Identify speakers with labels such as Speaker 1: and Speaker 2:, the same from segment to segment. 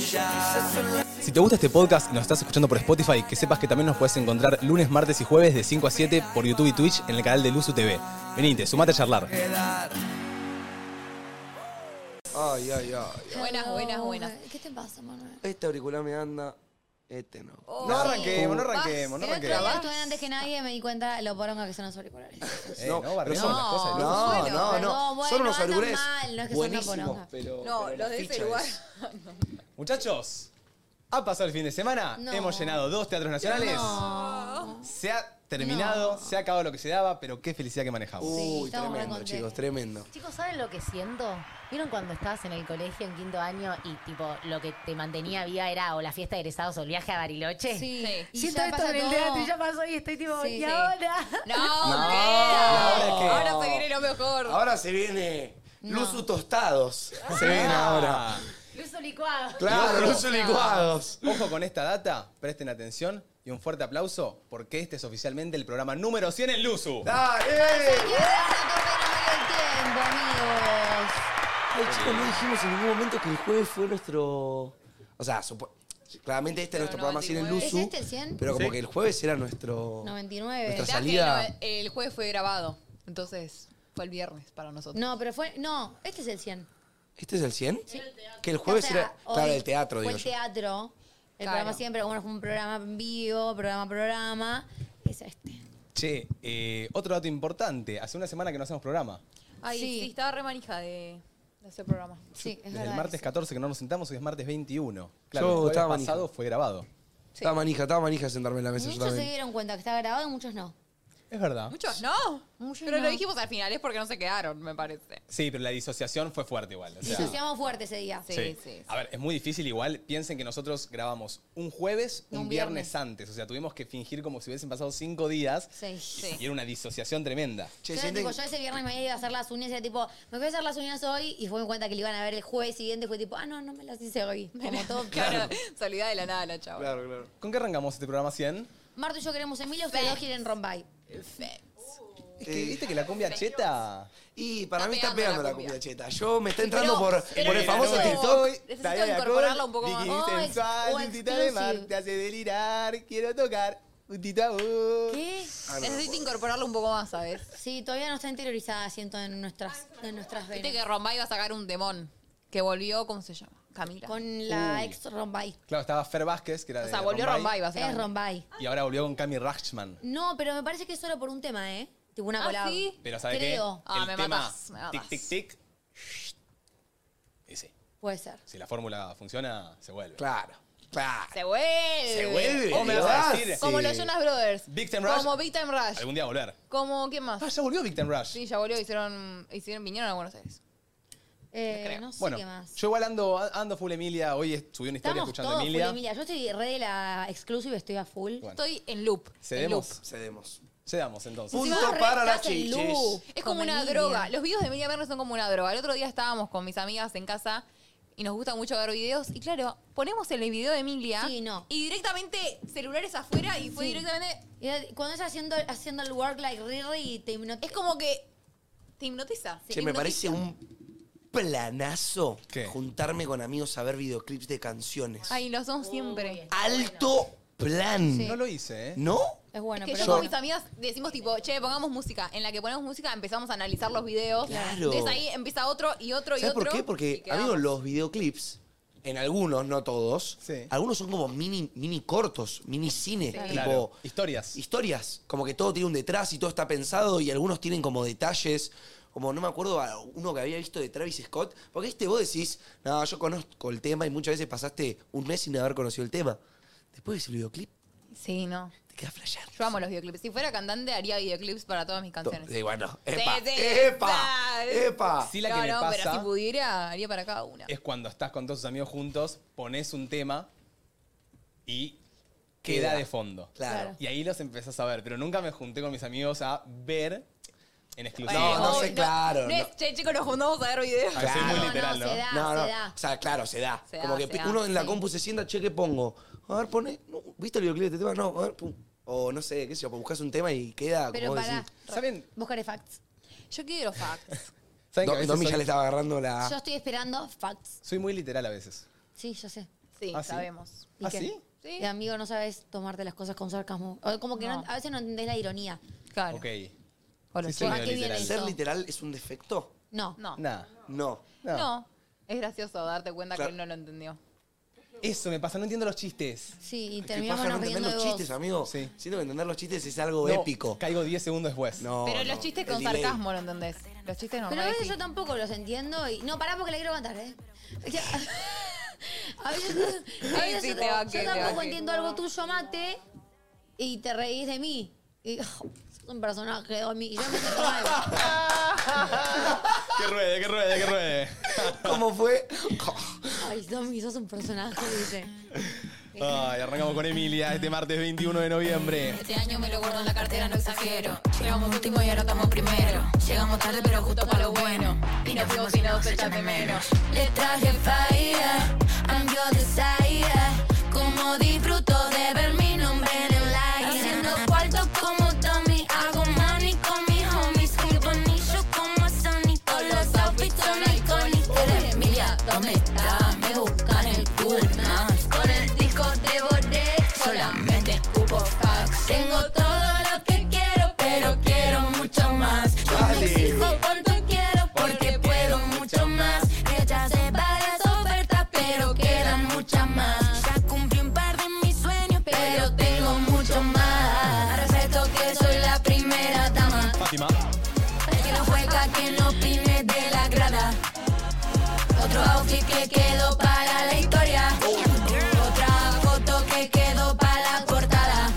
Speaker 1: Si te gusta este podcast y nos estás escuchando por Spotify, que sepas que también nos puedes encontrar lunes, martes y jueves de 5 a 7 por YouTube y Twitch en el canal de Luzu TV. Venite, sumate a charlar.
Speaker 2: Eh,
Speaker 3: Ay, ay, ay.
Speaker 4: Buenas, buenas, buenas.
Speaker 5: Oh, ¿Qué te pasa, Manuel?
Speaker 3: Este auricular me anda. Este no.
Speaker 4: Oh,
Speaker 2: No arranquemos, no arranquemos, no
Speaker 5: El otro día
Speaker 2: arranquemos.
Speaker 5: estuve antes que nadie y me di cuenta lo poronga que son los auriculares.
Speaker 2: Eh, no,
Speaker 3: pero
Speaker 2: barremos
Speaker 3: son-
Speaker 2: las cosas.
Speaker 5: No,
Speaker 2: ¿no?
Speaker 3: No,
Speaker 4: bueno,
Speaker 3: no, no.
Speaker 5: perdón, bueno,
Speaker 3: son unos
Speaker 5: andan
Speaker 3: auriculares
Speaker 5: mal, no es que son una
Speaker 3: buenísimos,
Speaker 5: poronga.
Speaker 3: pero.
Speaker 4: No,
Speaker 3: pero
Speaker 4: los
Speaker 3: la
Speaker 4: de ese
Speaker 3: ficha
Speaker 4: lugar.
Speaker 3: es-
Speaker 2: Muchachos, ha pasado el fin de semana,
Speaker 5: No.
Speaker 2: hemos llenado dos teatros nacionales.
Speaker 5: No.
Speaker 2: Se ha terminado, se ha acabado lo que se daba, pero qué felicidad que manejamos.
Speaker 5: Sí,
Speaker 3: Uy,
Speaker 5: estamos
Speaker 3: tremendo,
Speaker 5: recontentos.
Speaker 3: chicos, tremendo.
Speaker 6: Chicos, ¿saben lo que siento? ¿Vieron cuando estabas en el colegio en quinto año y tipo lo que te mantenía viva era o la fiesta de egresados o el viaje a Bariloche?
Speaker 4: Sí.
Speaker 5: Y
Speaker 6: Siento
Speaker 5: ya
Speaker 6: esto
Speaker 5: pasa
Speaker 6: en el
Speaker 5: todo.
Speaker 6: teatro y ya pasó y estoy tipo,
Speaker 5: Sí,
Speaker 6: ¿y
Speaker 5: sí.
Speaker 6: ahora?
Speaker 4: No,
Speaker 3: ¿ahora
Speaker 4: hombre.
Speaker 3: qué?
Speaker 4: Ahora se viene lo mejor.
Speaker 3: Oh. Ahora se viene.
Speaker 5: No.
Speaker 3: Luzu tostados. Se viene ahora.
Speaker 6: Luzo licuado.
Speaker 3: Claro,
Speaker 2: Claro.
Speaker 3: Luzu licuados.
Speaker 2: Ojo con esta data, presten atención y un fuerte aplauso porque este es oficialmente el programa número 100 en Luzu.
Speaker 3: Ah. ¡Dale!
Speaker 5: Quiero dar
Speaker 3: Ay, chicos, no dijimos en ningún momento que el jueves fue nuestro. O sea, supo- claramente este es nuestro
Speaker 4: Pero
Speaker 3: programa 100 en
Speaker 4: 99.
Speaker 3: Luzu.
Speaker 5: ¿Es este el 100?
Speaker 3: Pero como que el jueves era nuestro.
Speaker 5: todo el programa y el tiempo, amigos. 99.
Speaker 3: Nuestra
Speaker 4: Mirá que
Speaker 3: salida.
Speaker 4: no, el jueves fue grabado, entonces fue el viernes para nosotros.
Speaker 5: No, pero fue. No, este es el 100.
Speaker 3: ¿Este es el 100? Que el jueves
Speaker 5: O sea,
Speaker 3: era. Claro,
Speaker 5: hoy
Speaker 3: el teatro,
Speaker 5: fue
Speaker 3: digo
Speaker 5: el
Speaker 3: yo.
Speaker 5: teatro. El
Speaker 4: Claro.
Speaker 5: programa siempre, bueno, fue un programa en vivo, programa, programa. Es este.
Speaker 2: Che, eh, otro dato importante, hace una semana que no hacemos programa.
Speaker 4: Ay, sí.
Speaker 5: Sí.
Speaker 4: estaba re manija de, de ese programa.
Speaker 5: Sí, es
Speaker 2: Desde
Speaker 5: verdad.
Speaker 2: el martes 14 que no nos sentamos, hoy es martes 21. Claro,
Speaker 3: Yo
Speaker 2: el jueves
Speaker 3: estaba
Speaker 2: pasado
Speaker 3: manija.
Speaker 2: fue grabado.
Speaker 3: Estaba manija, estaba manija sentarme en la mesa yo
Speaker 5: este. Muchos se
Speaker 3: también.
Speaker 5: dieron cuenta que estaba grabado, muchos no.
Speaker 2: Es verdad.
Speaker 4: Muchos no.
Speaker 5: Muchos
Speaker 4: pero lo
Speaker 5: no.
Speaker 4: dijimos al final, es porque no se quedaron, me parece.
Speaker 2: Sí, pero la disociación fue fuerte igual. o sea.
Speaker 5: Disociamos fuerte ese día.
Speaker 4: Sí, sí. sí.
Speaker 2: A ver, es muy difícil igual. Piensen que nosotros grabamos un jueves, un,
Speaker 5: Un
Speaker 2: viernes.
Speaker 5: viernes.
Speaker 2: antes. O sea, tuvimos que fingir como si hubiesen pasado cinco días.
Speaker 5: Sí.
Speaker 4: Sí.
Speaker 2: Y era una disociación tremenda.
Speaker 3: Che,
Speaker 5: yo, era
Speaker 3: sienten-
Speaker 5: tipo, yo ese viernes mañana iba a hacer las uñas y era tipo, me voy a hacer las uñas hoy y fue en cuenta que le iban a ver el jueves siguiente y fue tipo, ah, no, no me las hice hoy. Como todo.
Speaker 4: Claro, salida de la nada la chava.
Speaker 3: Claro, claro.
Speaker 2: ¿Con qué arrancamos este programa 100?
Speaker 5: Marto y yo queremos Emilio, ustedes dos quieren Rombay.
Speaker 4: Perfecto.
Speaker 2: Es que viste que la cumbia cheta.
Speaker 3: Y para
Speaker 4: Está
Speaker 3: mí está
Speaker 4: pegando
Speaker 3: pegando la
Speaker 4: la cumbia.
Speaker 3: cumbia cheta. Yo me está entrando
Speaker 4: pero-
Speaker 3: por,
Speaker 4: pero
Speaker 3: por el
Speaker 4: necesito-
Speaker 3: famoso TikTok.
Speaker 4: Necesito
Speaker 2: Diana
Speaker 4: incorporarla
Speaker 2: Cole,
Speaker 4: un poco más.
Speaker 2: Vicky
Speaker 5: Oh, ex-
Speaker 2: sensual,
Speaker 5: o
Speaker 2: tintita de mar,
Speaker 5: exclusive.
Speaker 2: te hace delirar, quiero tocar. Un tito a vos.
Speaker 5: ¿Qué?
Speaker 3: Ah, no,
Speaker 4: Oh, Necesito
Speaker 3: por-
Speaker 4: incorporarlo un poco más, ¿sabes?
Speaker 5: Sí, todavía no está interiorizada, siento, en nuestras, en nuestras
Speaker 4: Viste
Speaker 5: venas.
Speaker 4: que Rombay va a sacar un demon que volvió, ¿cómo se llama? Camila.
Speaker 5: Con la ex Rombay.
Speaker 2: Claro, estaba Fer Vázquez, que era
Speaker 4: o
Speaker 2: de
Speaker 4: sea, volvió Eh, Rombay,
Speaker 5: Es
Speaker 4: básicamente.
Speaker 5: Rombay.
Speaker 2: Y ahora volvió con Cami Rachman.
Speaker 5: No, pero me parece que es solo por un tema, ¿eh? Tipo una
Speaker 4: Ah,
Speaker 5: colada.
Speaker 4: ¿sí?
Speaker 2: Pero ¿sabes qué?
Speaker 5: Creo.
Speaker 4: Ah,
Speaker 2: el
Speaker 4: me
Speaker 2: tema,
Speaker 4: matás, me matás.
Speaker 2: Tic, tic, tic. Y sí,
Speaker 5: Puede ser.
Speaker 2: si la fórmula funciona, se vuelve.
Speaker 3: Claro, claro.
Speaker 4: Se vuelve.
Speaker 3: Se vuelve.
Speaker 2: O me
Speaker 3: lo
Speaker 2: vas a
Speaker 3: hace.
Speaker 2: decir.
Speaker 4: Como los Jonas Brothers.
Speaker 2: Big Time Rush.
Speaker 4: Como Big Time Rush.
Speaker 2: Algún día va a volver.
Speaker 4: Como, ¿qué
Speaker 2: Ah,
Speaker 4: más?
Speaker 2: ya volvió Victim Rush.
Speaker 4: Sí, ya volvió, hicieron, hicieron, vinieron a Buenos Aires.
Speaker 5: Eh,
Speaker 4: creo.
Speaker 5: No sé
Speaker 2: bueno,
Speaker 5: qué más.
Speaker 2: yo igual ando, ando full Emilia. Hoy es- subí una historia
Speaker 5: Estamos
Speaker 2: escuchando a
Speaker 5: todos full
Speaker 2: Emilia.
Speaker 5: Emilia. Yo estoy re de la exclusive, estoy a full.
Speaker 2: Bueno.
Speaker 4: Estoy en loop. En loop.
Speaker 2: Cedemos.
Speaker 3: Cedemos.
Speaker 2: Cedamos entonces.
Speaker 3: Punto
Speaker 5: Encima re
Speaker 3: para las
Speaker 5: estás en
Speaker 3: chichis.
Speaker 5: loop
Speaker 4: Es como
Speaker 5: con
Speaker 4: una
Speaker 5: Emilia.
Speaker 4: droga. Los videos de Emilia Mernes son como una droga. El otro día estábamos con mis amigas en casa y nos gusta mucho ver videos. Y claro, ponemos el video de Emilia
Speaker 5: Sí, no.
Speaker 4: y directamente celulares afuera y fue
Speaker 5: Sí.
Speaker 4: directamente.
Speaker 5: Y era- Cuando estás haciendo, haciendo el work like Riri y te hipnotiza.
Speaker 4: Es como que te hipnotiza.
Speaker 3: Che, me parece un planazo
Speaker 2: ¿Qué?
Speaker 3: juntarme con amigos a ver videoclips de canciones.
Speaker 4: Ay, lo son siempre.
Speaker 3: Alto plan.
Speaker 2: No lo hice, ¿eh?
Speaker 3: ¿No?
Speaker 5: Es bueno,
Speaker 4: Es que
Speaker 5: pero
Speaker 4: yo con
Speaker 5: bueno.
Speaker 4: mis amigas decimos tipo, che, pongamos música. En la que ponemos música empezamos a analizar los videos.
Speaker 3: Claro.
Speaker 4: Entonces ahí empieza otro y otro y
Speaker 3: ¿Sabes
Speaker 4: otro.
Speaker 3: por qué? Porque,
Speaker 4: y
Speaker 3: amigos,
Speaker 4: quedamos.
Speaker 3: los videoclips, en algunos, no todos,
Speaker 2: Sí.
Speaker 3: algunos son como mini, mini cortos, mini cine, tipo
Speaker 2: Claro. Historias.
Speaker 3: historias. Como que todo tiene un detrás y todo está pensado y algunos tienen como detalles. Como no me acuerdo a uno que había visto de Travis Scott. Porque este vos decís, no, yo conozco el tema y muchas veces pasaste un mes sin haber conocido el tema. Después ves el videoclip,
Speaker 4: Sí, no.
Speaker 3: te queda flashear.
Speaker 4: Yo amo los videoclips. Si fuera cantante, haría videoclips para todas mis canciones.
Speaker 3: Sí, bueno. ¡Epa!
Speaker 4: sí,
Speaker 3: ¡Epa!
Speaker 4: sí.
Speaker 3: ¡Epa!
Speaker 2: Sí, la
Speaker 4: no,
Speaker 2: que me
Speaker 4: no,
Speaker 2: pasa
Speaker 4: pero si pudiera, haría para cada una.
Speaker 2: es cuando estás con todos tus amigos juntos, pones un tema y queda
Speaker 3: Queda.
Speaker 2: de fondo.
Speaker 3: Claro.
Speaker 2: Y ahí los empezás a ver. Pero nunca me junté con mis amigos a ver en exclusiva.
Speaker 3: No, no
Speaker 4: obvio,
Speaker 3: sé, claro,
Speaker 4: No,
Speaker 3: no.
Speaker 4: es, che, chicos, nos juntamos a ver videos.
Speaker 2: Ah, soy muy
Speaker 5: No,
Speaker 2: literal,
Speaker 5: no,
Speaker 2: ¿no?
Speaker 5: se da,
Speaker 3: No, no.
Speaker 5: se da.
Speaker 3: O sea, claro, se da.
Speaker 4: Se
Speaker 3: como
Speaker 4: da,
Speaker 3: que
Speaker 4: se
Speaker 3: pe-
Speaker 4: da,
Speaker 3: uno en la
Speaker 4: sí.
Speaker 3: compu se sienta, che, ¿qué pongo? A ver, pone. no, ¿Viste el videoclip de este tema? No, a ver, pum. O no sé, qué sé yo, buscas un tema y queda
Speaker 5: Pero
Speaker 3: como
Speaker 5: pará.
Speaker 3: decís.
Speaker 2: ¿Saben?
Speaker 5: Buscaré facts.
Speaker 4: Yo quiero facts.
Speaker 2: ¿Saben que a
Speaker 3: Do-
Speaker 2: veces
Speaker 3: Domi ya
Speaker 2: soy,
Speaker 3: Ah. le estaba agarrando la.
Speaker 5: Yo estoy esperando facts.
Speaker 2: soy muy literal a veces?
Speaker 5: Sí, yo sé.
Speaker 4: Sí,
Speaker 2: ¿Ah, sí?
Speaker 4: sabemos.
Speaker 5: ¿Y
Speaker 2: ¿Ah,
Speaker 5: qué?
Speaker 2: sí?
Speaker 4: Sí.
Speaker 5: Y, amigo, no sabes tomarte las cosas con sarcasmo. O Como que no-
Speaker 4: No.
Speaker 5: a veces no entendés la ironía.
Speaker 4: Claro.
Speaker 2: Ok.
Speaker 4: O lo
Speaker 2: Sí,
Speaker 4: chocas.
Speaker 2: señor,
Speaker 5: ¿A qué viene
Speaker 2: literal.
Speaker 5: eso?
Speaker 3: ¿Ser literal es un defecto?
Speaker 5: No.
Speaker 4: No. no.
Speaker 2: Nada.
Speaker 3: No.
Speaker 2: No.
Speaker 4: Es gracioso darte cuenta
Speaker 3: Claro.
Speaker 4: que él no lo entendió.
Speaker 2: Eso me pasa, no entiendo los chistes.
Speaker 5: Sí, y
Speaker 3: Es que paja
Speaker 5: terminamos
Speaker 3: no
Speaker 5: nos
Speaker 3: entender
Speaker 5: riendo de
Speaker 3: los chistes,
Speaker 5: vos.
Speaker 3: amigo.
Speaker 2: Sí.
Speaker 3: Siento que entender los chistes es algo
Speaker 2: No,
Speaker 3: épico.
Speaker 2: Caigo 10 segundos después.
Speaker 3: No,
Speaker 4: Pero
Speaker 3: no,
Speaker 4: los chistes
Speaker 3: el
Speaker 4: con
Speaker 3: delay.
Speaker 4: sarcasmo lo entendés. Los chistes
Speaker 5: Pero a
Speaker 4: normales.
Speaker 5: veces
Speaker 4: sí.
Speaker 5: yo tampoco los entiendo y... No, pará porque la quiero contar, ¿eh? Ya- A veces, a veces
Speaker 4: sí,
Speaker 5: yo,
Speaker 4: te banqué,
Speaker 5: yo
Speaker 4: te
Speaker 5: tampoco
Speaker 4: banqué.
Speaker 5: entiendo algo tuyo, mate, y te reís de mí. Y, oh, sos un personaje, Domi, y yo me siento mal.
Speaker 2: Que ruede, que ruede, que ruede.
Speaker 3: ¿Cómo fue?
Speaker 5: Ay, Domi, sos un personaje, dice.
Speaker 2: Ay, arrancamos con Emilia este martes 21 de noviembre.
Speaker 7: Este año me lo guardo en la cartera, no exagero. Llegamos último y ahora estamos primero. Llegamos tarde, pero justo para lo bueno. Y nos fuimos sin dos fechas de menos. Le traje fire, I'm your desire. Como disfruto de ver mi nombre en el aire. Haciendo cuartos como Tommy, hago money con mis homies. Soy bonillo como Sonic, todos los outfits son icónicos. Eres Emilia, ¿dónde estás? Me buscan el Google Maps. Con el disco de Boré, solamente cupo fax. Tengo todo lo que quiero, pero quiero mucho más. Yo me
Speaker 3: Dale.
Speaker 7: exijo cuánto quiero, porque puedo mucho más. Rechacé varias ofertas, pero quedan muchas más. Ya cumplí un par de mis sueños, pero tengo mucho más. Respeto que soy la primera dama.
Speaker 2: Fátima.
Speaker 7: Que no juega, que no opine de la grada. Otro outfit que quedó para la historia. Otra foto que quedó para la portada.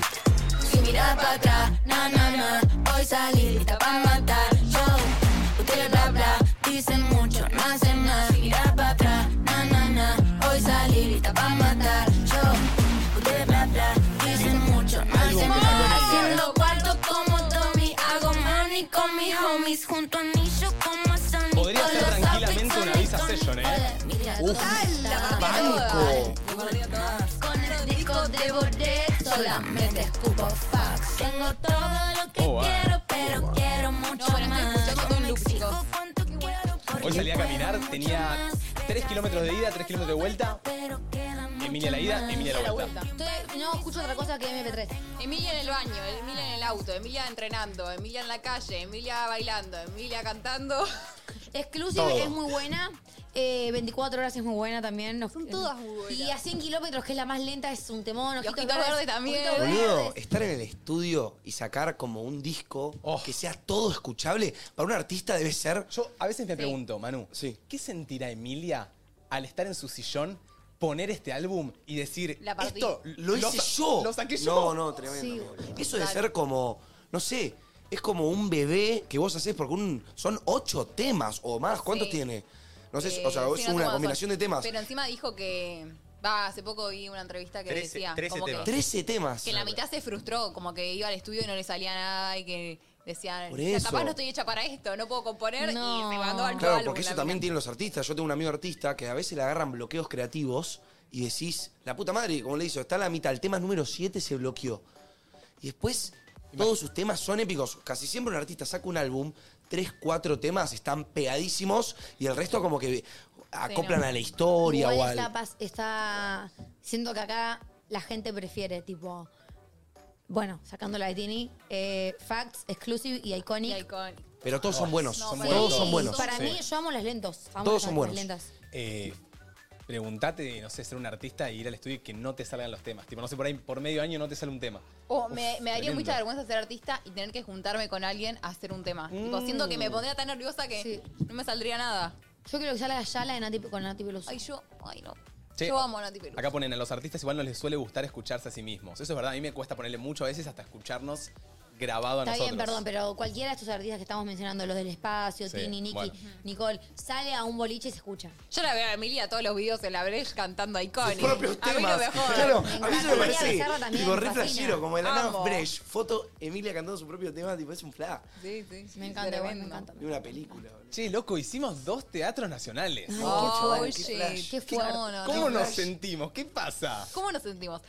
Speaker 7: Sin mirar para atrás, na na na. Hoy salí lista pa' matar. Yo, ustedes bla bla. Dicen mucho, no hacen nada. Sin mirar para atrás, na na na. Hoy salí lista pa' matar. Yo, ustedes bla bla. Dicen mucho, no hacen nada.
Speaker 2: ¿eh?
Speaker 7: Haciendo cuarto como Tommy. Hago money con mis homies. Junto a Nisho como Sonic.
Speaker 2: Podría ser
Speaker 7: Con los outfits
Speaker 2: tranquilamente una
Speaker 7: son
Speaker 2: visa
Speaker 7: icónicos.
Speaker 2: session, ¿eh?
Speaker 7: Mira,
Speaker 3: ¡Banco!
Speaker 7: con el disco de Bordet solamente escupo fax. Tengo todo lo que
Speaker 2: Oh, wow.
Speaker 7: quiero, pero quiero
Speaker 4: No,
Speaker 7: mucho
Speaker 4: pero estoy
Speaker 7: más.
Speaker 4: escuchando
Speaker 7: Yo
Speaker 4: un
Speaker 7: me
Speaker 4: loop,
Speaker 7: exijo
Speaker 4: chicos.
Speaker 7: cuánto quiero, porque
Speaker 2: Hoy salí a caminar,
Speaker 7: puedo
Speaker 2: tenía
Speaker 7: mucho más,
Speaker 2: 3 kilómetros de ida, 3 kilómetros de vuelta.
Speaker 7: pero quedan mucho
Speaker 2: Emilia la ida,
Speaker 7: más.
Speaker 2: Emilia la vuelta.
Speaker 5: Estoy- no escucho otra cosa que MP3.
Speaker 4: Emilia en el baño, Emilia en el auto, Emilia entrenando, Emilia en la calle, Emilia bailando, Emilia cantando.
Speaker 5: Exclusive
Speaker 3: Todo.
Speaker 5: es muy buena. eh, 24 horas es muy buena también. Nos-
Speaker 4: Son todas muy buenas.
Speaker 5: Y a 100 kilómetros, que es la más lenta, es un temón.
Speaker 4: Y Ojitos Verdes también.
Speaker 5: Ojitos Verdes.
Speaker 3: Boludo, estar en el estudio y sacar como un disco
Speaker 2: Oh.
Speaker 3: que sea todo escuchable, para un artista debe ser.
Speaker 2: Yo a veces me pregunto, Manu,
Speaker 3: Sí.
Speaker 2: ¿qué sentirá Emilia al estar en su sillón, poner este álbum y decir,
Speaker 4: La partí.
Speaker 2: esto
Speaker 3: Lo hice
Speaker 2: sa-
Speaker 3: yo.
Speaker 2: Lo saqué yo?
Speaker 3: No, no, tremendo. boludo. Eso de ser como, no sé, es como un bebé que vos haces porque un, son ocho temas o más. ¿Cuántos
Speaker 4: Sí.
Speaker 3: tiene? No sé,
Speaker 4: Eh,
Speaker 3: o sea, es
Speaker 4: sí, no sé
Speaker 3: una
Speaker 4: cuántos
Speaker 3: combinación de
Speaker 4: son.
Speaker 3: temas.
Speaker 4: Pero encima dijo que. Va, hace poco vi una entrevista que
Speaker 2: Trece-
Speaker 4: decía.
Speaker 2: trece
Speaker 4: como que,
Speaker 2: temas.
Speaker 3: Trece temas.
Speaker 4: que la mitad se frustró, como que iba al estudio y no le salía nada y que decían.
Speaker 3: Por
Speaker 4: "O sea,
Speaker 3: eso.
Speaker 4: Capaz no estoy hecha para esto, no puedo componer
Speaker 5: No.
Speaker 4: y se mandó al
Speaker 3: Claro,
Speaker 4: álbum,
Speaker 3: porque
Speaker 4: la
Speaker 3: eso
Speaker 4: mina.
Speaker 3: también tienen los artistas. Yo tengo un amigo artista que a veces le agarran bloqueos creativos y decís, la puta madre, como le hizo, está a la mitad, el tema número 7 se bloqueó. Y después todos sus temas son épicos. Casi siempre un artista saca un álbum, tres, cuatro temas están pegadísimos y el resto como que acoplan
Speaker 4: no.
Speaker 3: a la historia o al...
Speaker 5: Igual está, pas- está- Siento que acá la gente prefiere, tipo. Bueno, sacando la de Tini, eh, Facts, Exclusive y
Speaker 4: Y
Speaker 5: Iconic.
Speaker 4: Icon.
Speaker 3: Pero todos son buenos,
Speaker 4: No, para
Speaker 3: todos
Speaker 4: mí-
Speaker 3: son buenos.
Speaker 5: Para
Speaker 2: Sí.
Speaker 5: mí, yo amo las lentos. amo
Speaker 3: Todos
Speaker 5: las
Speaker 3: son buenos.
Speaker 5: lentas.
Speaker 2: Eh, preguntate, no sé, ser un artista y ir al estudio y que no te salgan los temas. Tipo, no sé, por ahí por medio año no te sale un tema.
Speaker 4: O Oh, me,
Speaker 2: Uf,
Speaker 4: me daría
Speaker 2: tremendo.
Speaker 4: mucha vergüenza ser artista y tener que juntarme con alguien a hacer un tema. Tipo, siento que me pondría tan nerviosa que
Speaker 5: Sí.
Speaker 4: no me saldría nada.
Speaker 5: Yo quiero que salga ya la de Nati, con Nati Peluso.
Speaker 4: Ay, yo, ay no.
Speaker 2: Che,
Speaker 4: yo amo a Nati Peluso.
Speaker 2: Acá ponen, a los artistas igual no les suele gustar escucharse a sí mismos. Eso es verdad, a mí me cuesta ponerle mucho a veces hasta escucharnos grabado a
Speaker 5: Está
Speaker 2: nosotros.
Speaker 5: bien, perdón, pero cualquiera de estos artistas que estamos mencionando, los del espacio,
Speaker 2: Sí,
Speaker 5: Tini, Nicky,
Speaker 2: bueno.
Speaker 5: Nicole, sale a un boliche y se escucha.
Speaker 4: Yo la veo a Emilia todos los videos en la Breche cantando Iconic.
Speaker 3: Sus propios
Speaker 4: A mí no
Speaker 3: temas.
Speaker 4: me jodan.
Speaker 3: claro, a mí
Speaker 5: encanta.
Speaker 3: se me
Speaker 5: María
Speaker 3: parece
Speaker 5: Becerra también,
Speaker 3: tipo
Speaker 5: me
Speaker 3: re
Speaker 5: fascina.
Speaker 3: flashero, como el Ana
Speaker 4: Amo.
Speaker 3: Bresh. Foto Emilia cantando su propio tema, tipo es un flash
Speaker 4: Sí, sí, sí,
Speaker 5: Me encanta, igual, me
Speaker 4: tremendo.
Speaker 5: encanta.
Speaker 3: de una película. boludo.
Speaker 2: Che, loco, hicimos dos teatros nacionales.
Speaker 4: Oh,
Speaker 3: qué
Speaker 4: shit.
Speaker 3: flash.
Speaker 5: Qué fuerte.
Speaker 4: No, no,
Speaker 2: ¿Cómo
Speaker 4: no.
Speaker 2: nos sentimos? ¿Qué pasa?
Speaker 4: ¿Cómo nos sentimos?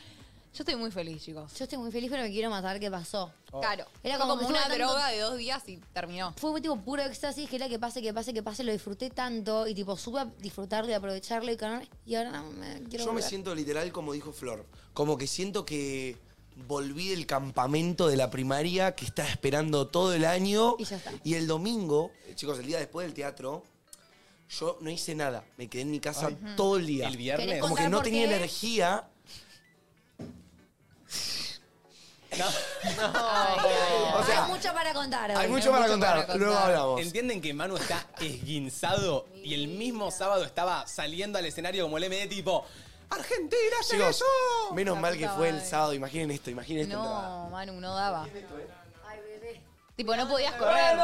Speaker 4: Yo estoy muy feliz, chicos.
Speaker 5: Yo estoy muy feliz, pero me quiero matar. ¿Qué pasó?
Speaker 4: Claro.
Speaker 5: Era
Speaker 4: Era
Speaker 5: como
Speaker 4: como,
Speaker 5: que
Speaker 4: una
Speaker 5: estuve tanto-
Speaker 4: droga de dos días y terminó.
Speaker 5: Fue tipo puro éxtasis, que era que pase, que pase, que pase. Lo disfruté tanto y tipo supe a disfrutarlo y aprovecharlo y canar. Y ahora no me quiero
Speaker 3: Yo me
Speaker 5: volver.
Speaker 3: siento literal como dijo Flor, como que siento que volví del campamento de la primaria que estaba esperando todo el año
Speaker 5: Y ya está.
Speaker 3: Y el domingo, eh, chicos, el día después del teatro, yo no hice nada, me quedé en mi casa todo el día.
Speaker 2: El viernes.
Speaker 5: ¿Querés
Speaker 3: como que
Speaker 5: contar
Speaker 3: no
Speaker 5: por
Speaker 3: tenía
Speaker 5: qué?
Speaker 3: energía. O sea,
Speaker 5: hay mucho para contar. hoy.
Speaker 3: Hay mucho para contar,
Speaker 4: para
Speaker 3: luego
Speaker 4: contar.
Speaker 3: hablamos.
Speaker 2: ¿Entienden que Manu está esguinzado y el mismo sábado estaba saliendo al escenario como el MD tipo ¡Argentina, llegó!
Speaker 3: Chicos, menos
Speaker 4: La
Speaker 3: mal que
Speaker 4: puta
Speaker 3: fue el
Speaker 4: madre.
Speaker 3: sábado, imaginen esto, imaginen esta entrada.
Speaker 4: No, Manu, no daba.
Speaker 5: Ay, bebé.
Speaker 4: Tipo, no podías correr.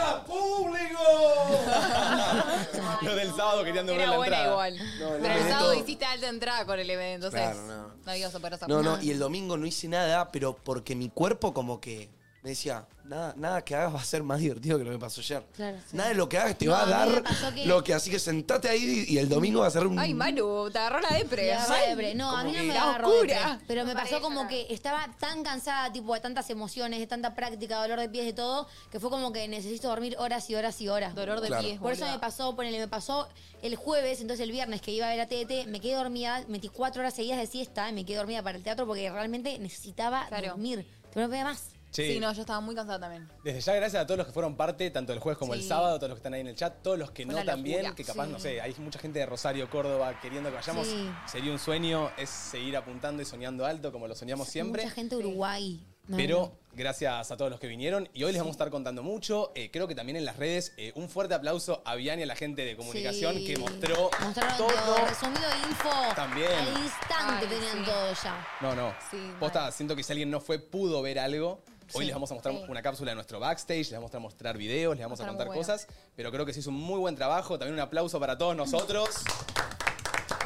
Speaker 2: Los del sábado querían doblar
Speaker 4: Era
Speaker 2: la
Speaker 4: buena
Speaker 2: entrada.
Speaker 4: igual.
Speaker 3: el
Speaker 4: Pero el
Speaker 3: evento-
Speaker 4: sábado hiciste alta entrada con el evento, entonces
Speaker 3: Claro, no.
Speaker 4: no, había superado esa
Speaker 3: No, no,
Speaker 4: cosa.
Speaker 3: y el domingo no hice nada, pero porque mi cuerpo como que me decía, nada, nada que hagas va a ser más divertido que lo que pasó ayer.
Speaker 5: Claro, sí.
Speaker 3: Nada de lo que hagas te
Speaker 5: No,
Speaker 3: va a
Speaker 5: a mí me
Speaker 3: dar
Speaker 5: pasó que-
Speaker 3: lo que así que sentate ahí y el domingo va a ser un
Speaker 4: Ay, Manu, te agarró la depre.
Speaker 5: Ya,
Speaker 4: Mal.
Speaker 5: debre. No, a mí no
Speaker 4: que
Speaker 5: me
Speaker 4: la
Speaker 5: agarró
Speaker 4: oscura.
Speaker 5: debre, Pero me
Speaker 6: No
Speaker 5: pasó
Speaker 6: parece
Speaker 5: como
Speaker 6: nada.
Speaker 5: que estaba tan cansada, tipo, de tantas emociones, de tanta práctica, dolor de pies, de todo, que fue como que necesito dormir horas y horas y horas.
Speaker 4: Dolor de
Speaker 3: Claro.
Speaker 4: pies,
Speaker 5: Por eso
Speaker 4: boluda.
Speaker 5: me pasó, ponele, me pasó el jueves, entonces el viernes que iba a ver a TDT, me quedé dormida, metí cuatro horas seguidas de siesta y me quedé dormida para el teatro porque realmente necesitaba
Speaker 4: Claro.
Speaker 5: dormir. Pero no podía más.
Speaker 2: Che,
Speaker 4: Sí, no, yo estaba muy cansada también.
Speaker 2: Desde ya, gracias a todos los que fueron parte, tanto el jueves como el
Speaker 4: Sí.
Speaker 2: sábado, todos los que están ahí en el chat, todos los que
Speaker 4: Fue
Speaker 2: no
Speaker 4: una
Speaker 2: también,
Speaker 4: locura.
Speaker 2: que capaz,
Speaker 5: Sí.
Speaker 2: no sé, hay mucha gente de Rosario, Córdoba queriendo que vayamos.
Speaker 5: Sí.
Speaker 2: Sería un sueño, es seguir apuntando y soñando alto, como lo soñamos siempre.
Speaker 5: Mucha gente de Uruguay. No,
Speaker 2: Pero gracias a todos los que vinieron y hoy les vamos a estar contando mucho. Eh, creo que también en las redes eh, un fuerte aplauso a Vian y a la gente de comunicación
Speaker 5: Sí.
Speaker 2: que mostró
Speaker 5: Mostraron
Speaker 2: todo.
Speaker 5: todo, resumido info.
Speaker 2: También.
Speaker 5: Al instante
Speaker 4: Ay,
Speaker 5: tenían
Speaker 4: sí.
Speaker 5: todo ya.
Speaker 2: No, no.
Speaker 4: Sí,
Speaker 2: Posta,
Speaker 4: mal.
Speaker 2: siento que si alguien no fue, pudo ver algo. Hoy
Speaker 5: Sí,
Speaker 2: les vamos a mostrar
Speaker 6: sí.
Speaker 2: una cápsula de nuestro backstage, les vamos a mostrar videos, les vamos a
Speaker 4: Va a
Speaker 2: contar
Speaker 4: estar muy bueno.
Speaker 2: cosas, pero creo que se hizo un muy buen trabajo. También un aplauso para todos nosotros.
Speaker 5: La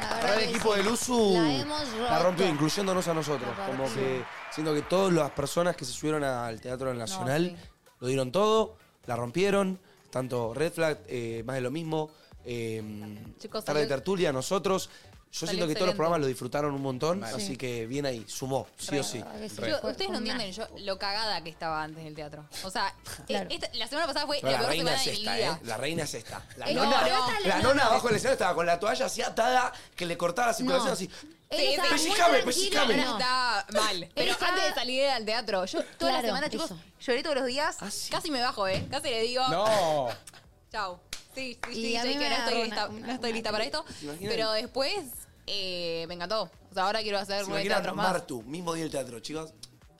Speaker 3: La
Speaker 5: verdad
Speaker 3: verdad,
Speaker 5: que
Speaker 3: el equipo
Speaker 5: sí.
Speaker 3: del USU
Speaker 5: La hemos
Speaker 3: la rompió,
Speaker 5: roto.
Speaker 3: incluyéndonos a nosotros.
Speaker 5: La
Speaker 3: Como
Speaker 5: partió.
Speaker 3: que siento que todas las personas que se subieron al Teatro del Nacional
Speaker 4: sí.
Speaker 3: lo dieron todo, la rompieron, tanto Red Flag, eh, más de lo mismo, eh,
Speaker 4: Chicos,
Speaker 3: Tarde de
Speaker 4: salió-
Speaker 3: Tertulia, nosotros. Yo
Speaker 4: Salió
Speaker 3: siento que todos los
Speaker 4: excelente.
Speaker 3: programas lo disfrutaron un montón,
Speaker 2: Mal.
Speaker 3: así que bien ahí, sumó, sí o sí.
Speaker 5: La verdad que sí,
Speaker 4: Yo-
Speaker 5: fue-
Speaker 4: ustedes
Speaker 5: fue
Speaker 4: no
Speaker 5: un
Speaker 4: entienden yo, lo cagada que estaba antes del teatro. O sea,
Speaker 5: Claro.
Speaker 4: eh, esta- la semana pasada fue
Speaker 3: Pero la
Speaker 4: la peor
Speaker 3: reina
Speaker 4: semana
Speaker 3: es
Speaker 4: de mi
Speaker 3: esta,
Speaker 4: vida.
Speaker 3: ¿eh? La reina es esta. La
Speaker 4: Eh, no,
Speaker 3: nona,
Speaker 4: no,
Speaker 5: esta es
Speaker 3: la
Speaker 5: la
Speaker 3: nona
Speaker 5: nona.
Speaker 3: abajo del escenario estaba con la toalla así atada que le cortaba la circulación
Speaker 5: No.
Speaker 3: así.
Speaker 5: Él estaba muy
Speaker 3: Pellizcame,
Speaker 5: tranquilo,
Speaker 3: pellizcame.
Speaker 5: no.
Speaker 4: Estaba mal. Pero
Speaker 5: Estaba-
Speaker 4: antes de salir al teatro, yo toda
Speaker 5: Claro,
Speaker 4: la semana, chicos,
Speaker 5: eso.
Speaker 4: lloré todos los días.
Speaker 3: Ah, sí.
Speaker 4: Casi me bajo, ¿eh? Casi le digo,
Speaker 2: No.
Speaker 4: chau. Sí, sí,
Speaker 5: Y
Speaker 4: sí,
Speaker 5: a
Speaker 4: ya
Speaker 5: mí
Speaker 4: dije,
Speaker 5: me
Speaker 4: no
Speaker 5: da
Speaker 4: estoy
Speaker 5: una-
Speaker 4: lista,
Speaker 5: una-
Speaker 4: no estoy
Speaker 5: una-
Speaker 4: lista para esto.
Speaker 3: ¿Se imaginan?
Speaker 4: Pero después eh, me encantó. O sea, ahora quiero hacer
Speaker 3: Se
Speaker 4: nueve
Speaker 3: imaginan
Speaker 4: teatros más.
Speaker 3: Martu, mismo día del teatro, chicos.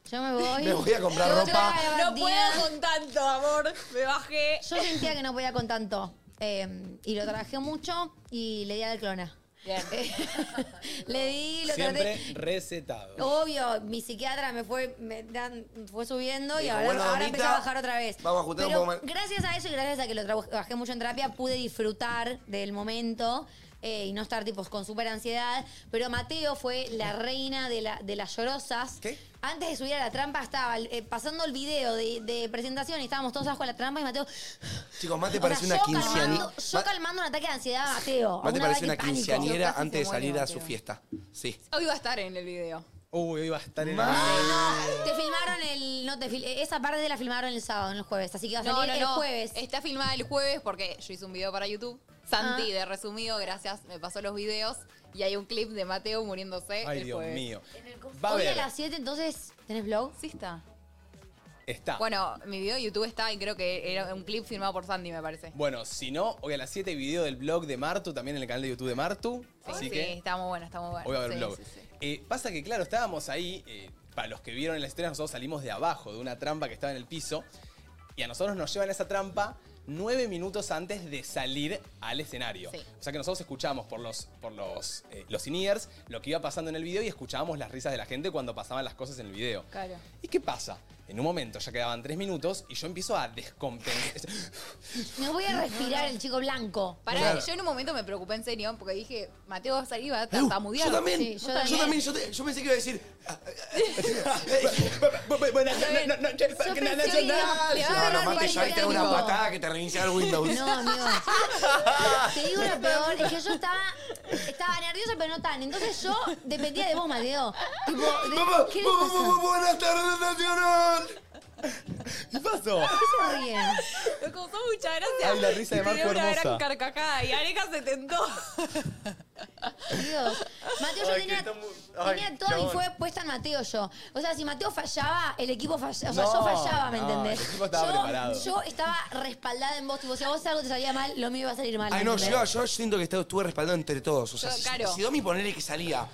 Speaker 5: Yo me voy.
Speaker 3: Me voy a comprar
Speaker 5: Yo
Speaker 3: ropa.
Speaker 5: trabajo de
Speaker 4: No
Speaker 5: día.
Speaker 4: puedo con tanto, amor. Me bajé.
Speaker 5: Yo sentía que no podía con tanto. eh, y lo trabajé mucho y le di al clona.
Speaker 4: Bien.
Speaker 5: le di, lo
Speaker 2: Siempre
Speaker 5: traté.
Speaker 2: recetado.
Speaker 5: Obvio, mi psiquiatra me fue, me dan- fue subiendo y
Speaker 3: Dijo,
Speaker 5: ahora,
Speaker 3: "Bueno,
Speaker 5: ahora
Speaker 3: Domita,
Speaker 5: empezó a bajar otra vez.
Speaker 3: vamos a juntar un
Speaker 5: Pero
Speaker 3: poco más.
Speaker 5: Gracias a eso y gracias a que lo trabaj- trabajé mucho en terapia, pude disfrutar del momento eh, y no estar tipo, con súper ansiedad. Pero Mateo fue la reina de, la- de las llorosas.
Speaker 3: ¿Qué?
Speaker 5: Antes de subir a la trampa estaba eh, pasando el video de, de presentación y estábamos todos abajo de la trampa y Mateo.
Speaker 3: Chicos, más te
Speaker 5: O
Speaker 3: parece
Speaker 5: sea,
Speaker 3: una
Speaker 5: yo
Speaker 3: quinceañera.
Speaker 5: calmando- Yo calmando un ataque de ansiedad a Mateo.
Speaker 3: Más te parece
Speaker 5: un ataque
Speaker 3: una
Speaker 5: de pánico.
Speaker 3: quinceañera
Speaker 4: Casi
Speaker 3: antes de
Speaker 4: se
Speaker 3: salir
Speaker 4: muere,
Speaker 3: a su
Speaker 4: Mateo.
Speaker 3: fiesta. Sí.
Speaker 4: Hoy va a estar en el video.
Speaker 2: Uy, hoy va a estar en
Speaker 5: Ay, no, te filmaron el. No, te fil- esa parte la filmaron el sábado, no el jueves. Así que va a salir el jueves.
Speaker 4: Está filmada el jueves porque yo hice un video para YouTube. Santi,
Speaker 5: Ah.
Speaker 4: de resumido, gracias, me pasó los videos. Y hay un clip de Mateo muriéndose
Speaker 2: Ay,
Speaker 4: el
Speaker 2: Dios
Speaker 4: jueves.
Speaker 2: mío. Va a
Speaker 5: Hoy
Speaker 2: haber.
Speaker 5: a las 7, entonces, ¿tenés vlog?
Speaker 4: Sí está.
Speaker 2: Está.
Speaker 4: Bueno, mi video de YouTube está y creo que era un clip filmado por Santi, me parece.
Speaker 2: Bueno, si no, hoy a las 7 video del blog de Martu, también en el canal de YouTube de Martu.
Speaker 4: Sí,
Speaker 2: así
Speaker 4: sí,
Speaker 2: que
Speaker 4: está muy bueno, está muy bueno.
Speaker 2: Hoy va a haber
Speaker 4: Sí,
Speaker 2: blog.
Speaker 4: sí, sí.
Speaker 2: Eh, pasa que, claro, estábamos ahí. eh, para los que vieron en las historias, nosotros salimos de abajo, de una trampa que estaba en el piso. Y a nosotros nos llevan a esa trampa nueve minutos antes de salir al escenario.
Speaker 4: Sí.
Speaker 2: O sea que nosotros escuchábamos por los, por los, eh, los in-ears lo que iba pasando en el video y escuchábamos las risas de la gente cuando pasaban las cosas en el video.
Speaker 4: Claro.
Speaker 2: ¿Y qué pasa? En un momento ya quedaban tres minutos y yo empiezo a descompensar.
Speaker 5: No voy a respirar el chico blanco.
Speaker 4: Pará,
Speaker 3: Claro.
Speaker 4: yo en un momento me preocupé en serio porque dije, Mateo va a salir y
Speaker 2: Uh,
Speaker 4: va a
Speaker 3: Lu,
Speaker 4: tartamudear.
Speaker 3: Uh, yo también.
Speaker 5: Sí,
Speaker 3: yo
Speaker 5: yo
Speaker 3: también. Yo,
Speaker 5: también.
Speaker 3: te- yo pensé que iba a decir. ah, ah, ah,
Speaker 2: Buenas no- no- noches,
Speaker 5: Yo
Speaker 2: Parque
Speaker 5: pensé
Speaker 2: Nacional.
Speaker 4: que iba-
Speaker 3: ah.
Speaker 4: Ah,
Speaker 3: No, no,
Speaker 4: no,
Speaker 3: mate,
Speaker 4: igual
Speaker 3: ya ahí te da
Speaker 4: era
Speaker 3: una
Speaker 4: tipo-
Speaker 3: patada que te reiniciaba el Windows.
Speaker 5: No, amigo. Te digo lo peor, es que yo estaba, estaba nerviosa, pero no tan. Entonces yo dependía de vos, Mateo. Tipo, de-
Speaker 3: Papá,
Speaker 5: ¿qué le
Speaker 3: bu- bu-
Speaker 5: pasa?
Speaker 3: bu- bu- buenas tardes, Nacional.
Speaker 2: ¿Qué pasó?
Speaker 5: ¿Por qué se ríen?
Speaker 4: Me causó mucha gracia.
Speaker 2: Ay, la risa de
Speaker 4: Y me dio
Speaker 2: Marco
Speaker 4: una
Speaker 2: hermosa.
Speaker 4: gran carcajada y Areca se tentó.
Speaker 5: Dios. Mateo, yo
Speaker 2: Ay, que
Speaker 5: tenía,
Speaker 2: está muy- ay,
Speaker 5: tenía todo
Speaker 2: chabón.
Speaker 5: y fue puesta en Mateo yo. O sea, si Mateo fallaba, el equipo fallaba. O sea, yo fallaba, ¿me
Speaker 2: no,
Speaker 5: entendés?
Speaker 2: el equipo estaba
Speaker 5: yo,
Speaker 2: preparado.
Speaker 5: yo estaba respaldada en vos. Tipo, si a vos algo te salía mal, lo mío iba a salir mal.
Speaker 3: Ay, no,
Speaker 5: ¿entendés?
Speaker 3: yo, yo siento que estaba- estuve respaldado entre todos. O sea,
Speaker 4: Yo,
Speaker 3: si,
Speaker 4: claro.
Speaker 3: si Domi ponele que salía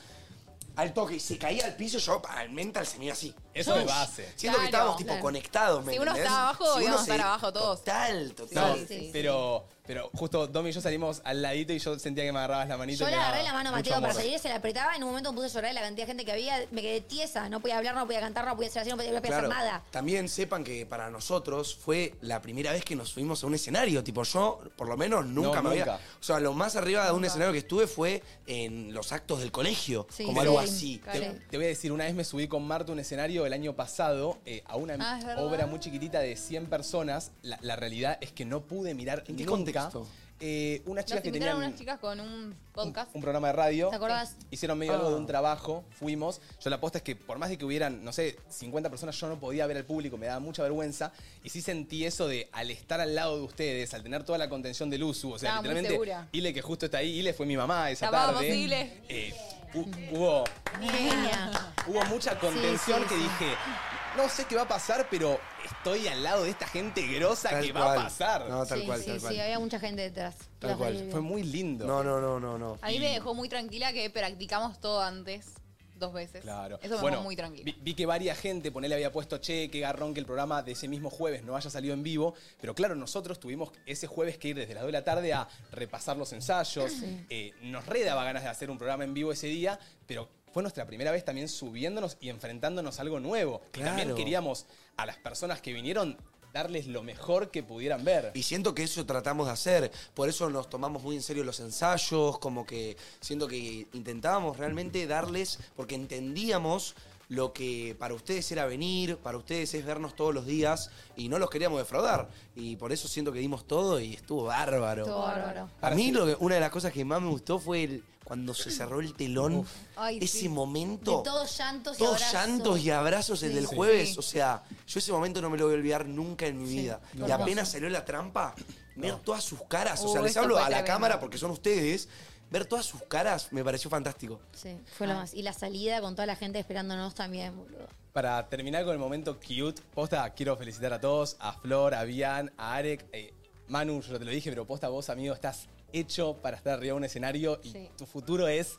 Speaker 3: al toque y se caía al piso, yo pa, el mental se me iba así.
Speaker 2: Eso me base.
Speaker 3: Siento que
Speaker 4: Claro,
Speaker 3: estábamos tipo
Speaker 5: claro.
Speaker 3: conectados, ¿me
Speaker 4: Si uno
Speaker 3: entendés?
Speaker 4: estaba abajo,
Speaker 3: uno
Speaker 4: íbamos a
Speaker 3: se-
Speaker 4: estar abajo todos.
Speaker 3: Total,
Speaker 2: No,
Speaker 3: total.
Speaker 5: Sí, sí, sí.
Speaker 2: pero, pero justo Domi y yo salimos al ladito y yo sentía que me agarrabas la manita.
Speaker 5: Yo
Speaker 2: y
Speaker 5: le
Speaker 2: me
Speaker 5: agarré
Speaker 2: daba
Speaker 5: la mano a
Speaker 2: mucho
Speaker 5: Mateo para
Speaker 2: amor.
Speaker 5: salir, se la apretaba. En un momento me puse a llorar de la cantidad de gente que había. Me quedé tiesa. No podía hablar, no podía cantar, no podía hacer así, no podía, no podía
Speaker 3: Claro.
Speaker 5: hacer nada.
Speaker 3: También sepan que para nosotros fue la primera vez que nos subimos a un escenario. Tipo, yo, por lo menos, nunca
Speaker 2: No,
Speaker 3: me
Speaker 2: nunca.
Speaker 3: había. O sea, lo más arriba de un escenario que estuve fue en los actos del colegio.
Speaker 5: Sí,
Speaker 3: como
Speaker 5: sí.
Speaker 3: algo así.
Speaker 4: Claro.
Speaker 2: Te, te voy a decir, una vez me subí con Marta a un escenario el año pasado eh, a una
Speaker 4: Ah, es verdad.
Speaker 2: obra muy chiquitita de 100 personas. La, la realidad es que no pude mirar
Speaker 3: ¿En qué
Speaker 2: nunca,
Speaker 3: contexto?
Speaker 2: eh, unas chicas
Speaker 4: Nos
Speaker 2: que
Speaker 4: invitaron
Speaker 2: tenían
Speaker 4: unas chicas con un
Speaker 2: un,
Speaker 4: podcast.
Speaker 2: un programa de radio.
Speaker 5: ¿Te acordás? Ah.
Speaker 2: Hicieron medio algo de un trabajo, fuimos. Yo la aposta es que por más de que hubieran, no sé, 50 personas, yo no podía ver al público, me daba mucha vergüenza. Y sí sentí eso de al estar al lado de ustedes, al tener toda la contención del uso, o sea,
Speaker 4: Estaba muy segura.
Speaker 2: literalmente, Ile que justo está ahí, Ile fue mi mamá esa
Speaker 4: La amamos,
Speaker 2: tarde.
Speaker 4: Ile.
Speaker 2: Eh, hu- hubo,
Speaker 5: Genia.
Speaker 2: hubo mucha contención
Speaker 5: Sí, sí,
Speaker 2: que
Speaker 5: sí.
Speaker 2: dije, no sé qué va a pasar, pero estoy al lado de esta gente grosa
Speaker 3: Tal
Speaker 2: que va
Speaker 3: cual.
Speaker 2: a pasar.
Speaker 3: No, tal
Speaker 5: sí,
Speaker 3: cual,
Speaker 5: sí,
Speaker 3: tal cual.
Speaker 5: sí, había mucha gente detrás.
Speaker 3: Tal
Speaker 5: Los
Speaker 3: cual.
Speaker 5: vi bien.
Speaker 2: Fue muy lindo.
Speaker 3: No, no, no, no, no.
Speaker 4: A mí me dejó muy tranquila que practicamos todo antes, dos veces.
Speaker 2: Claro.
Speaker 4: Eso me
Speaker 2: Bueno,
Speaker 4: dejó muy
Speaker 2: Vi,
Speaker 4: tranquila.
Speaker 2: vi que varias gente, ponele, había puesto, che, qué garrón que el programa de ese mismo jueves no haya salido en vivo. Pero claro, nosotros tuvimos ese jueves que ir desde las 2 de la tarde a repasar los ensayos. Eh, nos re daba ganas de hacer un programa en vivo ese día, pero fue nuestra primera vez también subiéndonos y enfrentándonos a algo nuevo. Y
Speaker 3: Claro.
Speaker 2: También queríamos a las personas que vinieron darles lo mejor que pudieran ver.
Speaker 3: Y siento que eso tratamos de hacer. Por eso nos tomamos muy en serio los ensayos, como que siento que intentábamos realmente darles, porque entendíamos lo que para ustedes era venir, para ustedes es vernos todos los días y no los queríamos defraudar. Y por eso siento que dimos todo y estuvo bárbaro.
Speaker 5: Estuvo bárbaro.
Speaker 3: A mí lo que- una de las cosas que más me gustó fue el- cuando se cerró el telón,
Speaker 4: Ay,
Speaker 3: ese
Speaker 4: sí.
Speaker 3: momento.
Speaker 5: De todos llantos y
Speaker 3: Todos
Speaker 5: abrazos.
Speaker 3: llantos y abrazos el
Speaker 4: Sí.
Speaker 3: del
Speaker 4: Sí.
Speaker 3: jueves.
Speaker 4: Sí.
Speaker 3: O sea, yo ese momento no me lo voy a olvidar nunca en mi vida. Y apenas salió la trampa, ver todas sus caras. O sea,
Speaker 4: Uh,
Speaker 3: les
Speaker 4: eso
Speaker 3: hablo
Speaker 4: fue
Speaker 3: a la
Speaker 4: tremendo.
Speaker 3: cámara porque son ustedes. Ver todas sus caras me pareció fantástico.
Speaker 5: Sí, fue lo más. Y la salida con toda la gente esperándonos también, boludo.
Speaker 2: Para terminar con el momento cute, posta, quiero felicitar a todos, a Flor, a Bian, a Arek, eh, Manu, yo ya te lo dije, pero posta vos, amigo, estás hecho para estar arriba de un escenario y
Speaker 4: Sí.
Speaker 2: tu futuro es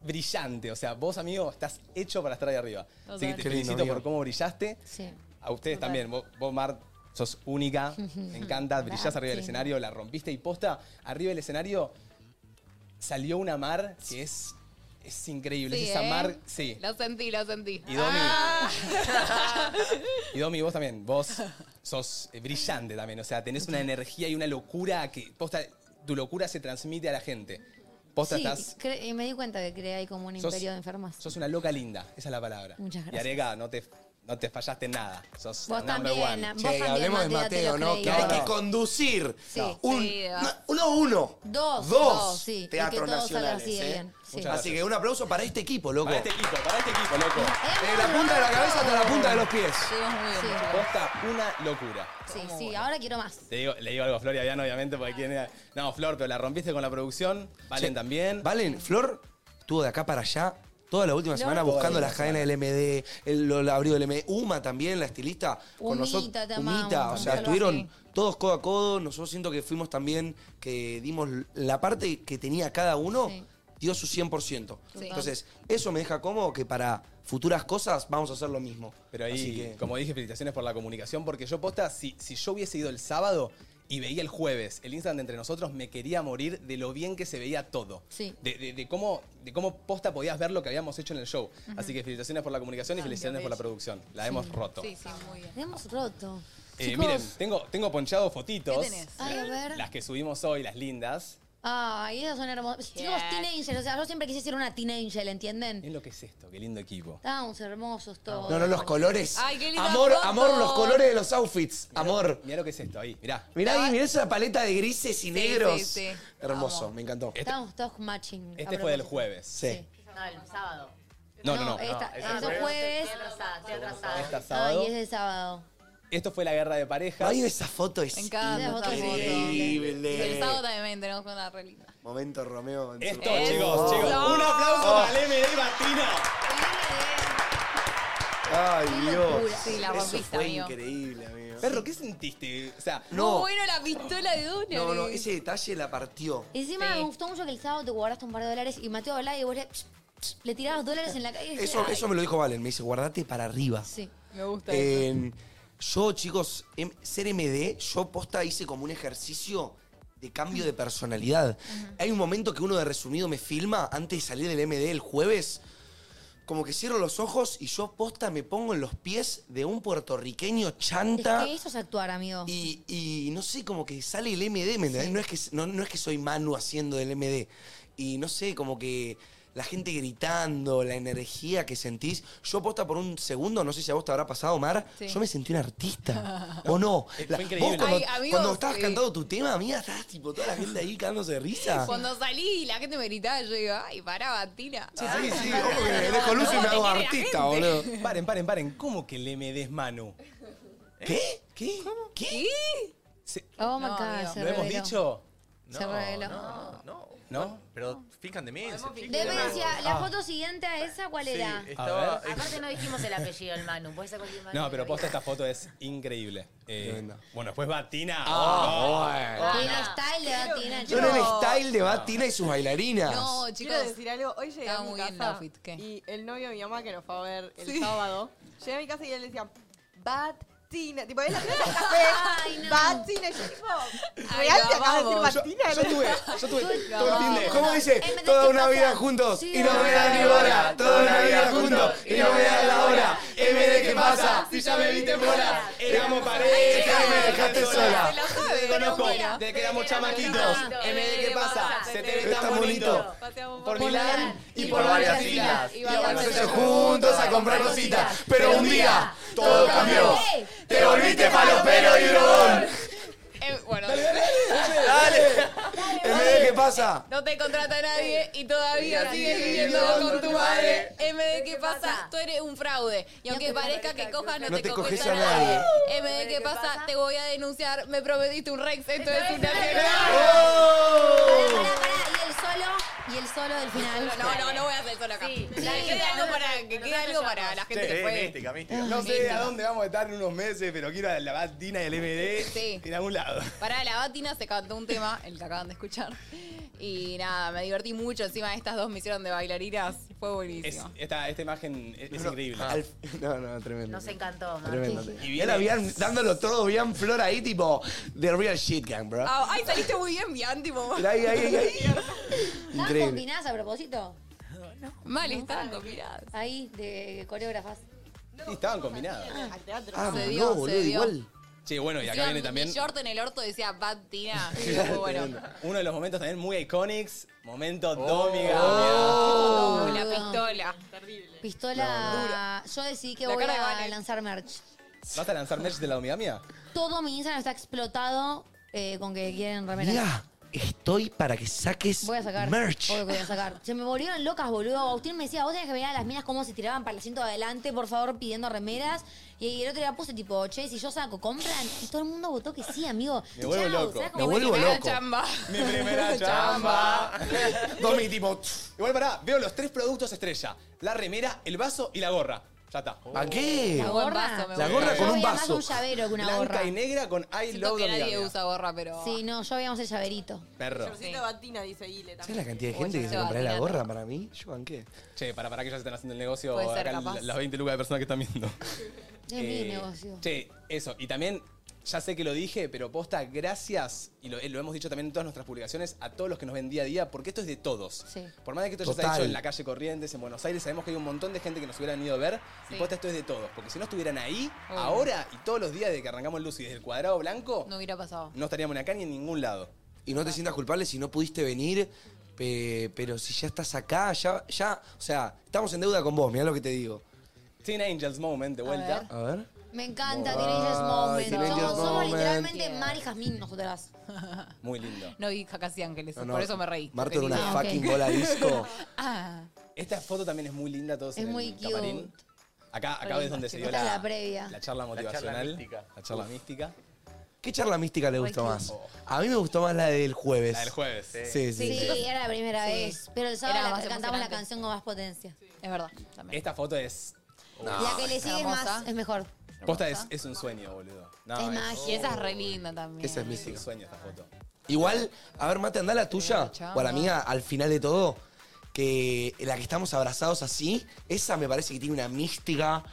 Speaker 2: brillante. O sea, vos, amigo, estás hecho para estar ahí arriba. Así que
Speaker 4: Total.
Speaker 2: te
Speaker 3: Qué lindo,
Speaker 2: felicito
Speaker 3: amigo.
Speaker 2: por cómo brillaste.
Speaker 5: Sí.
Speaker 2: A ustedes
Speaker 4: Total.
Speaker 2: también. Vos, vos, Mar, sos única. Me encanta. Brillás arriba del
Speaker 5: sí.
Speaker 2: escenario, la rompiste y posta. Arriba del escenario salió una Mar que es, es increíble. es esa
Speaker 4: ¿eh?
Speaker 2: Mar, sí.
Speaker 4: Lo sentí, lo sentí.
Speaker 2: Y Domi.
Speaker 4: Ah,
Speaker 2: Y Domi, vos también, vos sos eh, brillante también, o sea, tenés una energía y una locura que, posta, tu locura se transmite a la gente. Posta,
Speaker 5: Sí,
Speaker 2: estás,
Speaker 5: cre- y me di cuenta que creé ahí como un
Speaker 2: Sos-
Speaker 5: imperio de enfermas.
Speaker 2: sos una loca linda, esa es la palabra.
Speaker 5: Muchas
Speaker 2: Y
Speaker 5: gracias.
Speaker 2: Arega, no te, no te fallaste en nada, sos
Speaker 5: Vos
Speaker 2: number
Speaker 5: también,
Speaker 2: one.
Speaker 5: na- Vos también, Mateo, te lo creí.
Speaker 3: Que
Speaker 2: No,
Speaker 3: hay
Speaker 2: no.
Speaker 3: que conducir.
Speaker 5: Sí.
Speaker 3: Un-
Speaker 4: Sí, de verdad.
Speaker 3: uno, uno. Dos.
Speaker 5: Dos, dos, sí. Y que
Speaker 3: Teatros
Speaker 5: todo salga
Speaker 3: nacionales.
Speaker 5: así de
Speaker 3: ¿eh?
Speaker 5: bien, sí.
Speaker 2: Muchas
Speaker 3: Así que un aplauso para este equipo, loco.
Speaker 2: Para este equipo, para este equipo, loco.
Speaker 5: Eh,
Speaker 3: De la punta de la cabeza hasta la punta de los pies.
Speaker 4: estuvimos muy bien.
Speaker 5: Sí.
Speaker 4: chicos.
Speaker 2: Posta, una locura.
Speaker 5: Sí, sí, ahora quiero más.
Speaker 2: Te digo, le digo algo a Flor y a Diana, obviamente, porque quién era- No, Flor, pero la rompiste con la producción, Valen
Speaker 3: Sí.
Speaker 2: también.
Speaker 3: Valen, Flor estuvo de acá para allá toda la última semana
Speaker 2: Toda
Speaker 3: buscando
Speaker 2: la
Speaker 3: las cadenas del MD, el, lo- el abrigo del MD. Uma también, la estilista, con
Speaker 5: Humita,
Speaker 3: nosotros.
Speaker 5: te
Speaker 3: Humita, o
Speaker 5: amamos,
Speaker 3: sea,
Speaker 5: Salva,
Speaker 3: estuvieron
Speaker 4: sí.
Speaker 3: todos codo a codo. Nosotros siento que fuimos también, que dimos la parte que tenía cada uno,
Speaker 5: Sí.
Speaker 3: dio su 100%. Entonces, eso me deja cómodo que para futuras cosas vamos a hacer lo mismo.
Speaker 2: Pero
Speaker 3: Así
Speaker 2: ahí,
Speaker 3: que-
Speaker 2: como dije, felicitaciones por la comunicación, porque yo posta, si, si yo hubiese ido el sábado y veía el jueves el Instagram de entre nosotros, me quería morir de lo bien que se veía todo.
Speaker 5: Sí.
Speaker 2: De, de- de cómo, de cómo posta podías ver lo que habíamos hecho en el show. Así que felicitaciones por la comunicación y felicitaciones por la producción. La hemos roto.
Speaker 4: Sí, sí, muy bien.
Speaker 5: Hemos roto.
Speaker 2: Eh,
Speaker 5: Chicos.
Speaker 2: miren, tengo, tengo ponchado fotitos.
Speaker 4: ¿Qué tenés?
Speaker 5: Ay, a ver.
Speaker 2: Las que subimos hoy, las lindas.
Speaker 5: Ay, esas son hermosas. Chicos,
Speaker 4: Yes.
Speaker 5: teenagers. O sea, yo siempre quise ser una teenager, ¿entienden?
Speaker 2: Es lo que es esto, qué lindo equipo.
Speaker 5: Estábamos hermosos todos.
Speaker 3: No, no, los colores.
Speaker 4: Ay, qué linda
Speaker 3: Amor,
Speaker 4: foto.
Speaker 3: amor, los colores de los outfits. Amor.
Speaker 2: Mirá lo que es esto, ahí, mirá.
Speaker 3: Mirá ahí, mirá esa paleta de grises y negros.
Speaker 4: sí, sí.
Speaker 3: Hermoso,
Speaker 5: Amo.
Speaker 3: me encantó.
Speaker 5: Estábamos todos matching. a
Speaker 2: Este fue del
Speaker 5: propósito.
Speaker 2: jueves.
Speaker 3: Sí.
Speaker 6: No, el sábado.
Speaker 2: No, no, no.
Speaker 5: esta-
Speaker 2: no, esa
Speaker 5: eso
Speaker 2: fue
Speaker 5: jueves.
Speaker 8: este,
Speaker 6: Estoy atrasada, estoy atrasada.
Speaker 2: esta sábado.
Speaker 5: Ay, es de sábado.
Speaker 2: Esto fue la guerra de parejas.
Speaker 3: Ay, esa foto es
Speaker 4: Me encanta esa foto. El
Speaker 3: increíble.
Speaker 4: sábado también tenemos una relita.
Speaker 3: Momento Ah. Romeo. en su-
Speaker 2: Esto,
Speaker 4: Eso.
Speaker 2: chicos, chicos. Un aplauso para Leme y Martino.
Speaker 3: Ay, Dios.
Speaker 4: locura. Sí, la
Speaker 3: Eso
Speaker 4: rompiste,
Speaker 3: fue
Speaker 4: amigo.
Speaker 3: increíble, amigo.
Speaker 2: Perro, ¿qué sentiste? O sea,
Speaker 4: No.
Speaker 3: No.
Speaker 4: bueno, la pistola de dólares.
Speaker 3: No, no, ese detalle la partió.
Speaker 5: Encima
Speaker 4: Sí.
Speaker 5: me gustó mucho que el sábado te guardaste un par de dólares y Mateo hablaba y vos le, le tirabas dólares en la calle. y
Speaker 3: Eso,
Speaker 5: decía,
Speaker 3: eso me lo dijo Valen, me dice, guardate para arriba.
Speaker 5: Sí.
Speaker 4: Me gusta eso.
Speaker 3: En- yo, chicos, em- ser MD, yo posta hice como un ejercicio de cambio de personalidad. Hay un momento que uno de resumido me filma antes de salir del MD el jueves. Como que cierro los ojos y yo posta me pongo en los pies de un puertorriqueño
Speaker 5: Es
Speaker 3: chanta.
Speaker 5: que eso es actuar, amigo.
Speaker 3: Y, y no sé, como que sale el MD, ¿me entendés? No, es que, no, no es que soy Manu haciendo el MD. Y no sé, como que la gente gritando, la energía que sentís. Yo posta por un segundo, no sé si a vos te habrá pasado, Mar,
Speaker 4: Sí.
Speaker 3: yo me sentí un artista. ¿O no?
Speaker 2: Fue
Speaker 3: La-
Speaker 2: increíble.
Speaker 3: Vos cuando,
Speaker 4: Ay, amigos, eh,
Speaker 3: cuando estabas
Speaker 4: sí.
Speaker 3: cantando tu tema, amiga, estabas tipo toda la gente ahí cagándose de risa.
Speaker 4: Cuando salí y la gente me gritaba, yo digo, ay, pará, Batina.
Speaker 3: Sí, sí, como que me dejo luz y me hago
Speaker 4: ¿Cómo te quiere la
Speaker 3: artista,
Speaker 4: gente?
Speaker 3: boludo.
Speaker 2: paren, paren, paren. ¿Cómo que Leme es Manu?
Speaker 3: ¿Qué? ¿Qué? ¿Qué?
Speaker 2: Se-
Speaker 5: Oh my
Speaker 4: No,
Speaker 5: God,
Speaker 4: amigo.
Speaker 5: se
Speaker 2: ¿Lo hemos
Speaker 5: reveló.
Speaker 2: dicho?
Speaker 5: Se reveló.
Speaker 9: No, no,
Speaker 2: ¿No?
Speaker 9: Pero fijan de mí. se fijan.
Speaker 5: Demencia, la foto siguiente a esa, ¿cuál
Speaker 9: Sí,
Speaker 5: era?
Speaker 9: estaba.
Speaker 6: Aparte no dijimos el apellido del Manu. ¿Puedes sacar el Manu?
Speaker 2: No, pero posta esta foto es increíble. Eh,
Speaker 3: Tremenda.
Speaker 2: bueno, después Batina. Oh, Ah,
Speaker 5: Tiene style de Batina.
Speaker 3: Ah, Yo era el style de Batina y sus bailarinas.
Speaker 4: No,
Speaker 10: Quiero
Speaker 4: chicos.
Speaker 10: decir algo. Hoy llegué
Speaker 4: Estaba
Speaker 10: a mi
Speaker 4: muy
Speaker 10: casa
Speaker 4: bien el outfit, ¿qué?
Speaker 10: y el novio de mi mamá que nos fue a ver el sábado. Llegué a mi casa y él decía, Batina. Tipo, él hacía el café.
Speaker 5: Ay, no.
Speaker 10: Batina. Y yo tipo,
Speaker 4: Ay,
Speaker 10: ¿real
Speaker 4: la
Speaker 10: te acabas de
Speaker 4: amo.
Speaker 10: decir Batina?
Speaker 3: Yo tuve, yo tuve todo el fin de-
Speaker 5: no,
Speaker 3: ¿Cómo
Speaker 5: no.
Speaker 3: dice?
Speaker 5: Él me
Speaker 3: Toda
Speaker 5: dice,
Speaker 3: una
Speaker 5: o sea,
Speaker 3: vida juntos
Speaker 5: sí,
Speaker 3: y no
Speaker 5: no,
Speaker 3: me
Speaker 5: no,
Speaker 3: dan
Speaker 5: no,
Speaker 3: ni
Speaker 5: no,
Speaker 3: bola.
Speaker 5: no,
Speaker 3: Toda
Speaker 5: no,
Speaker 3: una
Speaker 5: no,
Speaker 3: vida
Speaker 5: no,
Speaker 3: juntos y no me dan la hora. MD, ¿qué pasa? Si ya me viste en bola, éramos pareja y me dejaste sola.
Speaker 4: La joven.
Speaker 2: Conozco,
Speaker 4: Mira.
Speaker 2: desde que éramos chamaquitos. MD, ¿qué pasa? Se te ve tan
Speaker 3: Está
Speaker 2: bonito.
Speaker 3: bonito.
Speaker 10: Pateamos
Speaker 2: Por
Speaker 5: Por
Speaker 2: Milán
Speaker 5: Milán
Speaker 2: y por varias islas.
Speaker 4: Y
Speaker 2: Y
Speaker 4: vamos
Speaker 2: ahora
Speaker 4: a
Speaker 2: nosotros
Speaker 4: hacer-
Speaker 2: juntos a comprar cositas. Pero un día, todo cambió. Te volviste palopero y drogón.
Speaker 4: Eh, bueno,
Speaker 3: MD, ¿qué pasa?
Speaker 4: no te contrata nadie y todavía sigues viviendo con tu madre. MD, ¿qué pasa? Tú eres un fraude. Y aunque parezca que cojas, no, te Uh, coges a nadie. MD, ¿qué pasa? Te voy a denunciar. Me prometiste un Rex. Esto es una
Speaker 5: Pará,
Speaker 4: general.
Speaker 5: pará, pará. Y el solo, y el solo del final.
Speaker 4: No, no, no voy a hacer solo acá.
Speaker 6: Sí.
Speaker 4: Que quede algo para, que quede algo para la gente que
Speaker 9: Eh,
Speaker 4: fue. Ah,
Speaker 9: mística, mística.
Speaker 2: No sé a dónde vamos a estar en unos meses, pero quiero a la Batina y al MD
Speaker 4: Sí.
Speaker 2: en algún lado.
Speaker 4: Para la Batina se cantó un tema, el que acaban de escuchar. Y nada, me divertí mucho. Encima estas dos me hicieron de bailarinas. Fue
Speaker 2: Es-
Speaker 4: buenísimo.
Speaker 2: esta, esta imagen es, es
Speaker 3: No, Ah.
Speaker 2: increíble.
Speaker 3: al- No, no, tremendo.
Speaker 6: Nos encantó, Manu.
Speaker 3: Tremendo.
Speaker 2: Y
Speaker 3: Y
Speaker 2: viene-
Speaker 3: era bien, dándolo todo bien flor ahí, tipo, the real shit gang, bro.
Speaker 4: Ah, ay, saliste muy bien, Bian, tipo.
Speaker 3: Mirá Ahí, ahí, ahí, ahí.
Speaker 5: ¿Estabas
Speaker 3: Increíble.
Speaker 5: combinadas a propósito?
Speaker 4: Mal estaban combinadas.
Speaker 5: Ahí, de coreógrafas.
Speaker 2: Y estaban combinadas.
Speaker 10: Al teatro.
Speaker 3: Ah,
Speaker 4: Se dio,
Speaker 3: no,
Speaker 4: se
Speaker 3: boludo,
Speaker 4: dio.
Speaker 3: igual.
Speaker 2: Che, bueno, y acá
Speaker 4: Encima,
Speaker 2: viene también
Speaker 4: Mi short en el orto decía Batina. Y fue bueno.
Speaker 2: uno de los momentos también muy iconics, momento Domiga.
Speaker 4: Oh, la pistola.
Speaker 5: Pistola. Yo decidí que
Speaker 4: La
Speaker 5: voy
Speaker 4: cara de
Speaker 5: a
Speaker 4: Vane.
Speaker 5: lanzar merch.
Speaker 2: ¿Vas a lanzar merch de la Domiga mía?
Speaker 5: Todo mi Instagram está explotado eh, con que quieren remeras.
Speaker 3: Mira, estoy para que saques
Speaker 5: Voy a sacar.
Speaker 3: merch.
Speaker 5: Obvio que voy a sacar. Se me volvieron locas, boludo. Agustín me decía, vos tenés que mirar a las minas cómo se tiraban para el asiento de adelante, por favor, pidiendo remeras. Y el otro día puse tipo, che, si yo saco, compran. Y todo el mundo votó que sí, amigo.
Speaker 2: Me vuelvo
Speaker 5: Chau,
Speaker 2: loco.
Speaker 5: ¿sabes
Speaker 3: Me
Speaker 5: cómo
Speaker 3: vuelvo
Speaker 5: es?
Speaker 4: Primera
Speaker 3: loco.
Speaker 4: chamba.
Speaker 2: Mi primera chamba.
Speaker 3: Domi, tipo,
Speaker 2: Igual pará, veo los tres productos estrella. La remera, el vaso y la gorra. Ya está.
Speaker 3: ¿a qué?
Speaker 5: La
Speaker 4: Buen
Speaker 5: gorra.
Speaker 4: vaso, me
Speaker 3: La
Speaker 4: gusta.
Speaker 3: gorra
Speaker 5: Yo
Speaker 3: con un
Speaker 5: veía más
Speaker 3: vaso.
Speaker 5: un llavero que una
Speaker 2: Blanca
Speaker 5: gorra.
Speaker 2: y negra con I
Speaker 4: Siento
Speaker 2: love
Speaker 4: que
Speaker 2: Domiga
Speaker 4: nadie
Speaker 2: mía.
Speaker 4: usa gorra, pero.
Speaker 5: Sí, no, yo veíamos el llaverito.
Speaker 2: Perro.
Speaker 10: Shortcito Batina, dice Ile
Speaker 3: ¿Sabes la
Speaker 10: también.
Speaker 3: cantidad de gente que se comprará la gorra para mí? Yo banqué.
Speaker 2: Che, para, para que ya se están haciendo el negocio
Speaker 4: Puede ser,
Speaker 2: acá
Speaker 4: capaz.
Speaker 2: las 20 lucas de personas que están viendo.
Speaker 5: Es mi
Speaker 2: Eh,
Speaker 5: negocio.
Speaker 2: Che, eso. Y también ya sé que lo dije, pero posta, gracias, y lo, eh, lo hemos dicho también en todas nuestras publicaciones, a todos los que nos ven día a día, porque esto es de todos.
Speaker 5: Sí.
Speaker 2: Por más de que esto ya se ha
Speaker 3: Total.
Speaker 2: hecho en la calle Corrientes, en Buenos Aires, sabemos que hay un montón de gente que nos hubieran ido a ver, y
Speaker 4: Sí.
Speaker 2: posta, esto es de todos. Porque si no estuvieran ahí, ahora y todos los días desde que arrancamos Lucy desde el cuadrado blanco,
Speaker 4: No
Speaker 2: no,
Speaker 4: hubiera pasado.
Speaker 2: estaríamos ni acá ni en ningún lado.
Speaker 3: Y no te sientas culpable si no pudiste venir, pe- pero si ya estás acá, ya, ya, o sea, estamos en deuda con vos, mirá lo que te digo.
Speaker 2: Teen Angels Moment de vuelta.
Speaker 4: ver.
Speaker 3: A ver.
Speaker 5: Me encanta,
Speaker 3: Ay,
Speaker 5: Teenagers Moment.
Speaker 3: Teenagers
Speaker 5: somos, somos
Speaker 3: Moment.
Speaker 5: literalmente Mar y Jazmín nosotras.
Speaker 2: Muy lindo.
Speaker 4: No vi Jacas y Ángeles,
Speaker 3: No, no,
Speaker 4: por eso me reí.
Speaker 3: Marta
Speaker 4: Qué
Speaker 3: era una
Speaker 4: lindo.
Speaker 5: Ah, ok.
Speaker 3: fucking bola disco.
Speaker 4: Ah,
Speaker 2: Esta foto también es muy linda, todos
Speaker 5: Es
Speaker 2: en
Speaker 5: muy
Speaker 2: el
Speaker 5: cute.
Speaker 2: camarín. Acá, acá es donde se dio
Speaker 5: Esta
Speaker 2: la,
Speaker 5: es la previa.
Speaker 2: la charla motivacional.
Speaker 9: mística.
Speaker 2: La charla mística.
Speaker 3: ¿Qué charla mística le gustó
Speaker 4: Ay, qué-
Speaker 3: más? A mí me gustó más la del jueves.
Speaker 2: La del jueves.
Speaker 3: Sí, sí.
Speaker 5: Sí,
Speaker 3: sí.
Speaker 5: era la primera
Speaker 4: Sí.
Speaker 5: vez. Pero el sábado
Speaker 4: Era
Speaker 5: la-
Speaker 4: más
Speaker 5: cantamos la
Speaker 4: emocionante.
Speaker 5: canción con más potencia.
Speaker 4: es verdad.
Speaker 3: Este-
Speaker 4: También.
Speaker 2: Esta foto es.
Speaker 5: la que le sigue es
Speaker 4: hermosa.
Speaker 5: más, es mejor.
Speaker 2: Posta es, es un sueño, boludo. No,
Speaker 5: es
Speaker 2: es,
Speaker 5: magia.
Speaker 4: Y esa es re linda también.
Speaker 3: Esa es
Speaker 2: es un
Speaker 3: mística.
Speaker 2: sueño esta foto.
Speaker 3: Igual, a ver, Mate, anda la tuya
Speaker 4: chao.
Speaker 3: o a la mía al final de todo. Que la que estamos abrazados así, esa me parece que tiene una mística.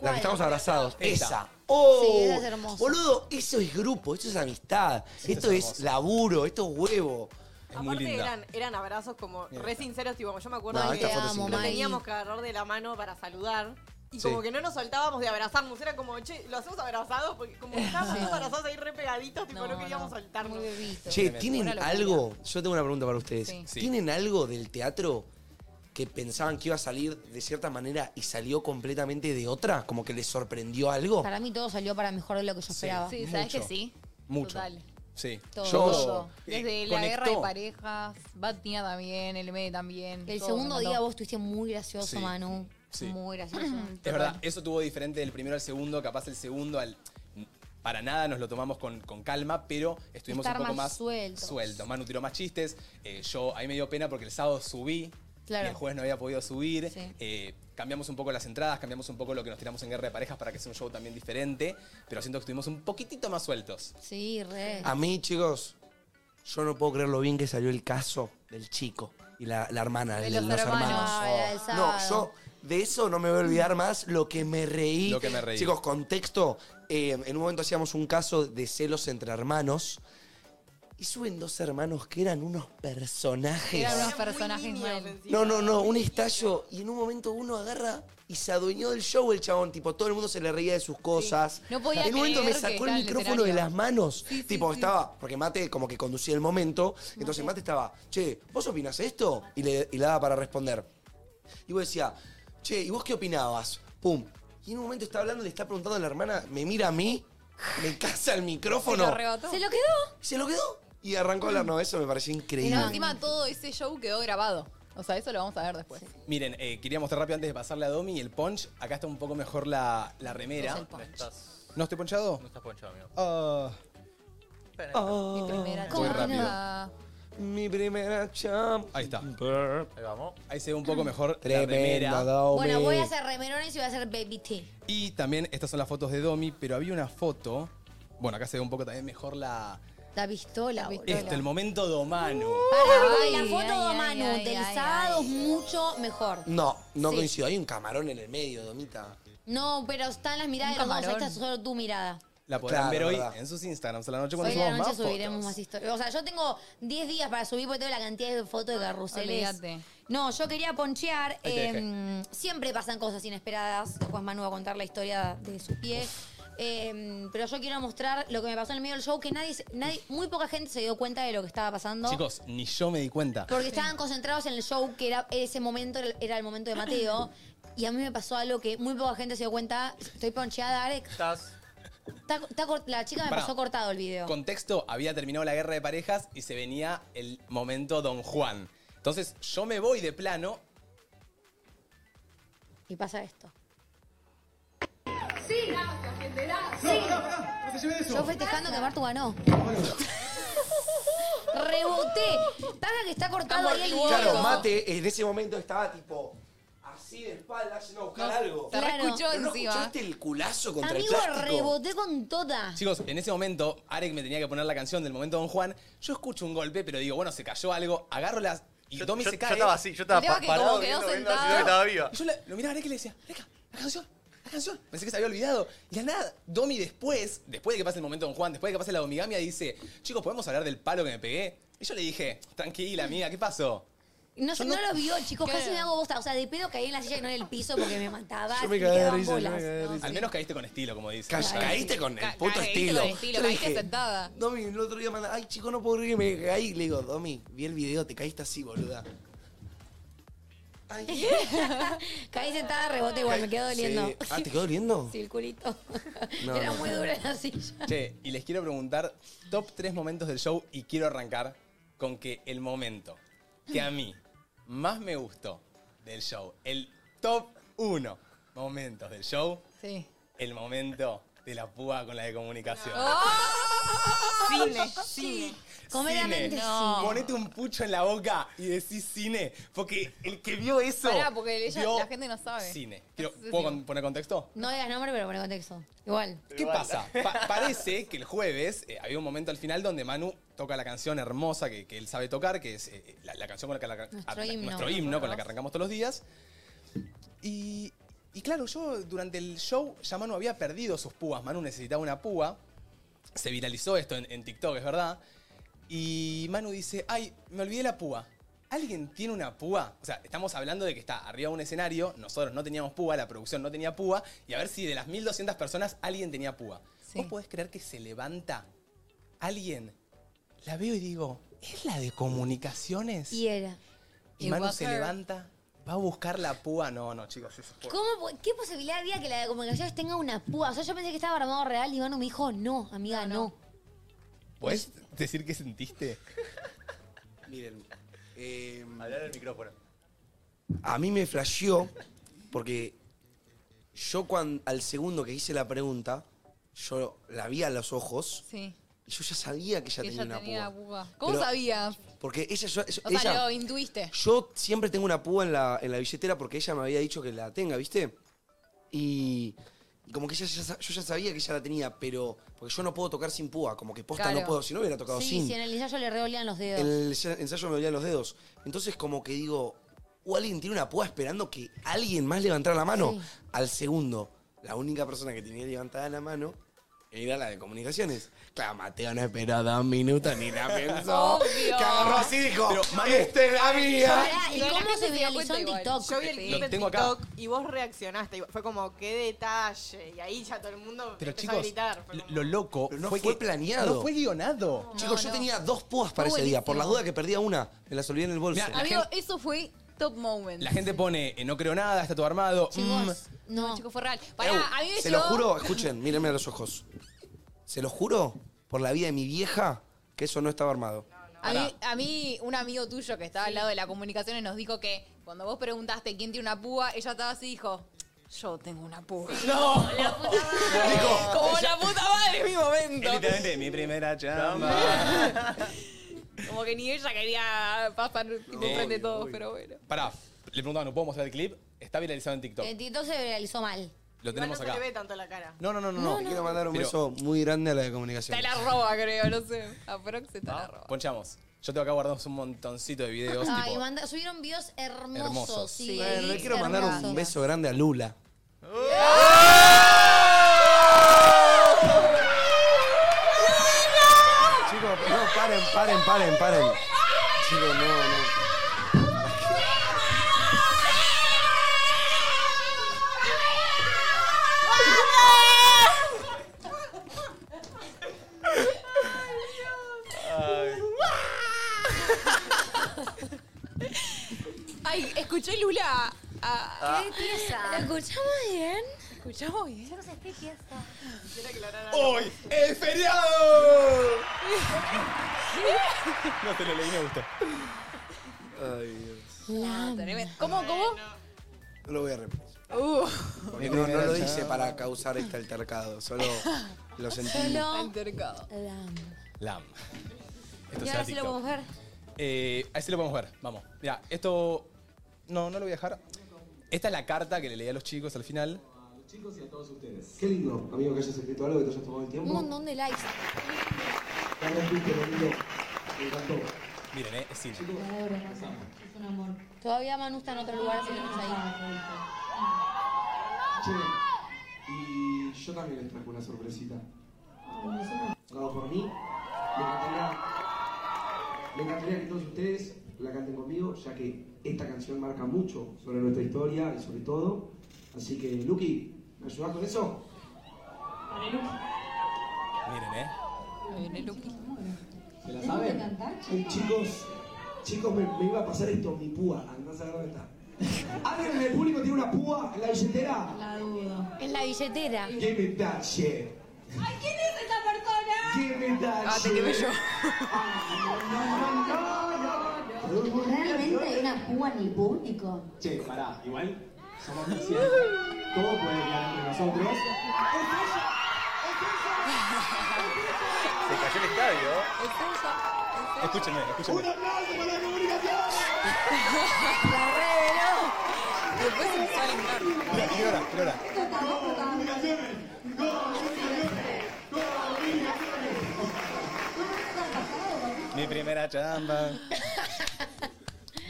Speaker 3: La que estamos abrazados,
Speaker 2: Esta.
Speaker 3: esa. ¡Oh!
Speaker 5: Sí, esa es hermosa.
Speaker 3: Boludo, eso es grupo, eso es amistad, esto
Speaker 2: es
Speaker 3: es,
Speaker 2: hermoso.
Speaker 3: laburo, esto es huevo.
Speaker 2: Es muy
Speaker 10: Aparte
Speaker 2: linda.
Speaker 10: eran, eran abrazos como re sinceros, tipo, yo me acuerdo
Speaker 3: No,
Speaker 10: de
Speaker 3: esta
Speaker 10: que
Speaker 3: foto es
Speaker 10: nos
Speaker 3: increíble.
Speaker 10: teníamos que agarrar de la mano para saludar. Y
Speaker 3: Sí.
Speaker 10: como que no nos soltábamos de abrazarnos, era como, che, lo hacemos abrazados, porque como que estábamos todos abrazados ahí re pegaditos, tipo, no,
Speaker 4: No,
Speaker 10: queríamos
Speaker 4: no.
Speaker 10: soltarnos.
Speaker 3: Che, ¿tienen
Speaker 4: Una locura.
Speaker 3: algo? Yo tengo una pregunta para ustedes.
Speaker 4: Sí.
Speaker 2: Sí.
Speaker 3: ¿Tienen algo del teatro que pensaban que iba a salir de cierta manera y salió completamente de otra? ¿Como que les sorprendió
Speaker 2: Oh.
Speaker 3: algo?
Speaker 5: Para mí todo salió para mejor de lo que yo esperaba.
Speaker 4: Sí, ¿sabes
Speaker 2: Mucho.
Speaker 4: que sí?
Speaker 2: Mucho.
Speaker 4: Total.
Speaker 2: Sí.
Speaker 5: Todo.
Speaker 3: Yo-
Speaker 4: Todo.
Speaker 2: eh,
Speaker 4: Desde la guerra de
Speaker 2: conectó.
Speaker 4: parejas, Batnia también, el ME también.
Speaker 5: El
Speaker 4: todo
Speaker 5: segundo
Speaker 4: me
Speaker 5: día
Speaker 4: encantó.
Speaker 5: vos estuviste muy gracioso,
Speaker 2: Sí.
Speaker 5: Manu.
Speaker 2: Sí.
Speaker 5: Muy gracioso.
Speaker 4: Mm.
Speaker 2: Es verdad, eso tuvo diferente del primero al segundo, capaz el segundo al. Para nada nos lo tomamos con, con calma, pero estuvimos
Speaker 5: Estar
Speaker 2: un poco
Speaker 5: más
Speaker 2: más
Speaker 5: sueltos.
Speaker 2: suelto. Manu tiró más chistes. eh, yo ahí me dio pena porque el sábado subí
Speaker 5: Claro.
Speaker 2: y el jueves no había podido subir.
Speaker 5: Sí.
Speaker 2: Eh, cambiamos un poco las entradas, cambiamos un poco lo que nos tiramos en Guerra de Parejas para que sea un show también diferente, pero siento que estuvimos un poquitito más sueltos.
Speaker 5: Sí, re.
Speaker 4: Ah,
Speaker 3: A mí, chicos, yo no puedo creer lo bien que salió el caso del chico y la, la hermana, de
Speaker 4: los
Speaker 3: los hermanos. Oh.
Speaker 4: hermanos.
Speaker 5: Ah, la del
Speaker 3: No,
Speaker 5: sábado.
Speaker 3: yo de eso no me voy a olvidar más lo que me reí.
Speaker 2: Lo que me reí.
Speaker 3: Chicos, contexto. eh, en un momento hacíamos un caso de celos entre hermanos. Y suben dos hermanos que eran unos personajes.
Speaker 4: Eran unos
Speaker 10: Eran muy
Speaker 4: personajes
Speaker 10: niños,
Speaker 4: mal.
Speaker 10: encima.
Speaker 3: No, no, no, un estallo. Y en un momento uno agarra y se adueñó del show el chabón. Tipo, todo el mundo se le reía de sus cosas.
Speaker 4: No podía
Speaker 3: en un momento me
Speaker 4: creer que
Speaker 3: sacó el
Speaker 4: era
Speaker 3: micrófono de
Speaker 4: literario.
Speaker 3: las manos.
Speaker 4: Sí, sí,
Speaker 3: tipo,
Speaker 4: sí.
Speaker 3: estaba, porque Mate como que conducía el momento. Entonces Mate estaba, che, ¿vos opinás esto? Y le, y le daba para responder. Y vos decía, che, ¿y vos qué opinabas? Pum. Y en un momento está hablando, le está preguntando a la hermana, me mira a mí, me casa el
Speaker 4: Se lo
Speaker 3: micrófono.
Speaker 4: arrebató.
Speaker 5: Se lo quedó.
Speaker 3: y se lo quedó. Y arrancó a hablar. No, eso me pareció
Speaker 4: Y
Speaker 3: increíble.
Speaker 4: no, encima todo ese show quedó grabado. O sea, eso lo vamos a ver después.
Speaker 2: Miren, eh, quería mostrar rápido antes de pasarle a Domi el punch. Acá está un poco mejor la, la remera.
Speaker 9: No estás,
Speaker 2: ¿No estoy ponchado?
Speaker 9: no estás ponchado, amigo.
Speaker 2: Ah.
Speaker 9: Espera,
Speaker 3: Oh.
Speaker 4: Mi primera
Speaker 2: Voy
Speaker 4: charla.
Speaker 3: Mi primera champ.
Speaker 2: Ahí está.
Speaker 9: Ahí vamos.
Speaker 2: Ahí se ve un poco
Speaker 3: Mm.
Speaker 2: mejor la
Speaker 3: Tremenda,
Speaker 2: remera.
Speaker 3: Domi.
Speaker 5: Bueno, voy a hacer remerones y voy a hacer baby tea.
Speaker 2: Y también estas son las fotos de Domi, pero había una foto. Bueno, acá se ve un poco también mejor la.
Speaker 5: La pistola, boludo.
Speaker 2: Esto, el momento Domanu.
Speaker 5: Pará,
Speaker 4: Ay,
Speaker 5: la foto
Speaker 4: ay,
Speaker 5: de
Speaker 4: ay,
Speaker 5: Manu
Speaker 4: ay,
Speaker 5: del
Speaker 4: ay,
Speaker 5: sábado
Speaker 4: ay.
Speaker 5: es mucho mejor.
Speaker 3: No, no
Speaker 5: Sí.
Speaker 3: coincido. Hay un camarón en el medio, Domita.
Speaker 5: No, pero están las miradas
Speaker 4: Un
Speaker 5: de los dos.
Speaker 4: camarón.
Speaker 5: Esta es solo tu mirada.
Speaker 2: La podrán
Speaker 3: Claro,
Speaker 2: ver hoy
Speaker 3: verdad.
Speaker 2: en sus Instagrams a la noche cuando
Speaker 5: Hoy a la
Speaker 2: subamos
Speaker 5: noche
Speaker 2: más
Speaker 5: subiremos
Speaker 2: fotos.
Speaker 5: más historias. O sea, yo tengo 10 días para subir porque tengo la cantidad de fotos de carruseles.
Speaker 4: Olvídate.
Speaker 5: No, yo quería ponchear.
Speaker 2: Ahí te
Speaker 5: eh, siempre pasan cosas inesperadas. Después Manu va a contar la historia de su pie. Eh, pero yo quiero mostrar lo que me pasó en el medio del show, que nadie, se- nadie, muy poca gente se dio cuenta de lo que estaba pasando.
Speaker 2: Chicos, ni yo me di cuenta.
Speaker 5: Porque estaban concentrados en el show, que era ese momento era el- era el momento de Mateo. Y a mí me pasó algo que muy poca gente se dio cuenta. Estoy poncheada, Arek.
Speaker 9: Estás.
Speaker 5: Está- está cor- la chica me
Speaker 2: Pará.
Speaker 5: pasó cortado el video.
Speaker 2: Contexto, había terminado la guerra de parejas y se venía el momento Don Juan. Entonces yo me voy de plano.
Speaker 5: Y pasa esto. Yo festejando que Martu ganó. Reboté. Paga que está cortado ahí el video.
Speaker 3: Claro, Mate en ese momento estaba tipo así de espalda yendo a buscar algo.
Speaker 4: Se
Speaker 5: Claro.
Speaker 4: reescuchó
Speaker 3: ¿Pero no
Speaker 4: encima.
Speaker 3: escuchaste el culazo contra
Speaker 5: Amigo,
Speaker 3: el plástico?
Speaker 5: reboté con toda.
Speaker 2: Chicos, en ese momento, Arek me tenía que poner la canción del momento Don Juan. Yo escucho un golpe, pero digo, bueno, se cayó algo. Agarro las. Y Domi se cae.
Speaker 9: Yo estaba así, yo estaba
Speaker 4: El tema
Speaker 9: pa-
Speaker 4: que
Speaker 9: parado.
Speaker 4: como quedó
Speaker 9: viendo, viendo,
Speaker 4: sentado.
Speaker 9: viendo que estaba viva.
Speaker 2: Y yo le- lo miraba a Arek y le decía, Arek, la canción. la canción, pensé que se había olvidado. Y de la nada, Domi después, después de que pase el momento con Juan, después de que pase la domigamia, dice, chicos, ¿podemos hablar del palo que me pegué? Y yo le dije, tranquila, amiga, ¿qué pasó?
Speaker 5: No, sé,
Speaker 2: Yo
Speaker 5: no
Speaker 2: no-
Speaker 5: lo vio, chicos,
Speaker 4: Claro.
Speaker 5: casi me hago bosta. O sea, de pedo caí en la silla y no en el piso porque me mataba.
Speaker 3: Yo me
Speaker 5: y
Speaker 3: caí de
Speaker 5: quedaban
Speaker 3: risa, yo me
Speaker 5: bolas.
Speaker 3: caí de
Speaker 2: Al menos caíste con estilo, como dice.
Speaker 3: Ca- Caíste con el
Speaker 4: Ca-
Speaker 3: puto
Speaker 4: caíste
Speaker 3: estilo.
Speaker 4: con estilo,
Speaker 3: Yo le
Speaker 4: caíste
Speaker 3: dije,
Speaker 4: sentada.
Speaker 3: Domi, el otro día manda, ay chico, no puedo creer que me caí. Le digo, Domi, vi el video, te caíste así, boluda. Ay,
Speaker 5: Caí sentada, rebote igual, me quedó
Speaker 3: Sí.
Speaker 5: doliendo.
Speaker 3: Ah, ¿te quedó doliendo?
Speaker 5: Sí, el culito.
Speaker 3: No,
Speaker 5: Era
Speaker 3: no,
Speaker 5: muy
Speaker 3: no.
Speaker 5: dura la silla.
Speaker 2: Che, y les quiero preguntar top 3 momentos del show y quiero arrancar con que el momento que a mí más me gustó del show, el top 1 momentos del show,
Speaker 4: Sí.
Speaker 2: el momento de la púa con la de comunicación.
Speaker 10: Cine, cine.
Speaker 5: Comedamente
Speaker 4: No.
Speaker 2: Ponete un pucho en la boca y decís cine, porque el que vio eso
Speaker 4: Pará, porque ella-
Speaker 2: vio
Speaker 4: la gente no sabe.
Speaker 2: Cine. Quiero-
Speaker 4: Sí, sí,
Speaker 2: ¿Puedo
Speaker 4: sí.
Speaker 2: con- poner contexto?
Speaker 5: No digas nombre, pero pone contexto. Igual.
Speaker 2: ¿Qué pasa? Pa- parece que el jueves eh, había un momento al final donde Manu toca la canción hermosa que, que él sabe tocar, que es eh, la, la canción con la que arran-
Speaker 5: Nuestro
Speaker 2: a- la-
Speaker 5: himno.
Speaker 2: nuestro himno, con la que arrancamos todos los días. Y, y claro, yo durante el show ya Manu había perdido sus púas. Manu necesitaba una púa. Se viralizó esto en, en TikTok, es verdad. Y Manu dice, ay, me olvidé la púa. ¿Alguien tiene una púa? O sea, estamos hablando de que está arriba de un escenario, nosotros no teníamos púa, la producción no tenía púa, y a ver si de las 1200 personas alguien tenía púa.
Speaker 4: Sí.
Speaker 2: ¿Vos podés creer que se levanta alguien? La veo y digo, ¿es la de comunicaciones?
Speaker 5: Y era.
Speaker 2: Y
Speaker 4: It
Speaker 2: Manu
Speaker 4: was
Speaker 2: se
Speaker 4: her.
Speaker 2: levanta, va a buscar la púa. No, no, chicos, eso fue-
Speaker 5: ¿Cómo, po- ¿Qué posibilidad había que la de comunicaciones tenga una púa? O sea, yo pensé que estaba armado real y Manu me dijo, no, amiga, no.
Speaker 2: ¿Podés decir qué sentiste?
Speaker 3: Miren, eh,
Speaker 9: Hablar del micrófono.
Speaker 3: a mí me flasheó porque yo cuando, al segundo que hice la pregunta, yo la vi a los ojos
Speaker 4: Sí.
Speaker 3: y yo ya sabía que ella
Speaker 4: Que
Speaker 3: tenía
Speaker 4: ella
Speaker 3: una
Speaker 4: tenía
Speaker 3: púa.
Speaker 4: púa. ¿Cómo
Speaker 3: Pero-
Speaker 4: sabías?
Speaker 3: Porque ella, yo-
Speaker 4: O
Speaker 3: ella-
Speaker 4: sea, lo intuiste.
Speaker 3: Yo siempre tengo una púa en la, en la billetera porque ella me había dicho que la tenga, ¿viste? Y, y como que ella ya sa- yo ya sabía que ella la tenía, pero porque yo no puedo tocar sin púa, como que posta
Speaker 4: Claro.
Speaker 3: no puedo, si no hubiera tocado
Speaker 5: Sí,
Speaker 3: sin.
Speaker 5: si en el ensayo le reolían los dedos.
Speaker 3: En el ensa- ensayo me dolían los dedos. Entonces como que digo, o alguien tiene una púa esperando que alguien más levantara la mano.
Speaker 5: Sí.
Speaker 3: Al segundo, la única persona que tenía levantada la mano era la de comunicaciones. Claro, Mateo no esperó dos minutos ni la pensó.
Speaker 4: Obvio.
Speaker 3: Que agarró así y dijo,
Speaker 2: Pero, Manu,
Speaker 3: este es la mía.
Speaker 5: Pará, ¿Y
Speaker 4: Pero la
Speaker 5: cómo
Speaker 4: gente
Speaker 5: se
Speaker 4: se dio
Speaker 5: viralizó
Speaker 4: cuenta
Speaker 5: en
Speaker 4: igual.
Speaker 5: TikTok?
Speaker 10: Yo vi el clip
Speaker 2: Lo
Speaker 10: en
Speaker 2: tengo acá.
Speaker 10: TikTok y vos reaccionaste. y Fue como, qué detalle. Y ahí ya todo el mundo
Speaker 2: Pero
Speaker 10: empezó a
Speaker 2: chicos,
Speaker 10: gritar. Fue
Speaker 2: lo,
Speaker 10: como-
Speaker 2: lo loco
Speaker 3: Pero no fue planeado.
Speaker 2: No fue guionado.
Speaker 3: Chicos, yo tenía dos púas para
Speaker 4: Fue
Speaker 3: ese día. Por la
Speaker 4: buenísimo.
Speaker 3: duda que perdía una, me las olvidé en el bolso.
Speaker 2: Mirá, La
Speaker 4: Amigo,
Speaker 2: gente-
Speaker 4: eso fue top moment.
Speaker 2: La gente pone, eh, no creo nada, está todo armado. mm,
Speaker 5: Chicos,
Speaker 4: No,
Speaker 5: no.
Speaker 4: chico, fue real.
Speaker 3: Ew,
Speaker 4: Pará, a mí me
Speaker 3: se
Speaker 4: llegó-
Speaker 3: lo juro, escuchen, mírenme a los ojos. Se lo juro, por la vida de mi vieja, que eso no estaba armado.
Speaker 4: A mí, a mí, un amigo tuyo que estaba al lado de la comunicaciones nos dijo que cuando vos preguntaste quién tiene una púa, ella estaba así y dijo, yo tengo una púa.
Speaker 2: ¡No!
Speaker 4: Como la puta madre en mi momento.
Speaker 2: Es literalmente mi primera chamba.
Speaker 4: Como que ni ella quería pasar tipo, frente a todos, pero bueno.
Speaker 2: Pará, le preguntaban, ¿no puedo mostrar el clip? Está viralizado en TikTok.
Speaker 5: En TikTok se viralizó mal.
Speaker 2: Lo
Speaker 10: Igual
Speaker 2: tenemos
Speaker 10: no se
Speaker 2: acá.
Speaker 10: le ve tanto la cara.
Speaker 2: No, no, no, no.
Speaker 3: Te quiero mandar un
Speaker 2: Pero-
Speaker 3: beso muy grande a la de comunicación.
Speaker 4: Te la roba, creo, no sé. A Prox se te la roba.
Speaker 2: Ponchamos. Yo tengo acá guardados un montoncito de videos.
Speaker 5: Ay,
Speaker 2: tipo,
Speaker 5: manda- subieron videos hermosos.
Speaker 2: Hermosos.
Speaker 5: Sí,
Speaker 4: Sí.
Speaker 3: Eh, le quiero mandar
Speaker 5: hermosos.
Speaker 3: un beso grande a Lula. Chicos, no, paren, paren, paren, paren. Chicos, no, no.
Speaker 4: Ay, escuché Lula. Ah,
Speaker 5: ¿Qué pieza? ¿Lo escuchamos bien?
Speaker 4: escuchamos bien.
Speaker 5: Yo no sé qué pieza.
Speaker 2: ¡Hoy es feriado! no te lo leí, me gustó.
Speaker 3: Ay, Dios.
Speaker 4: Tremendo. Ah, ¿Cómo, cómo?
Speaker 3: No lo voy a repetir.
Speaker 4: Uh,
Speaker 3: Porque no, no lo hice para causar este altercado, solo lo sentí.
Speaker 11: Ah.
Speaker 5: Solo
Speaker 4: altercado.
Speaker 5: la
Speaker 2: Lam.
Speaker 5: amo.
Speaker 2: Esto
Speaker 5: Y
Speaker 2: será
Speaker 5: ahora sí lo
Speaker 2: TikTok.
Speaker 5: podemos ver.
Speaker 2: Eh, ahí sí lo podemos ver, vamos. Mira, esto. No, no lo voy a dejar. Esta es la carta que le leí a los chicos al final.
Speaker 12: Qué lindo, amigo, que hayas escrito algo, que te hayas tomado el
Speaker 5: Un
Speaker 12: tiempo.
Speaker 5: montón de likes.
Speaker 12: Carlos Duque, amigo, me encantó.
Speaker 2: Miren, eh, es cine.
Speaker 5: Todavía Manu está en otro lugar, así que no está ahí.
Speaker 12: Che, yo también les traje una sorpresita. Tocado por mí. Me encantaría, me encantaría que todos ustedes la canten conmigo, ya que esta canción marca mucho sobre nuestra historia y sobre todo. Así que, Luqui, ¿me ayudás con eso?
Speaker 2: Miren, ¿eh?
Speaker 12: ¿Se la saben? Ay, chicos, chicos, me, me iba a pasar esto, mi púa. Andá a saber dónde está. ¿Alguien en el público tiene una púa en la billetera?
Speaker 5: La dudo. En la billetera.
Speaker 12: Give me that shit.
Speaker 13: Ay, ¿quién es esa persona?
Speaker 12: Give me that shit. Ah, te quemé yo.
Speaker 14: ¿Realmente hay una púa en el público?
Speaker 12: Che, pará, igual somos 1100. Todo puede quedar entre nosotros.
Speaker 15: Se cayó el estadio.
Speaker 2: Escúchenme, escúchenme.
Speaker 12: ¡Un aplauso para la comunicación!
Speaker 13: Después se empezó a alentar.
Speaker 2: Mira, ¿qué hora? ¿Qué hora?
Speaker 12: ¡Comunicaciones! ¡Comunicaciones! ¡Comunicaciones!
Speaker 2: Mi primera chamba.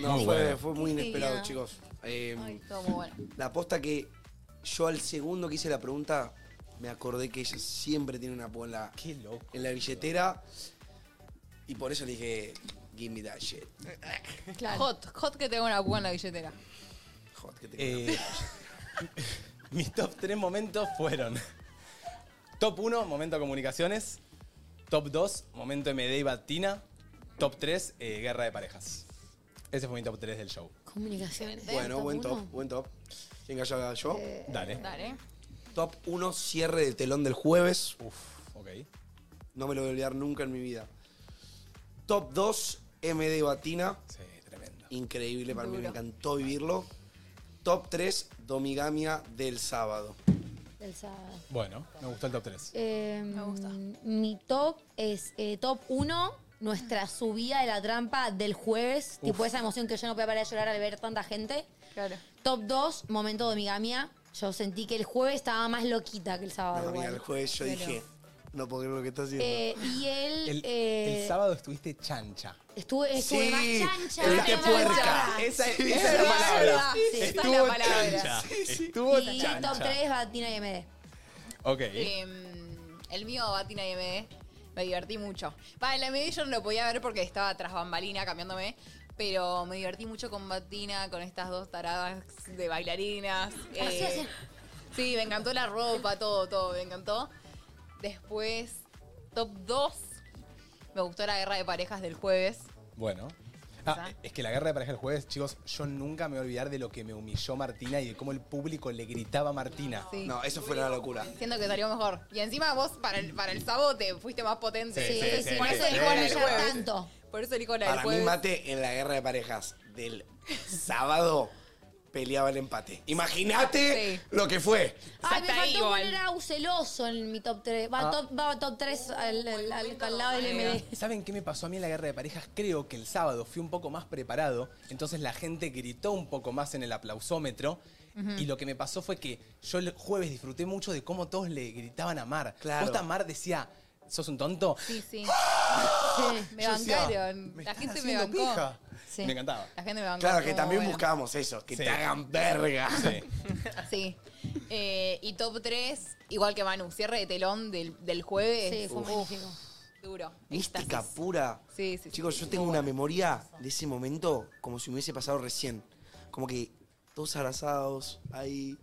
Speaker 3: No,
Speaker 2: Muy
Speaker 3: fue,
Speaker 2: bueno.
Speaker 3: fue muy
Speaker 5: Sí,
Speaker 3: inesperado,
Speaker 5: ya.
Speaker 3: chicos. Eh,
Speaker 11: Ay, todo muy bueno.
Speaker 3: la aposta que yo al segundo que hice la pregunta me acordé que ella siempre tiene una púa en la,
Speaker 2: Qué loco.
Speaker 3: en la billetera y por eso le dije, give me that shit.
Speaker 4: Hot, hot que tengo una púa en la billetera.
Speaker 3: Hot, que tengo una
Speaker 2: Eh, mis top 3 momentos fueron Top 1, momento comunicaciones Top 2, momento MD y Batina Top 3, eh, guerra de parejas Ese fue mi top 3 del show
Speaker 5: Comunicaciones.
Speaker 3: Bueno, buen top, buen top. ¿Quién cayó yo?
Speaker 2: Dale
Speaker 4: Dale.
Speaker 3: Top 1, cierre del telón del jueves.
Speaker 2: Uf, ok
Speaker 3: No me lo voy a olvidar nunca en mi vida. Top 2, MD Batina.
Speaker 2: Sí, tremendo
Speaker 3: Increíble, para mí me
Speaker 4: Duro.
Speaker 3: encantó vivirlo. Top 3, Domigamia del sábado.
Speaker 5: Del sábado.
Speaker 2: Bueno, me gustó el top 3
Speaker 5: Eh,
Speaker 4: Me gusta.
Speaker 5: Mi top es eh, top 1, nuestra subida de la trampa del jueves. Tipo esa emoción que yo no podía parar de llorar al ver tanta gente.
Speaker 11: Claro.
Speaker 5: Top 2, momento de migamia. Yo sentí que el jueves estaba más loquita que el
Speaker 3: No,
Speaker 5: sábado.
Speaker 3: amiga,
Speaker 5: igual.
Speaker 3: el jueves yo
Speaker 5: Pero-
Speaker 3: dije, no puedo creer lo que está haciendo.
Speaker 5: Eh, y él
Speaker 2: el,
Speaker 5: eh,
Speaker 2: el sábado estuviste chancha
Speaker 5: estuve, estuve
Speaker 3: Sí,
Speaker 5: más chancha.
Speaker 3: estuviste
Speaker 5: más
Speaker 3: puerca.
Speaker 5: chancha.
Speaker 2: Esa,
Speaker 3: Sí,
Speaker 2: esa es
Speaker 3: sí,
Speaker 2: la
Speaker 3: sí,
Speaker 2: palabra
Speaker 4: sí, sí, esa es la palabra.
Speaker 2: Estuvo
Speaker 5: Y
Speaker 2: chancha
Speaker 5: top 3, Batina y MD.
Speaker 2: Ok
Speaker 4: Em, el mío, Batina y MD, me divertí mucho. Va, en la MD yo no lo podía ver porque estaba tras bambalina cambiándome. Pero me divertí mucho con Batina, con estas dos taradas de bailarinas.
Speaker 5: Así,
Speaker 4: Eh,
Speaker 5: así.
Speaker 4: sí, me encantó la ropa, todo, todo, me encantó. Después, top 2, me gustó la guerra de parejas del jueves.
Speaker 2: Bueno. Ah, es que la guerra de pareja el jueves, chicos, yo nunca me voy a olvidar de lo que me humilló Martina y de cómo el público le gritaba a Martina.
Speaker 4: Sí.
Speaker 3: No, eso fue la locura.
Speaker 4: Siento que salió mejor. Y encima vos, para el, para el sabote, fuiste más potente.
Speaker 5: Sí,
Speaker 2: sí,
Speaker 5: sí,
Speaker 2: sí,
Speaker 5: por
Speaker 2: sí,
Speaker 5: eso
Speaker 2: sí,
Speaker 5: dejó
Speaker 2: sí,
Speaker 5: de
Speaker 2: sí,
Speaker 5: llorar
Speaker 4: sí.
Speaker 5: tanto.
Speaker 4: Por eso elijo la del
Speaker 3: Para mí,
Speaker 4: jueves.
Speaker 3: mate en la guerra de parejas del sábado peleaba el empate. Imagínate
Speaker 4: Sí.
Speaker 3: lo que fue.
Speaker 5: Ay, me
Speaker 4: Hasta ahí
Speaker 5: faltó
Speaker 4: igual.
Speaker 5: poner a Uceloso en mi top 3. Va, top, va top 3 al, al- al- al lado del MD.
Speaker 2: ¿Saben qué me pasó a mí en la guerra de parejas? Creo que el sábado fui un poco más preparado, entonces la gente gritó un poco más en el aplausómetro. Y lo que me pasó fue que yo el jueves disfruté mucho de cómo todos le gritaban a Mar.
Speaker 3: Claro.
Speaker 2: Posta Mar decía, ¿sos un tonto?
Speaker 4: Sí, sí.
Speaker 5: Sí.
Speaker 4: Me
Speaker 2: Yo decía,
Speaker 4: bancaron.
Speaker 2: "Me
Speaker 4: la
Speaker 2: están
Speaker 4: gente me
Speaker 2: haciendo
Speaker 4: bancó.
Speaker 2: pija".
Speaker 5: Sí.
Speaker 2: Me encantaba.
Speaker 4: La gente me bancó.
Speaker 3: Claro, que
Speaker 4: estuvo
Speaker 3: también
Speaker 4: bueno.
Speaker 3: buscábamos eso, que
Speaker 2: Sí.
Speaker 3: te hagan verga.
Speaker 2: Sí.
Speaker 4: Sí. Eh, y top 3, igual que Manu, cierre de telón del, del jueves.
Speaker 5: Sí, fue
Speaker 4: Uf,
Speaker 5: magnífico.
Speaker 4: Duro.
Speaker 3: Mística
Speaker 4: Éxtasis.
Speaker 3: pura.
Speaker 4: Sí, sí, sí.
Speaker 3: Chicos, yo tengo una memoria de ese momento como si me hubiese pasado recién. Como que todos abrazados, ahí.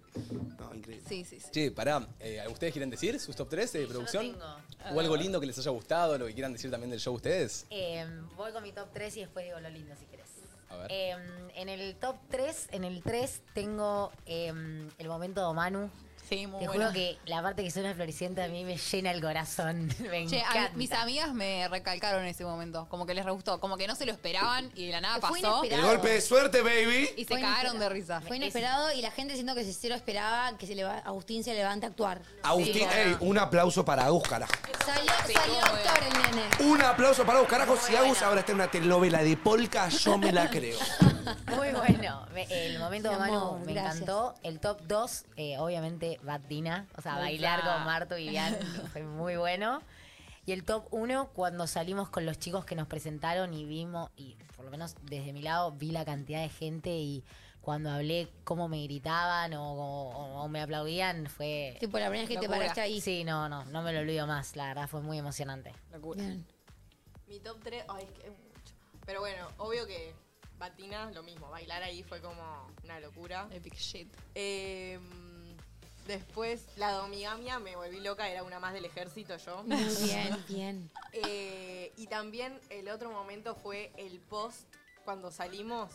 Speaker 3: No, increíble.
Speaker 4: Sí, sí, sí.
Speaker 2: Che, pará, eh, ¿ustedes quieren decir sus top 3 de producción?
Speaker 8: tengo.
Speaker 2: ¿O algo lindo que les haya gustado, lo que quieran decir también del show ustedes?
Speaker 8: Em, voy con mi top 3 y después digo lo lindo si querés.
Speaker 2: A ver.
Speaker 8: Em, en el top 3, en el 3 tengo em, el momento de Manu.
Speaker 4: Sí, muy
Speaker 8: Te
Speaker 4: bueno.
Speaker 8: juro que la parte que suena floreciente a mí me llena el corazón. Me
Speaker 4: Che, a-
Speaker 8: encanta.
Speaker 4: mis amigas me recalcaron en ese momento. Como que les re gustó. Como que no se lo esperaban y de la nada
Speaker 5: Fue
Speaker 4: pasó.
Speaker 5: inesperado.
Speaker 3: El golpe de suerte, baby.
Speaker 4: Y se
Speaker 5: Fue
Speaker 4: cagaron de
Speaker 5: inesperado.
Speaker 4: risa.
Speaker 5: Fue inesperado y la gente siento que Cicero esperaba que se leva- Agustín se levante a actuar.
Speaker 3: Agustín, ey, un aplauso para Agus, carajo.
Speaker 5: Salió,
Speaker 4: Sí,
Speaker 5: salió
Speaker 4: muy
Speaker 5: actor el nene.
Speaker 3: Un aplauso para Agus, carajo. Si Agus ahora está en una telenovela de polka, yo me la creo.
Speaker 8: Muy bueno. Me- el momento
Speaker 5: Mi
Speaker 8: de Manu
Speaker 5: amor,
Speaker 8: me
Speaker 5: gracias.
Speaker 8: encantó. El top 2, eh, obviamente, Batina. O sea,
Speaker 4: Ahí
Speaker 8: bailar
Speaker 4: está.
Speaker 8: con Martu y Bian fue muy bueno. Y el top 1, cuando salimos con los chicos que nos presentaron y vimos, y por lo menos desde mi lado, vi la cantidad de gente y
Speaker 6: cuando hablé cómo me gritaban o, o- o me aplaudían fue...
Speaker 5: Tipo, la primera vez que te
Speaker 6: Locura.
Speaker 5: paraste ahí.
Speaker 6: Sí, no, no, no me lo olvido más, la verdad fue muy emocionante.
Speaker 5: Bien.
Speaker 10: Mi top 3, ay, es que es mucho. Pero bueno, obvio que Batina, lo mismo. Bailar ahí fue como una locura.
Speaker 4: Epic shit.
Speaker 10: Eh, después, la domigamia, me volví loca, era una más del ejército yo.
Speaker 5: Muy bien, bien.
Speaker 10: Eh, y también el otro momento fue el post, cuando salimos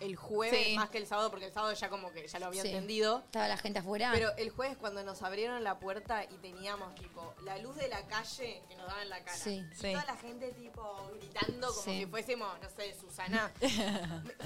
Speaker 10: el jueves,
Speaker 4: Sí.
Speaker 10: más que el sábado, porque el sábado ya como que ya lo había
Speaker 5: Sí.
Speaker 10: entendido.
Speaker 5: Estaba la gente afuera.
Speaker 10: Pero el jueves cuando nos abrieron la puerta y teníamos tipo la luz de la calle que nos daba en la cara.
Speaker 5: Sí.
Speaker 10: Y
Speaker 4: Sí.
Speaker 10: toda la gente tipo gritando como
Speaker 4: Sí.
Speaker 10: si fuésemos, no sé, Susana. Me-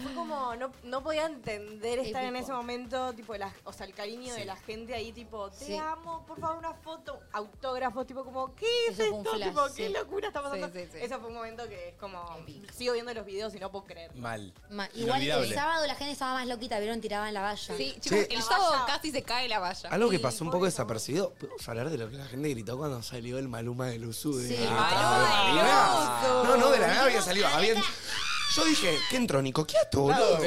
Speaker 10: Fue como, no, no podía entender estar en
Speaker 5: Épico.
Speaker 10: ese momento, tipo, la- o sea, el cariño de la gente ahí, tipo, te
Speaker 5: Sí.
Speaker 10: amo, por favor, una foto, autógrafos, tipo, como, ¿qué es
Speaker 5: Eso fue un
Speaker 10: esto?
Speaker 5: flash,
Speaker 10: Tipo, qué
Speaker 5: sí.
Speaker 10: locura está pasando.
Speaker 4: Sí, sí, sí.
Speaker 10: Eso fue un momento que es como,
Speaker 5: Épico.
Speaker 10: sigo viendo los videos y no puedo creer.
Speaker 2: Mal.
Speaker 5: Ma- Igual el
Speaker 2: Inolvidable.
Speaker 5: sábado la gente estaba más loquita, vieron, tiraban la valla.
Speaker 4: Sí, chicos,
Speaker 3: Sí.
Speaker 4: el
Speaker 10: La
Speaker 4: sábado
Speaker 10: valla.
Speaker 4: casi se cae la valla.
Speaker 3: Algo que pasó un poco desapercibido. ¿Podemos hablar de lo que la gente gritó cuando salió el Maluma del Usu? De
Speaker 5: Sí.
Speaker 3: Ah,
Speaker 4: Maluma del
Speaker 3: de la
Speaker 4: Usu.
Speaker 3: nada. No, no, de la nada había salido. Habían- Yo dije, ¿qué entró Nico? ¿Qué ato, boludo?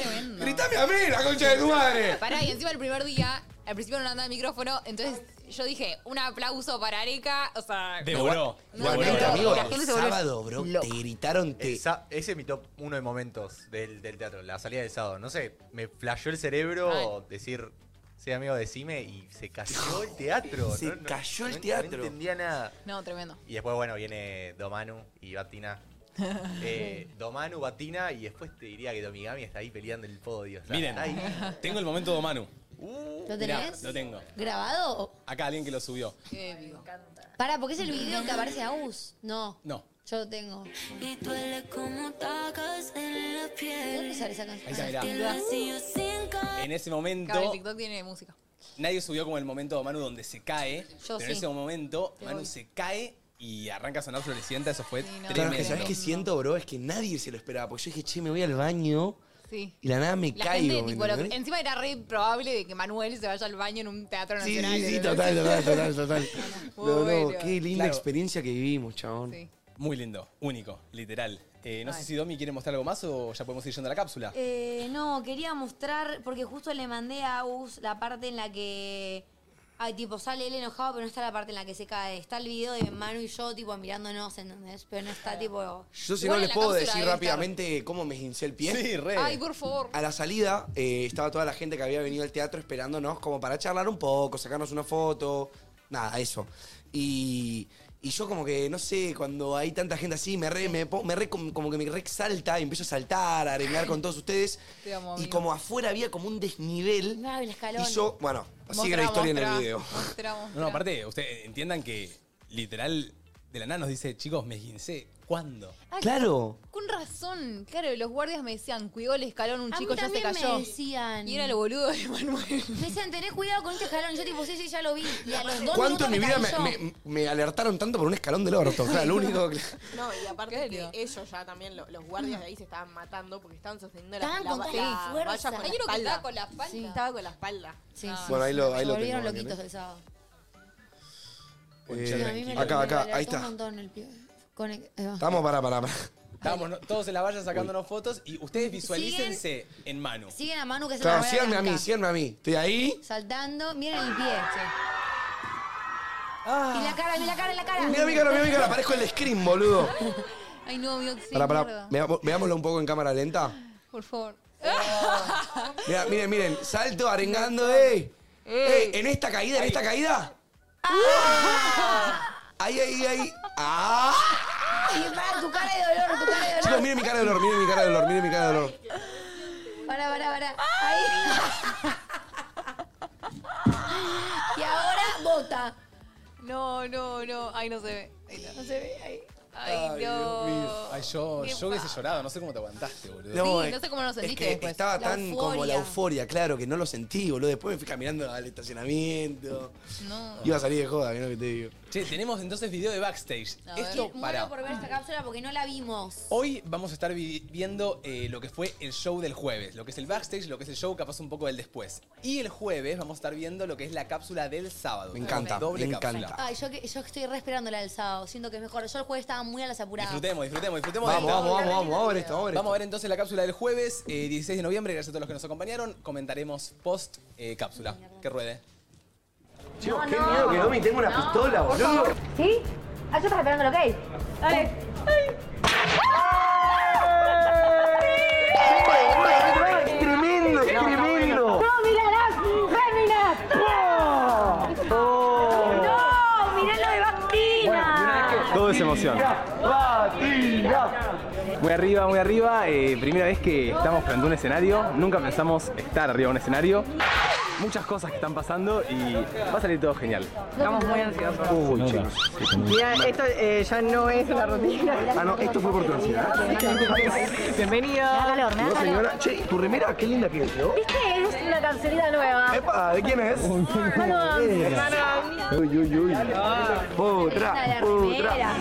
Speaker 4: Tremendo.
Speaker 3: Gritame a mí, la concha de tu madre.
Speaker 4: Pará, y encima el primer día, al principio no andaba el micrófono, entonces yo dije, un aplauso para Areca, o sea...
Speaker 2: Devoró.
Speaker 4: No, no,
Speaker 3: Igualmente,
Speaker 4: no,
Speaker 3: amigo,
Speaker 4: la gente
Speaker 3: el
Speaker 4: se volvió
Speaker 3: sábado, bro,
Speaker 4: loca.
Speaker 3: te gritaron, te...
Speaker 9: Esa- ese es mi top uno de momentos del, del teatro, la salida del sábado. No sé, me flasheó el cerebro
Speaker 4: Mal.
Speaker 9: decir, sí, amigo, decime, y se cayó el teatro.
Speaker 3: Se cayó el teatro.
Speaker 9: No entendía nada.
Speaker 4: No, tremendo.
Speaker 9: Y después, bueno, viene Domanu y Batina. Eh, Domanu, Batina, y después te diría que Domigami está ahí peleando el podio. Está-
Speaker 2: Miren,
Speaker 9: está ahí.
Speaker 2: tengo el momento de Manu.
Speaker 5: ¿Lo
Speaker 2: Mirá,
Speaker 5: tenés?
Speaker 2: lo tengo.
Speaker 5: ¿Grabado?
Speaker 2: Acá alguien que lo subió.
Speaker 5: Para, porque es el video que aparece a Us. No.
Speaker 2: No.
Speaker 5: Yo lo tengo.
Speaker 7: Y duele como tacas en la
Speaker 5: ¿De dónde
Speaker 7: piel.
Speaker 5: sale esa
Speaker 2: Ahí está,
Speaker 5: canción?
Speaker 2: mirá.
Speaker 7: El vacío sin
Speaker 2: En ese
Speaker 4: Claro, el
Speaker 2: momento,
Speaker 4: TikTok tiene música.
Speaker 2: nadie subió como el momento de Manu donde se cae.
Speaker 4: Yo
Speaker 2: pero en
Speaker 4: sí.
Speaker 2: ese momento, Manu
Speaker 4: voy.
Speaker 2: se cae y arranca a sonar florecienta. Eso fue
Speaker 4: Sí, no.
Speaker 3: Claro,
Speaker 2: tremendo.
Speaker 3: es que sabes qué siento, bro, es que nadie se lo esperaba. Porque yo dije, che, me voy al baño
Speaker 4: Sí.
Speaker 3: y la nada me
Speaker 4: La
Speaker 3: caigo.
Speaker 4: gente,
Speaker 3: ¿me
Speaker 4: tipo, lo-
Speaker 3: entendés?
Speaker 4: encima era re probable de que Manuel se vaya al baño en un teatro
Speaker 3: Sí,
Speaker 4: nacional.
Speaker 3: sí, sí,
Speaker 4: ¿no?
Speaker 3: total, total, total, total. No, no,
Speaker 4: Bueno.
Speaker 3: qué linda
Speaker 2: Claro.
Speaker 3: experiencia que vivimos, chabón.
Speaker 4: Sí.
Speaker 2: Muy lindo, único, literal. Eh, no
Speaker 4: Ay.
Speaker 2: sé si Domi quiere mostrar algo más o ya podemos ir yendo a la cápsula.
Speaker 5: Eh, no, quería mostrar, porque justo le mandé a Us la parte en la que. Ay, tipo, sale él enojado, pero no está la parte en la que se cae. Está el video de Manu y yo, tipo, mirándonos, ¿entendés? Pero no está, tipo.
Speaker 3: Yo si
Speaker 4: Igual
Speaker 3: no
Speaker 4: en
Speaker 3: les
Speaker 4: la
Speaker 3: puedo
Speaker 4: cápsula
Speaker 3: decir
Speaker 4: debe
Speaker 3: rápidamente cómo me hincé el pie.
Speaker 2: Sí, re.
Speaker 4: Ay, por favor.
Speaker 3: A la salida eh, estaba toda la gente que había venido al teatro esperándonos como para charlar un poco, sacarnos una foto, nada, eso. Y, y yo como que, no sé, cuando hay tanta gente así, me re, me, po- me re- como como que me re exalta y empiezo a saltar, a arengar con todos ustedes.
Speaker 4: Te amo,
Speaker 3: y
Speaker 4: amigo.
Speaker 3: como afuera había como un desnivel.
Speaker 5: No, el escalón.
Speaker 3: Y yo, bueno, sigue
Speaker 4: Mostrá,
Speaker 3: la historia en
Speaker 4: mostrá,
Speaker 3: el video.
Speaker 4: mostrá,
Speaker 2: No,
Speaker 4: mostrá.
Speaker 2: no, aparte, ustedes entiendan que literal de la nada nos dice, chicos, me esguincé. ¿Cuándo?
Speaker 4: Ay,
Speaker 3: Claro.
Speaker 4: Con razón. Claro, los guardias me decían, cuidó el escalón, un
Speaker 5: A
Speaker 4: chico
Speaker 5: mí
Speaker 4: ya se
Speaker 5: también
Speaker 4: cayó.
Speaker 5: me decían.
Speaker 4: Y era el boludo de Manuel.
Speaker 5: Me decían, tenés cuidado con este escalón. Y Yo, tipo, sí, sí, ya lo vi. Y a los dos
Speaker 3: ¿Cuánto
Speaker 5: minutos
Speaker 3: en mi vida
Speaker 5: caí
Speaker 3: me,
Speaker 5: yo.
Speaker 3: me- me alertaron tanto por un escalón del orto? Claro, lo único que...
Speaker 10: No, y aparte
Speaker 4: Claro.
Speaker 10: que ellos ya también, lo- los guardias de ahí se estaban matando porque estaban sosteniendo la,
Speaker 5: Estaban
Speaker 10: la,
Speaker 5: con
Speaker 10: la-
Speaker 5: toda la
Speaker 10: la
Speaker 5: fuerza.
Speaker 10: valla
Speaker 5: Hay
Speaker 10: con la
Speaker 4: uno que
Speaker 10: espalda.
Speaker 4: estaba con la espalda.
Speaker 10: Sí, estaba con la espalda.
Speaker 5: Sí,
Speaker 4: Ah,
Speaker 5: sí,
Speaker 3: Bueno, ahí
Speaker 5: sí,
Speaker 3: lo-
Speaker 5: me
Speaker 3: ahí lo
Speaker 5: volvieron
Speaker 3: tengo,
Speaker 5: loquitos
Speaker 3: ¿eh?
Speaker 5: el sábado.
Speaker 3: Eh,
Speaker 5: Sí, a mí me lo-
Speaker 3: acá,
Speaker 5: me
Speaker 3: acá,
Speaker 5: alertó
Speaker 3: ahí
Speaker 5: un
Speaker 3: está.
Speaker 5: montón el pie. Con el- ahí va.
Speaker 3: Estamos, para, para, para.
Speaker 2: Estábamos no- todos en la valla sacándonos fotos y ustedes visualícense en Manu.
Speaker 5: Siguen a Manu que se
Speaker 3: Claro,
Speaker 5: la
Speaker 3: síganme a mí,
Speaker 5: blanca.
Speaker 3: síganme a mí. Estoy ahí.
Speaker 5: Saltando, miren el pie. Y la cara, mira la cara, la cara.
Speaker 3: Ah. Mira mi cara, mira mi cara, parezco el de Scream, boludo.
Speaker 4: Ay, no, mi oxígeno.
Speaker 3: Pará, pará, vea- veámoslo un poco en cámara lenta.
Speaker 4: Por favor.
Speaker 3: Mira, miren, miren, salto arengando, ey. Ey, en esta caída, en esta caída. Ahí, ahí, ahí. ¡Ah!
Speaker 5: Y para, tu cara de dolor, tu cara de dolor.
Speaker 3: Chicos, miren mi cara de dolor, miren mi cara de dolor, miren mi cara de dolor.
Speaker 5: Para, para, para. Ahí. Y ahora bota.
Speaker 4: No, no, no. Ay, no se ve. Ahí está. No se ve. Ay, Ay,
Speaker 3: Ay,
Speaker 4: no.
Speaker 2: Ay, yo,
Speaker 4: Qué
Speaker 2: yo hubiese llorado, no sé cómo te aguantaste, boludo.
Speaker 3: No,
Speaker 4: Sí,
Speaker 3: eh,
Speaker 4: no sé cómo lo
Speaker 3: es
Speaker 4: sentiste
Speaker 3: que
Speaker 4: después.
Speaker 3: Estaba
Speaker 5: La
Speaker 3: tan como la
Speaker 5: euforia.
Speaker 3: euforia, claro, que no lo sentí, boludo. Después me fui caminando al estacionamiento.
Speaker 4: No.
Speaker 3: Iba a salir de joda, mirá lo que te digo.
Speaker 2: Che, tenemos entonces video de backstage.
Speaker 4: A ver.
Speaker 2: Esto para.
Speaker 5: Muero por ver esta cápsula porque no la vimos.
Speaker 2: Hoy vamos a estar vi- viendo eh, lo que fue el show del jueves, lo que es el backstage, lo que es el show, capaz un poco del después. Y el jueves vamos a estar viendo lo que es la cápsula del sábado.
Speaker 3: Me encanta,
Speaker 2: Doble
Speaker 3: me
Speaker 2: cápsula.
Speaker 3: encanta.
Speaker 5: Ay, yo, que- yo estoy re esperando la del sábado. Siento que es mejor. Yo el jueves
Speaker 16: estaban
Speaker 5: estaba
Speaker 16: muy a las apuradas.
Speaker 3: Disfrutemos, disfrutemos, disfrutemos. de
Speaker 5: Vamos,
Speaker 3: esta.
Speaker 5: vamos, vamos, vamos, vamos a ver esto, vamos a ver
Speaker 3: Vamos a
Speaker 5: esto.
Speaker 3: ver entonces la cápsula del jueves, eh, 16 de noviembre. Gracias a todos los que nos acompañaron. Comentaremos post eh, cápsula. Que ruede.
Speaker 5: Chicos, qué miedo que Domi tenga una pistola, boludo.
Speaker 16: ¿Sí? Ah, yo estaba esperando lo que hay. Dale.
Speaker 5: ¡Qué tremendo, qué tremendo!
Speaker 16: ¡No, mirá las féminas! ¡No! ¡Mirá lo de vacina!
Speaker 3: Todo es emoción. Muy arriba, muy arriba. eh, primera vez que estamos frente a un escenario. Nunca pensamos estar arriba de un escenario. Muchas cosas que están pasando y va a salir todo genial.
Speaker 17: Estamos muy ansiosos.
Speaker 5: Uy, chicos.
Speaker 17: Mira, esto eh, ya no es una rutina.
Speaker 5: Ah, no, esto fue por tu ansiedad.
Speaker 17: Bienvenida.
Speaker 8: calor, me da
Speaker 5: No,
Speaker 8: calor.
Speaker 5: señora. Che, tu remera, qué linda que es, ¿no?
Speaker 8: ¿Viste? Es una cancelita nueva.
Speaker 5: Epa, ¿de quién es?
Speaker 17: Hermana,
Speaker 5: Uy, uy, uy.
Speaker 16: Linda
Speaker 5: Putra,
Speaker 16: la
Speaker 5: putra.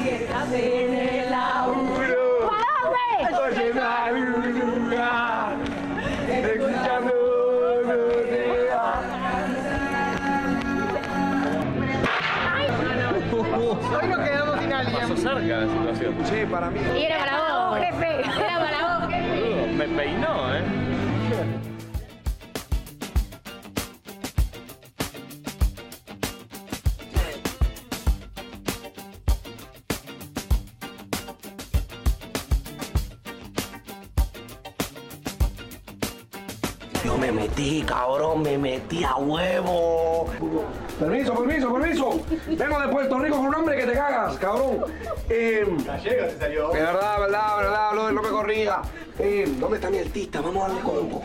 Speaker 5: Oye, madruga, escuchando
Speaker 17: hoy nos quedamos sin alguien.
Speaker 2: cerca de la situación.
Speaker 5: Che, para mí.
Speaker 8: Y era para vos, jefe. Era para vos, jefe.
Speaker 2: Me peinó, ¿eh?
Speaker 5: Yo me metí, cabrón, me metí a huevo.
Speaker 12: Permiso, permiso, permiso. Vengo de Puerto Rico con un hombre que te cagas, cabrón. Eh,
Speaker 18: Gallego se salió.
Speaker 12: de verdad, verdad, verdad, brother, no me corría. Eh, ¿Dónde está mi artista? Vamos a darle combo.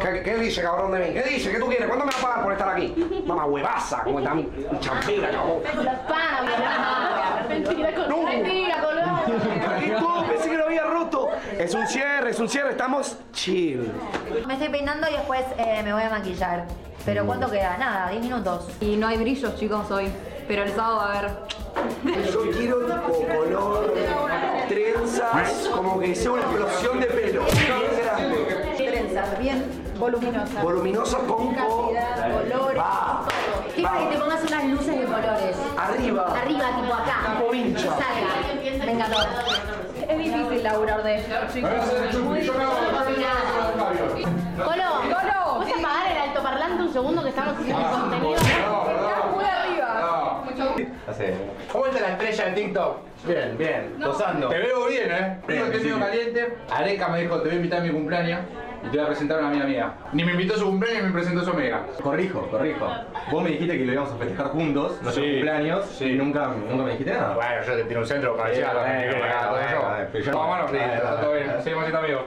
Speaker 12: ¿Qué, qué dice, cabrón, de mí? ¿Qué dice? ¿Qué tú quieres? ¿Cuándo me vas a pagar por estar aquí? Mamá huevaza, como está mi champira, cabrón. No. ¿Y tú? Pensé que lo había roto. Es un cierre, es un cierre, estamos chill.
Speaker 16: Me estoy peinando y después eh, me voy a maquillar. Pero ¿cuánto queda? Nada, 10 minutos.
Speaker 4: Y no hay brillos, chicos, hoy. Pero el sábado va a haber.
Speaker 12: Yo quiero tipo color, trenzas, como que sea una explosión de pelo. Bien grande.
Speaker 4: Trenzas, bien voluminosas.
Speaker 12: Voluminosa con co-
Speaker 4: colores.
Speaker 12: Va.
Speaker 16: Quiero que te pongas unas luces de colores.
Speaker 12: Arriba.
Speaker 16: Arriba, tipo acá.
Speaker 12: Capo vincha.
Speaker 16: Salga. Me encantó.
Speaker 4: Es difícil laburar de esto, chicos.
Speaker 8: Colo,
Speaker 4: Colo,
Speaker 8: ¿puedes apagar el altoparlante un segundo que estamos haciendo el contenido?
Speaker 4: Estás muy arriba.
Speaker 2: ¿Cómo está la estrella en TikTok? Bien, bien, posando. Te veo bien, ¿eh? Tengo que tengo caliente. Areca me dijo, te voy a invitar a mi cumpleaños y te voy a presentar a una amiga mía. Ni me invitó a su cumpleaños ni me presentó a su amiga. Corrijo, corrijo. Vos me dijiste que lo íbamos a festejar juntos, nuestro cumpleaños, y nunca, nunca me dijiste nada. Bueno, yo te tiro un centro para allá. Vamos, mano. Está todo bien, seguimos siendo amigos.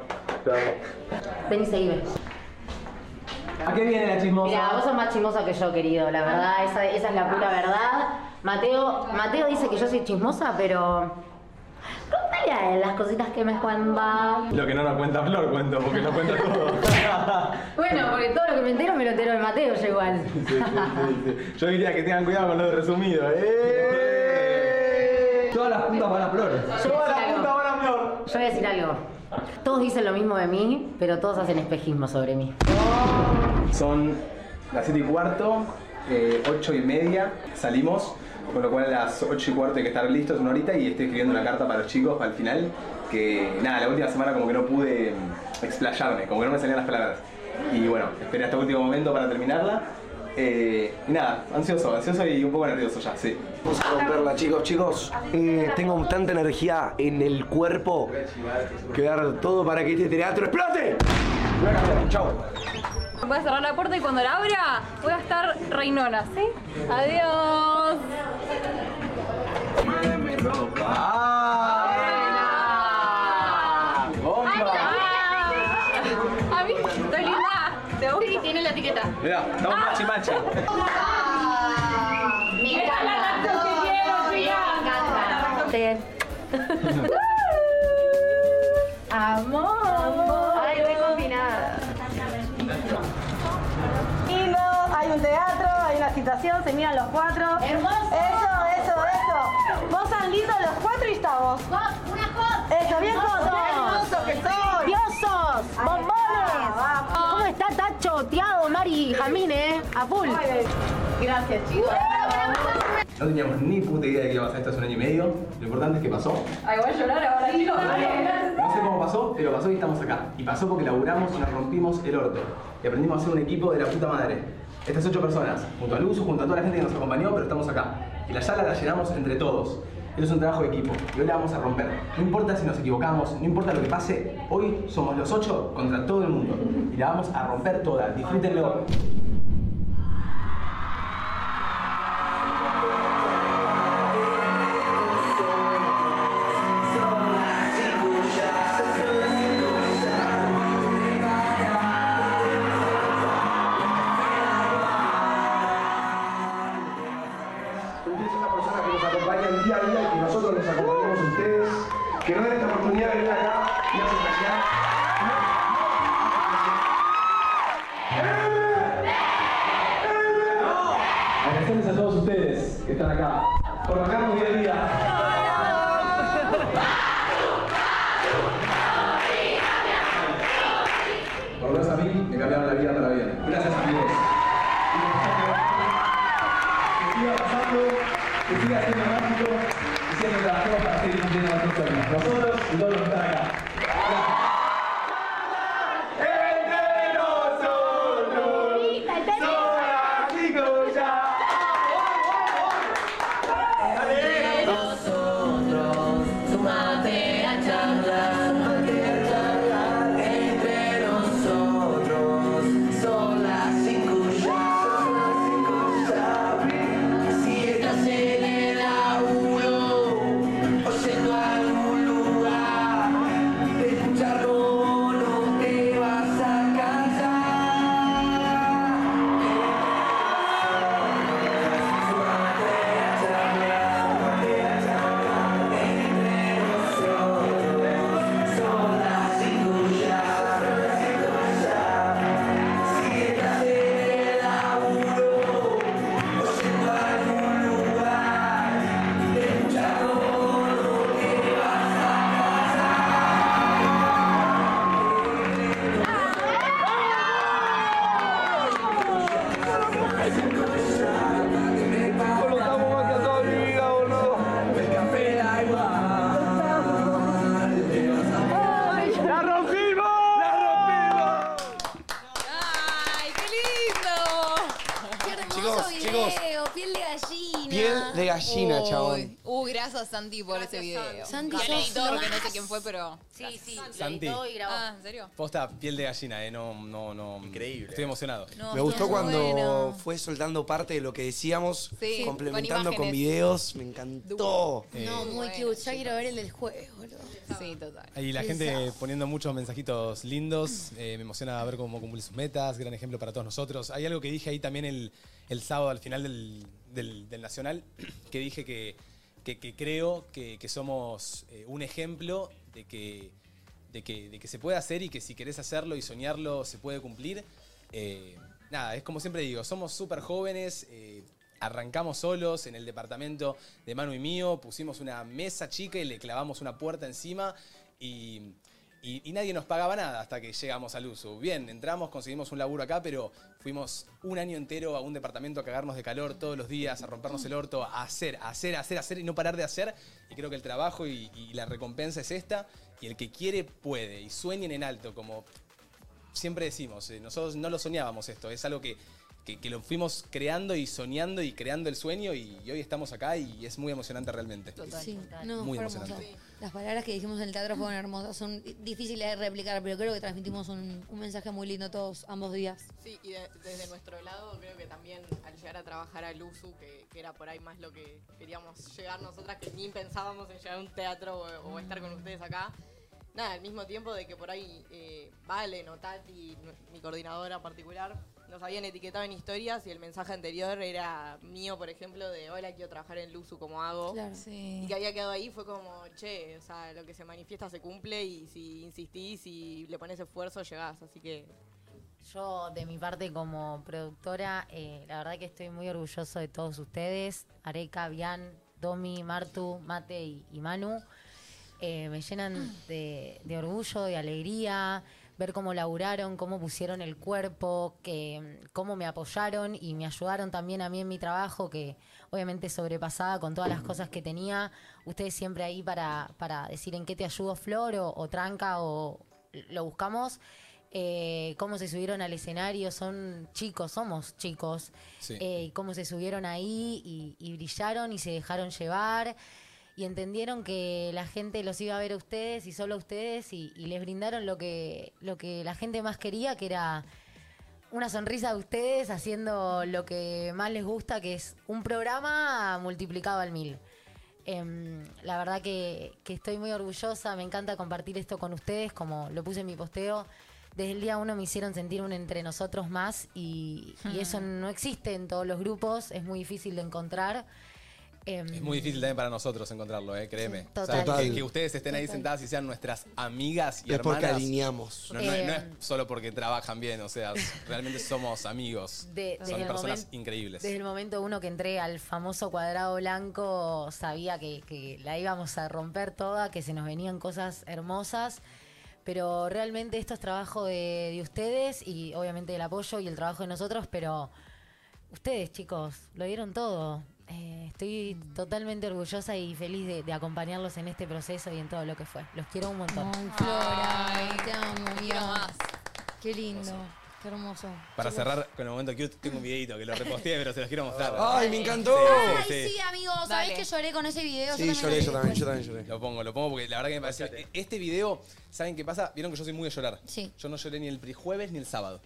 Speaker 8: Ven y seguime.
Speaker 17: ¿A qué viene la chismosa?
Speaker 8: Mira, Ah. vos sos más chismosa que yo, querido, la verdad, esa, esa es la pura verdad. Mateo, Mateo dice que yo soy chismosa, pero. Contale a él las cositas que me cuenta.
Speaker 2: Lo que no nos cuenta Flor, cuento, porque no cuenta todo.
Speaker 8: Bueno, porque todo lo que me entero me lo entero de Mateo, yo igual.
Speaker 2: Yo diría que tengan cuidado con lo resumido. ¡Eh!
Speaker 17: Todas las puntas van a flores.
Speaker 8: Yo voy a decir algo.
Speaker 2: van a Flor!
Speaker 8: Yo voy a decir algo. Todos dicen lo mismo de mí, pero todos hacen espejismo sobre mí.
Speaker 3: Son las 7 y cuarto,
Speaker 5: eh,
Speaker 3: 8 y media, salimos, con lo cual a las 8 y cuarto hay que estar listos una horita y estoy escribiendo una carta para los chicos al final, que nada, la última semana como que no pude mm, explayarme, como que no me salían las palabras. Y bueno, esperé hasta el último momento para terminarla. eh, y nada, ansioso, ansioso y un poco nervioso ya, sí.
Speaker 5: Vamos a romperla, chicos, chicos. Eh, tengo tanta energía en el cuerpo que voy a dar todo para que este teatro explote. Voy a cambiar, Chau.
Speaker 4: Voy a cerrar la puerta y cuando la abra voy a estar reinona, ¿sí? Adiós. Ah. A mí, estoy linda. ¿Te gusta? tiene la etiqueta.
Speaker 3: Mirá, estamos machi machi.
Speaker 4: Esta es la canción que quiero, chicas. Amor.
Speaker 17: Ay, estoy combinada. Hay un teatro, hay una situación, se miran los cuatro.
Speaker 16: Hermoso.
Speaker 17: Eso, eso, eso. Vos tan lindos los cuatro y estamos.
Speaker 16: ¡Una cosa!
Speaker 17: Eso, bien cosos.
Speaker 4: hermosos que son.
Speaker 17: Diosos, bombones.
Speaker 8: ¿Cómo está Tacho, Tiago, Mari, Jamín, eh? A full.
Speaker 17: Gracias, chicos.
Speaker 3: No teníamos ni puta idea de que iba a pasar esto hace un año y medio. Lo importante es que pasó.
Speaker 19: Ay, voy a llorar ahora, hijo.
Speaker 3: No sé cómo pasó, pero pasó y estamos acá. Y pasó porque laburamos y nos rompimos el orto. Y aprendimos a ser un equipo de la puta madre. Estas ocho personas, junto a Luz, junto a toda la gente que nos acompañó, pero estamos acá. Y la sala la llenamos entre todos. Esto es un trabajo de equipo y hoy la vamos a romper. No importa si nos equivocamos, no importa lo que pase, hoy somos los ocho contra todo el mundo. Y la vamos a romper toda. Disfrútenlo.
Speaker 12: Ustedes son las personas que nos acompañan día a día y que nosotros les acompañamos a ustedes, que nos dan esta oportunidad de venir acá y hacer especial.
Speaker 3: Agradecerles a todos ustedes que están acá, por bancarnos día a día.
Speaker 12: Por lo menos a mí me cambiaron la vida para bien. Gracias amigos. Que siga pasando, que siga siendo mágico y siempre trabajemos para seguir cumpliendo nuestros sueños. Nosotros y todos los que están acá.
Speaker 20: Entre nosotros.
Speaker 7: Nosotros, sumate a charlar, sumate a charlar. Entre nosotros, son las cinco ya, son las cinco ya. Si estás en el audio, o yendo a algún lugar, escucharlo no te vas a cansar.
Speaker 20: ¡La rompimos! ¡La rompimos!
Speaker 4: ¡Ay, qué lindo!
Speaker 5: ¡Qué hermoso
Speaker 21: Chicos,
Speaker 5: video!
Speaker 21: chicos.
Speaker 5: Piel de gallina.
Speaker 21: Piel de gallina,
Speaker 4: Uy.
Speaker 21: chabón.
Speaker 4: Uh, gracias Santi por ese video.
Speaker 5: Santi,
Speaker 4: Y al
Speaker 5: sos
Speaker 4: editor,
Speaker 5: lo
Speaker 4: que no sé
Speaker 5: más.
Speaker 4: quién fue, pero.
Speaker 5: Sí, sí.
Speaker 2: Santi.
Speaker 4: Ah, ¿en serio?
Speaker 2: Posta piel de gallina, eh. No, no, no. Increíble. Estoy emocionado.
Speaker 4: No,
Speaker 21: Me
Speaker 4: está
Speaker 21: gustó
Speaker 4: muy
Speaker 21: cuando
Speaker 4: bueno.
Speaker 21: fue soltando parte de lo que decíamos,
Speaker 4: Sí,
Speaker 21: complementando
Speaker 4: con
Speaker 21: con,
Speaker 4: imágenes.
Speaker 21: videos. Me encantó.
Speaker 5: No, muy cute. Ya quiero ver el del juego, boludo.
Speaker 4: Sí, total.
Speaker 2: Y la gente poniendo muchos mensajitos lindos. Eh, me emociona ver cómo cumple sus metas. Gran ejemplo para todos nosotros. Hay algo que dije ahí también el, el sábado al final del, del- del Nacional, que dije que, que- que creo que, que somos eh, un ejemplo de que, de, que, de que se puede hacer y que si querés hacerlo y soñarlo se puede cumplir. Eh, nada, es como siempre digo, somos súper jóvenes. eh, Arrancamos solos en el departamento de Manu y mío, pusimos una mesa chica y le clavamos una puerta encima y, y- y nadie nos pagaba nada hasta que llegamos al uso. Bien, entramos, conseguimos un laburo acá, pero fuimos un año entero a un departamento a cagarnos de calor todos los días, a rompernos el orto, a hacer, a hacer, a hacer, a hacer y no parar de hacer. Y creo que el trabajo y, y la recompensa es esta. Y el que quiere puede. Y sueñen en alto, como siempre decimos. eh, Nosotros no lo soñábamos esto, es algo que, que- que lo fuimos creando y soñando y creando el sueño. Y, y hoy estamos acá y es muy emocionante realmente.
Speaker 5: Sí, no,
Speaker 2: Muy
Speaker 5: fue
Speaker 2: emocionante.
Speaker 5: hermoso. Las palabras que dijimos en el teatro fueron hermosas, son difíciles de replicar, pero creo que transmitimos un, un mensaje muy lindo todos, ambos días.
Speaker 10: Sí, y de- desde nuestro lado creo que también al llegar a trabajar al USU, que, que era por ahí más lo que queríamos llegar nosotras, que ni pensábamos en llegar a un teatro o, o estar con ustedes acá. Nada, al mismo tiempo de que por ahí eh, Valen o Tati, nu- mi coordinadora particular, nos habían etiquetado en historias y el mensaje anterior era mío, por ejemplo, de hola, quiero trabajar en Luzu, ¿cómo hago?
Speaker 5: Claro.
Speaker 10: Y que había quedado ahí fue como, che, o sea, lo que se manifiesta se cumple y si insistís y le pones esfuerzo, llegás. Así que
Speaker 8: Yo, de mi parte, como productora, eh, la verdad que estoy muy orgulloso de todos ustedes. Areca, Bian, Domi, Martu, Mate y, y Manu. Eh, me llenan de, de orgullo, de alegría. ver cómo laburaron, cómo pusieron el cuerpo, que, cómo me apoyaron y me ayudaron también a mí en mi trabajo, que obviamente sobrepasaba con todas las cosas que tenía. Ustedes siempre ahí para, para decir en qué te ayudo, Flor, o, o Tranca, o lo buscamos. Eh, cómo se subieron al escenario, son chicos, somos chicos,
Speaker 2: Sí.
Speaker 8: Eh, y cómo se subieron ahí y, y brillaron y se dejaron llevar y entendieron que la gente los iba a ver a ustedes y solo a ustedes y, y les brindaron lo que, lo que la gente más quería, que era una sonrisa de ustedes haciendo lo que más les gusta, que es un programa multiplicado al mil. Em, la verdad que, que estoy muy orgullosa, me encanta compartir esto con ustedes, como lo puse en mi posteo. Desde el día uno me hicieron sentir un entre nosotros más y, y eso no existe en todos los grupos, es muy difícil de encontrar. Em,
Speaker 2: Es muy difícil también para nosotros encontrarlo, ¿eh? créeme. O sea,
Speaker 8: total. Total.
Speaker 2: que, que ustedes estén ahí
Speaker 8: Total.
Speaker 2: sentadas y sean nuestras amigas y
Speaker 3: Es
Speaker 2: hermanas.
Speaker 3: porque alineamos.
Speaker 2: No, no es- no
Speaker 8: Eh,
Speaker 2: es solo porque trabajan bien, o sea, realmente somos amigos.
Speaker 8: De- desde
Speaker 2: Son
Speaker 8: el
Speaker 2: personas
Speaker 8: momento-
Speaker 2: increíbles.
Speaker 8: Desde el momento uno que entré al famoso cuadrado blanco, sabía que, que la íbamos a romper toda, que se nos venían cosas hermosas. Pero realmente esto es trabajo de, de ustedes y obviamente el apoyo y el trabajo de nosotros, pero ustedes, chicos, lo dieron todo. Eh, estoy totalmente orgullosa y feliz de, de acompañarlos en este proceso y en todo lo que fue. Los quiero un montón.
Speaker 5: Flora, te amo, mi
Speaker 4: quiero
Speaker 5: amor.
Speaker 4: más.
Speaker 5: Qué lindo, qué hermoso.
Speaker 2: Para cerrar con el momento cute, tengo un videito que lo reposteé, pero se los quiero mostrar.
Speaker 3: ¡Ay, me encantó!
Speaker 2: Sí, sí,
Speaker 5: Ay,
Speaker 2: sí.
Speaker 5: sí, amigo, ¿sabés
Speaker 4: Dale.
Speaker 5: que lloré con ese video?
Speaker 3: Sí, lloré, yo también, yo también lloré.
Speaker 2: Lo pongo, lo pongo porque la verdad que me pareció. Este video, ¿saben qué pasa? Vieron que yo soy muy de llorar.
Speaker 5: Sí.
Speaker 2: Yo no lloré ni el pri- jueves ni el sábado.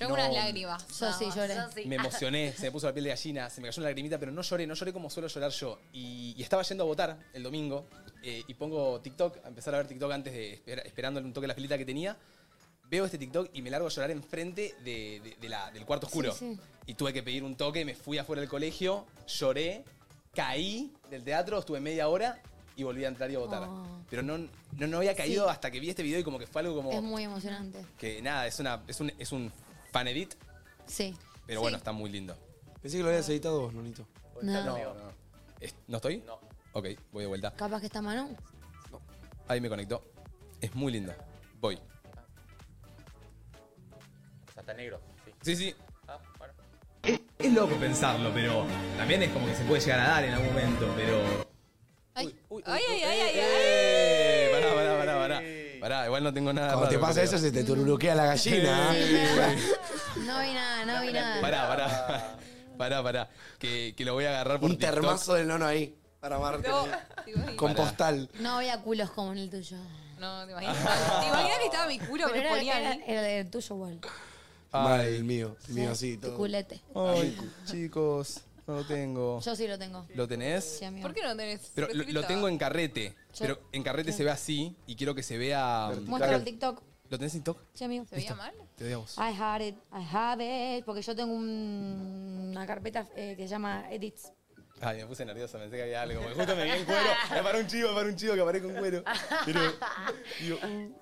Speaker 4: Yo
Speaker 2: No.
Speaker 4: unas lágrimas.
Speaker 5: Yo sí lloré.
Speaker 2: Me emocioné, se me puso la piel de gallina, se me cayó una lagrimita, pero no lloré, no lloré como suelo llorar yo. Y, y estaba yendo a votar el domingo eh, y pongo TikTok, a empezar a ver TikTok antes de esperar, esperando un toque de la filita que tenía. Veo este TikTok y me largo a llorar enfrente de, de- de la- del cuarto oscuro.
Speaker 5: Sí, sí.
Speaker 2: Y tuve que pedir un toque, me fui afuera del colegio, lloré, caí del teatro, estuve media hora y volví a entrar y a votar.
Speaker 5: Oh.
Speaker 2: Pero no, no, no había caído
Speaker 5: Sí.
Speaker 2: hasta que vi este video y como que fue algo como...
Speaker 5: Es muy emocionante.
Speaker 2: Que nada, es, una, es, un, es un fan edit,
Speaker 5: Sí.
Speaker 2: pero bueno, está muy lindo.
Speaker 3: Pensé que lo habías editado vos, Nonito.
Speaker 5: No.
Speaker 2: no. Es- ¿No estoy? No. Ok, voy de vuelta.
Speaker 5: Capaz que está Manu.
Speaker 2: Ahí me conectó. Es muy lindo. Voy.
Speaker 9: O sea, está negro. Sí.
Speaker 2: Sí, sí.
Speaker 9: Ah, bueno.
Speaker 2: Es, es loco pensarlo, pero también es como que se puede llegar a dar en algún momento, pero...
Speaker 4: Ay, ay, ay, ay, ay,
Speaker 2: ¡Eh! Pará, pará, pará, pará. Pará, igual no tengo nada
Speaker 3: Cuando te
Speaker 2: raro,
Speaker 3: pasa
Speaker 2: creo.
Speaker 3: eso, se te tururuquea la gallina. ¿eh?
Speaker 5: No vi nada, no vi nada.
Speaker 2: Pará, pará. Pará, pará. Que, que lo voy a agarrar por
Speaker 3: Un
Speaker 2: TikTok.
Speaker 3: termazo del nono ahí, para amarte.
Speaker 4: ¿Te imaginas?
Speaker 3: Con postal.
Speaker 5: No había culos como en el tuyo.
Speaker 4: No, te imaginas. ¿Te imaginas que estaba mi culo
Speaker 5: Pero
Speaker 4: que
Speaker 5: era,
Speaker 4: ponía
Speaker 5: era,
Speaker 4: ahí?
Speaker 5: era el tuyo igual.
Speaker 3: Mal, el mío. El mío, sí,
Speaker 5: Tu
Speaker 3: todo.
Speaker 5: culete.
Speaker 2: Ay, chicos, no lo tengo.
Speaker 5: Yo sí lo tengo.
Speaker 2: ¿Lo tenés?
Speaker 5: Sí, amigo.
Speaker 4: ¿Por qué no tenés?
Speaker 2: Pero lo, lo
Speaker 4: escrito?
Speaker 2: tengo en carrete.
Speaker 5: Yo-
Speaker 2: Pero en carrete se ve así y quiero que se vea...
Speaker 5: Muestra el TikTok.
Speaker 2: ¿Lo tenés en TikTok?
Speaker 5: Sí, amigo.
Speaker 4: ¿Se veía mal?
Speaker 2: Te odiamos.
Speaker 5: I had it, I have it. Porque yo tengo un- una carpeta eh, que se llama Edits.
Speaker 2: Ay, me puse nerviosa, pensé que había algo. porque Justo me vi en cuero. Me paró un chivo, me paró un chivo que aparezco en cuero. Pero, digo, uh,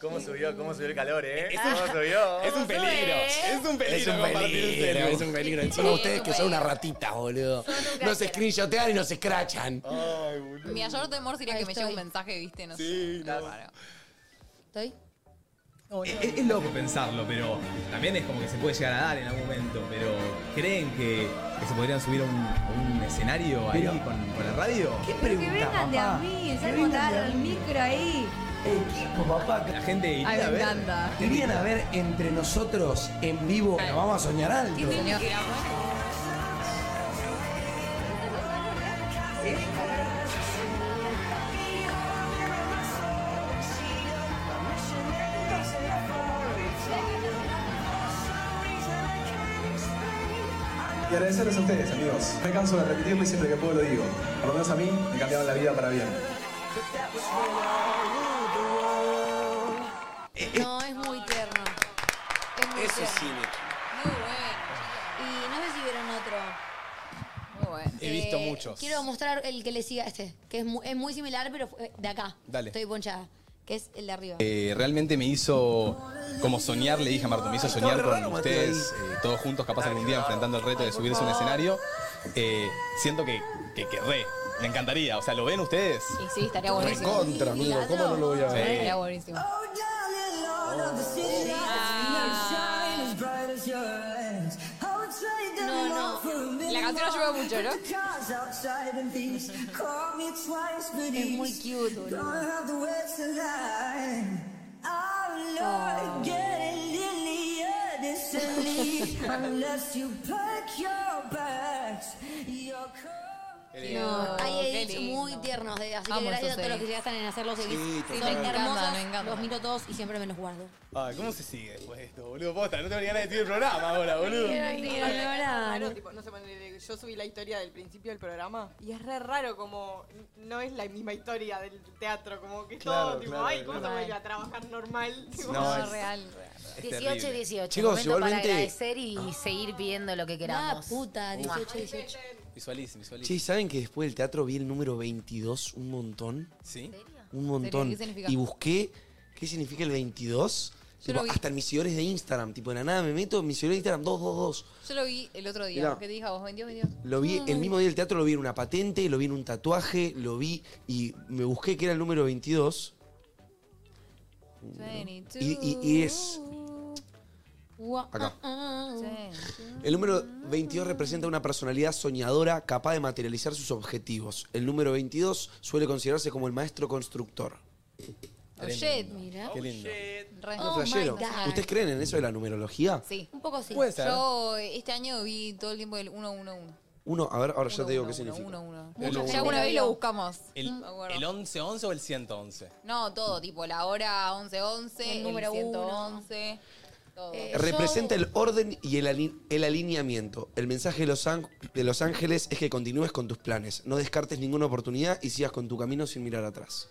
Speaker 9: ¿Cómo subió? ¿Cómo subió el calor, eh? ¿Cómo subió?
Speaker 2: es un peligro. Es un
Speaker 3: Es
Speaker 2: peligro
Speaker 3: un
Speaker 2: compartir el
Speaker 3: peligro,
Speaker 2: celu.
Speaker 3: es un peligro. Encima ustedes que son una ratita, boludo. Nos screenshotean y nos escrachan.
Speaker 2: Ay, boludo.
Speaker 4: Mi mayor temor sería
Speaker 5: Ahí
Speaker 4: que me llegue un
Speaker 5: estoy.
Speaker 4: mensaje, viste, no
Speaker 2: Sí,
Speaker 4: sé.
Speaker 2: no.
Speaker 4: Bárbaro.
Speaker 5: ¿Estoy?
Speaker 2: Es, es loco pensarlo, pero también es como que se puede llegar a dar en algún momento. Pero, ¿creen que, que se podrían subir a un, a un escenario ahí
Speaker 3: Pero-
Speaker 2: con, con la radio?
Speaker 5: Pero que vengan de a mí, se montaron el micro ahí.
Speaker 3: Equipo, papá.
Speaker 2: La gente iría
Speaker 4: Ay,
Speaker 2: a
Speaker 4: me
Speaker 2: ver.
Speaker 4: encanta.
Speaker 3: Querían a ver entre nosotros en vivo. Nos vamos a soñar alto.
Speaker 12: Y agradecerles a ustedes, amigos. Me canso de repetirlo y siempre que puedo lo digo. Por lo menos a mí me cambiaron la vida para bien.
Speaker 5: No, es muy tierno. Es muy
Speaker 3: Eso es
Speaker 5: tierno.
Speaker 3: cine.
Speaker 4: Muy bueno,
Speaker 5: Y no sé si vieron otro.
Speaker 4: chicos, muy bueno.
Speaker 2: He visto
Speaker 5: Eh,
Speaker 2: muchos.
Speaker 5: Quiero mostrar el que le siga a este, que es mu- es muy, similar, pero fue- eh, de acá.
Speaker 2: Dale.
Speaker 5: Estoy ponchada, que es el de arriba.
Speaker 2: Eh, realmente me hizo como soñar, le dije a Marto, me hizo soñar con ustedes eh, todos juntos, capaz algún día enfrentando el reto de subirse a un escenario. Eh, siento que, que querré, me encantaría, o sea, ¿lo ven ustedes?
Speaker 4: Y sí, estaría buenísimo.
Speaker 3: Recontra, amigo, ¿cómo no lo voy a ver?
Speaker 4: Estaría buenísimo.
Speaker 7: Oh, darling, Lord of the sea.
Speaker 4: Ah. canción ayuda mucho, ¿no?
Speaker 7: Es
Speaker 4: muy cute, boludo. Oh.
Speaker 5: No, hay
Speaker 4: Oh, qué
Speaker 5: edits
Speaker 4: lindo.
Speaker 5: muy tiernos de así que
Speaker 4: Amo
Speaker 5: gracias
Speaker 4: esos
Speaker 5: a todos los
Speaker 4: edits.
Speaker 5: que gastan en hacer los edits.
Speaker 2: Sí,
Speaker 5: Son
Speaker 2: totalmente.
Speaker 5: hermosos,
Speaker 2: Me encanta.
Speaker 5: los miro todos y siempre me los guardo.
Speaker 2: Ay, ¿cómo se sigue después de esto, boludo? Posta, no tengo ni ganas de decir el programa ahora, boludo.
Speaker 10: Claro, tipo, no sé, ponele, yo subí la historia del principio del programa y es re raro como no es la misma historia del teatro, como que
Speaker 2: Claro,
Speaker 10: todo, tipo,
Speaker 2: claro,
Speaker 10: ay, ¿cómo
Speaker 2: claro.
Speaker 10: se vuelve a trabajar normal? Tipo,
Speaker 2: No, es-
Speaker 8: real.
Speaker 2: es
Speaker 8: 18 y
Speaker 2: terrible.
Speaker 8: 18.
Speaker 2: Chicos,
Speaker 8: momento
Speaker 2: igualmente-
Speaker 8: para agradecer y seguir pidiendo lo que queramos. puta,
Speaker 5: 18
Speaker 8: 18.
Speaker 2: Visualicen, visualicen.
Speaker 3: Che, ¿saben que después del teatro vi el número 22 un montón?
Speaker 2: ¿Sí?
Speaker 3: Un montón.
Speaker 2: ¿Qué significa?
Speaker 3: Y busqué qué significa el 22. Tipo,
Speaker 4: lo vi.
Speaker 3: hasta en mis seguidores de Instagram. Tipo, de la nada me meto en mis seguidores de Instagram 222.
Speaker 4: Yo lo vi el otro día,
Speaker 3: Mirá.
Speaker 4: que te dije a vos, 22, 22.
Speaker 3: Lo vi el mismo día del teatro, lo vi en una patente, lo vi en un tatuaje, lo vi y me busqué que era el número 22. Y, y- y es.
Speaker 5: ah,
Speaker 3: Acá. El número 22 representa una personalidad soñadora capaz de materializar sus objetivos. El número 22 suele considerarse como el maestro constructor.
Speaker 4: Oh, shit, mira.
Speaker 2: Qué lindo.
Speaker 4: Re.
Speaker 3: Qué flashero. ¿Ustedes creen en eso de la numerología?
Speaker 4: Oh Sí.
Speaker 5: Oh Un poco sí.
Speaker 3: Puede ser.
Speaker 4: Yo eh, este año vi todo el tiempo el 111.
Speaker 3: Uno, a ver, ahora ya te digo qué
Speaker 4: uno,
Speaker 3: significa.
Speaker 4: uno, uno.
Speaker 2: El uno.
Speaker 4: Ya una vez lo buscamos.
Speaker 2: ¿El,
Speaker 4: Me acuerdo.
Speaker 2: el 1111 o el 111?
Speaker 4: No, todo, tipo la hora 1111,
Speaker 5: El
Speaker 4: el
Speaker 5: número
Speaker 4: número 111, todo.
Speaker 5: Eh,
Speaker 3: Representa el orden y el, ali- el alineamiento. El mensaje de los, Ang- de los Ángeles es que continúes con tus planes, no descartes ninguna oportunidad y sigas con tu camino sin mirar atrás.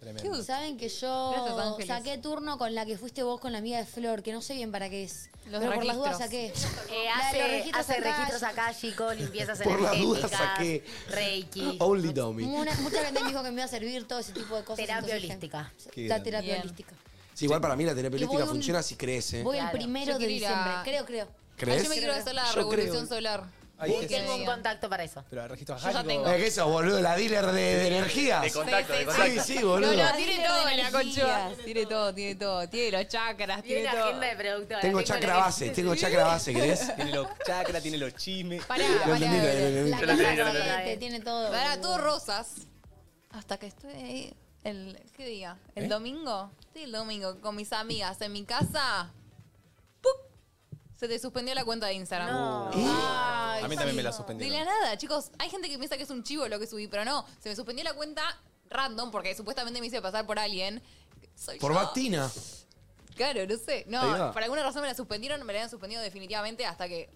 Speaker 2: Tremendo.
Speaker 5: Saben que
Speaker 4: Gracias,
Speaker 5: yo
Speaker 4: Ángeles.
Speaker 5: saqué turno con la que fuiste vos con la amiga de Flor, que no sé bien para qué es.
Speaker 4: Los
Speaker 5: pero por las dudas saqué.
Speaker 4: registros.
Speaker 8: Eh,
Speaker 5: La de los registros
Speaker 8: hace hace
Speaker 5: acá.
Speaker 8: registros acá, chicos, limpiezas
Speaker 3: Por las dudas
Speaker 8: energéticas,
Speaker 3: saqué.
Speaker 2: Ah,
Speaker 8: reiki,
Speaker 2: Oh,
Speaker 3: Only Domi.
Speaker 5: Una- mucha gente me dijo que me iba a servir todo ese tipo de cosas.
Speaker 8: terapia
Speaker 5: entonces,
Speaker 8: holística.
Speaker 3: Qué
Speaker 5: La
Speaker 3: grande.
Speaker 5: terapia
Speaker 8: Bien.
Speaker 5: holística.
Speaker 3: Sí, igual para mí la terapia
Speaker 5: Y voy
Speaker 3: holística
Speaker 5: un-
Speaker 3: funciona si crees, ¿eh?
Speaker 5: Voy Ah, el
Speaker 8: Claro.
Speaker 5: primero de
Speaker 4: Yo quiero ir a-
Speaker 5: diciembre. Creo, creo.
Speaker 3: ¿Crees?
Speaker 4: Ah, Yo me quiero hacer la
Speaker 3: Yo
Speaker 4: revolución
Speaker 3: creo.
Speaker 4: solar.
Speaker 2: Ay,
Speaker 4: Yo
Speaker 2: que
Speaker 4: tengo
Speaker 8: Tengo
Speaker 4: un
Speaker 8: un
Speaker 4: contacto.
Speaker 8: contacto para eso.
Speaker 2: Pero el registro
Speaker 4: ya
Speaker 2: bajálico-
Speaker 4: tengo.
Speaker 3: Es que sos, boludo, la dealer de, de energías.
Speaker 22: De contacto, de contacto.
Speaker 3: Sí, sí,
Speaker 4: No,
Speaker 3: boludo.
Speaker 4: no, tiene todo en la conchuda.
Speaker 5: energías.
Speaker 4: Tiene todo, tiene todo. Tiene los chakras, tiene
Speaker 8: Tiene
Speaker 4: todo.
Speaker 8: agenda de productora.
Speaker 3: Tengo chakra base, tengo chakra base, ¿crees?
Speaker 2: Tiene los chakras, tiene los chimes.
Speaker 4: Pará,
Speaker 3: Lo entendí, lo
Speaker 4: pará.
Speaker 3: entendí.
Speaker 5: La
Speaker 22: Yo la tenía,
Speaker 5: casa
Speaker 22: yo la
Speaker 5: siete,
Speaker 8: tenía.
Speaker 5: tiene todo.
Speaker 4: Para
Speaker 5: boludo.
Speaker 4: todos rosas. Hasta que estoy ahí. El, ¿Qué día? ¿El
Speaker 2: ¿Eh?
Speaker 4: domingo? Sí, el domingo. Con mis amigas en mi casa. ¡pup! Se te suspendió la cuenta de Instagram.
Speaker 8: No.
Speaker 2: A mí también me la
Speaker 4: De la
Speaker 2: suspendieron.
Speaker 4: nada, chicos. Hay gente que piensa que es un chivo lo que subí, pero no. Se me suspendió la cuenta random porque supuestamente me hice pasar por alguien. Soy
Speaker 3: Por
Speaker 4: yo.
Speaker 3: Batina.
Speaker 4: Claro, no sé.
Speaker 3: Ahí
Speaker 4: No,
Speaker 3: va.
Speaker 4: por alguna razón me la suspendieron, me la habían suspendido definitivamente hasta que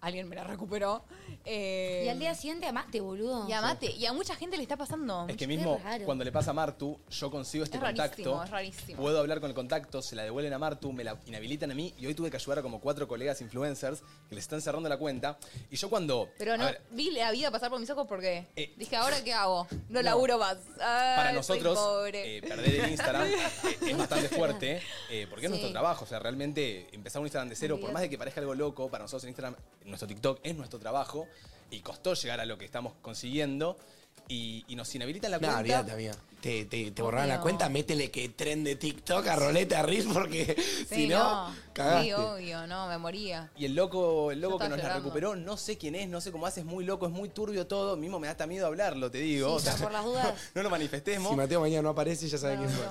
Speaker 4: alguien me la recuperó. Eh,
Speaker 5: Y al día siguiente amate, boludo.
Speaker 4: y a Mate, y a mucha gente le está pasando.
Speaker 2: Es que
Speaker 5: Qué
Speaker 2: mismo
Speaker 5: raro.
Speaker 2: cuando le pasa a Martu, yo consigo este
Speaker 4: Es rarísimo,
Speaker 2: contacto,
Speaker 4: es rarísimo.
Speaker 2: puedo hablar con el contacto, se la devuelven a Martu, me la inhabilitan a mí y hoy tuve que ayudar a como cuatro colegas influencers que les están cerrando la cuenta. Y yo cuando...
Speaker 4: Pero
Speaker 2: a
Speaker 4: no,
Speaker 2: ver,
Speaker 4: vi la vida pasar por mis ojos porque
Speaker 2: Eh.
Speaker 4: dije, ¿ahora qué hago? No, laburo más. Ay,
Speaker 2: para
Speaker 4: soy
Speaker 2: nosotros,
Speaker 4: pobre.
Speaker 2: eh, perder el Instagram eh, es bastante fuerte, eh, porque es
Speaker 4: Sí.
Speaker 2: nuestro trabajo. O sea, realmente empezar un Instagram de cero, por más de que parezca algo loco, para nosotros en Instagram, nuestro TikTok es nuestro trabajo y costó llegar a lo que estamos consiguiendo y, y nos inhabilitan la
Speaker 3: No,
Speaker 2: cuenta.
Speaker 3: olvídate, amiga. Te, te, te borraron la cuenta, métele que tren de TikTok a roleta a Reel porque si
Speaker 4: Sí,
Speaker 3: no,
Speaker 4: Sí,
Speaker 3: cagaste.
Speaker 4: obvio, no, me moría.
Speaker 2: Y el loco, el loco
Speaker 4: Yo
Speaker 2: que
Speaker 4: estaba
Speaker 2: nos la
Speaker 4: llorando.
Speaker 2: recuperó, no sé quién es, no sé cómo hace, es muy loco, es muy turbio todo. Mismo me da hasta miedo hablarlo, te digo.
Speaker 5: Sí,
Speaker 2: O sea,
Speaker 5: ya, por las dudas.
Speaker 2: no lo manifestemos.
Speaker 3: Si Mateo mañana no aparece, ya sabe quién fue.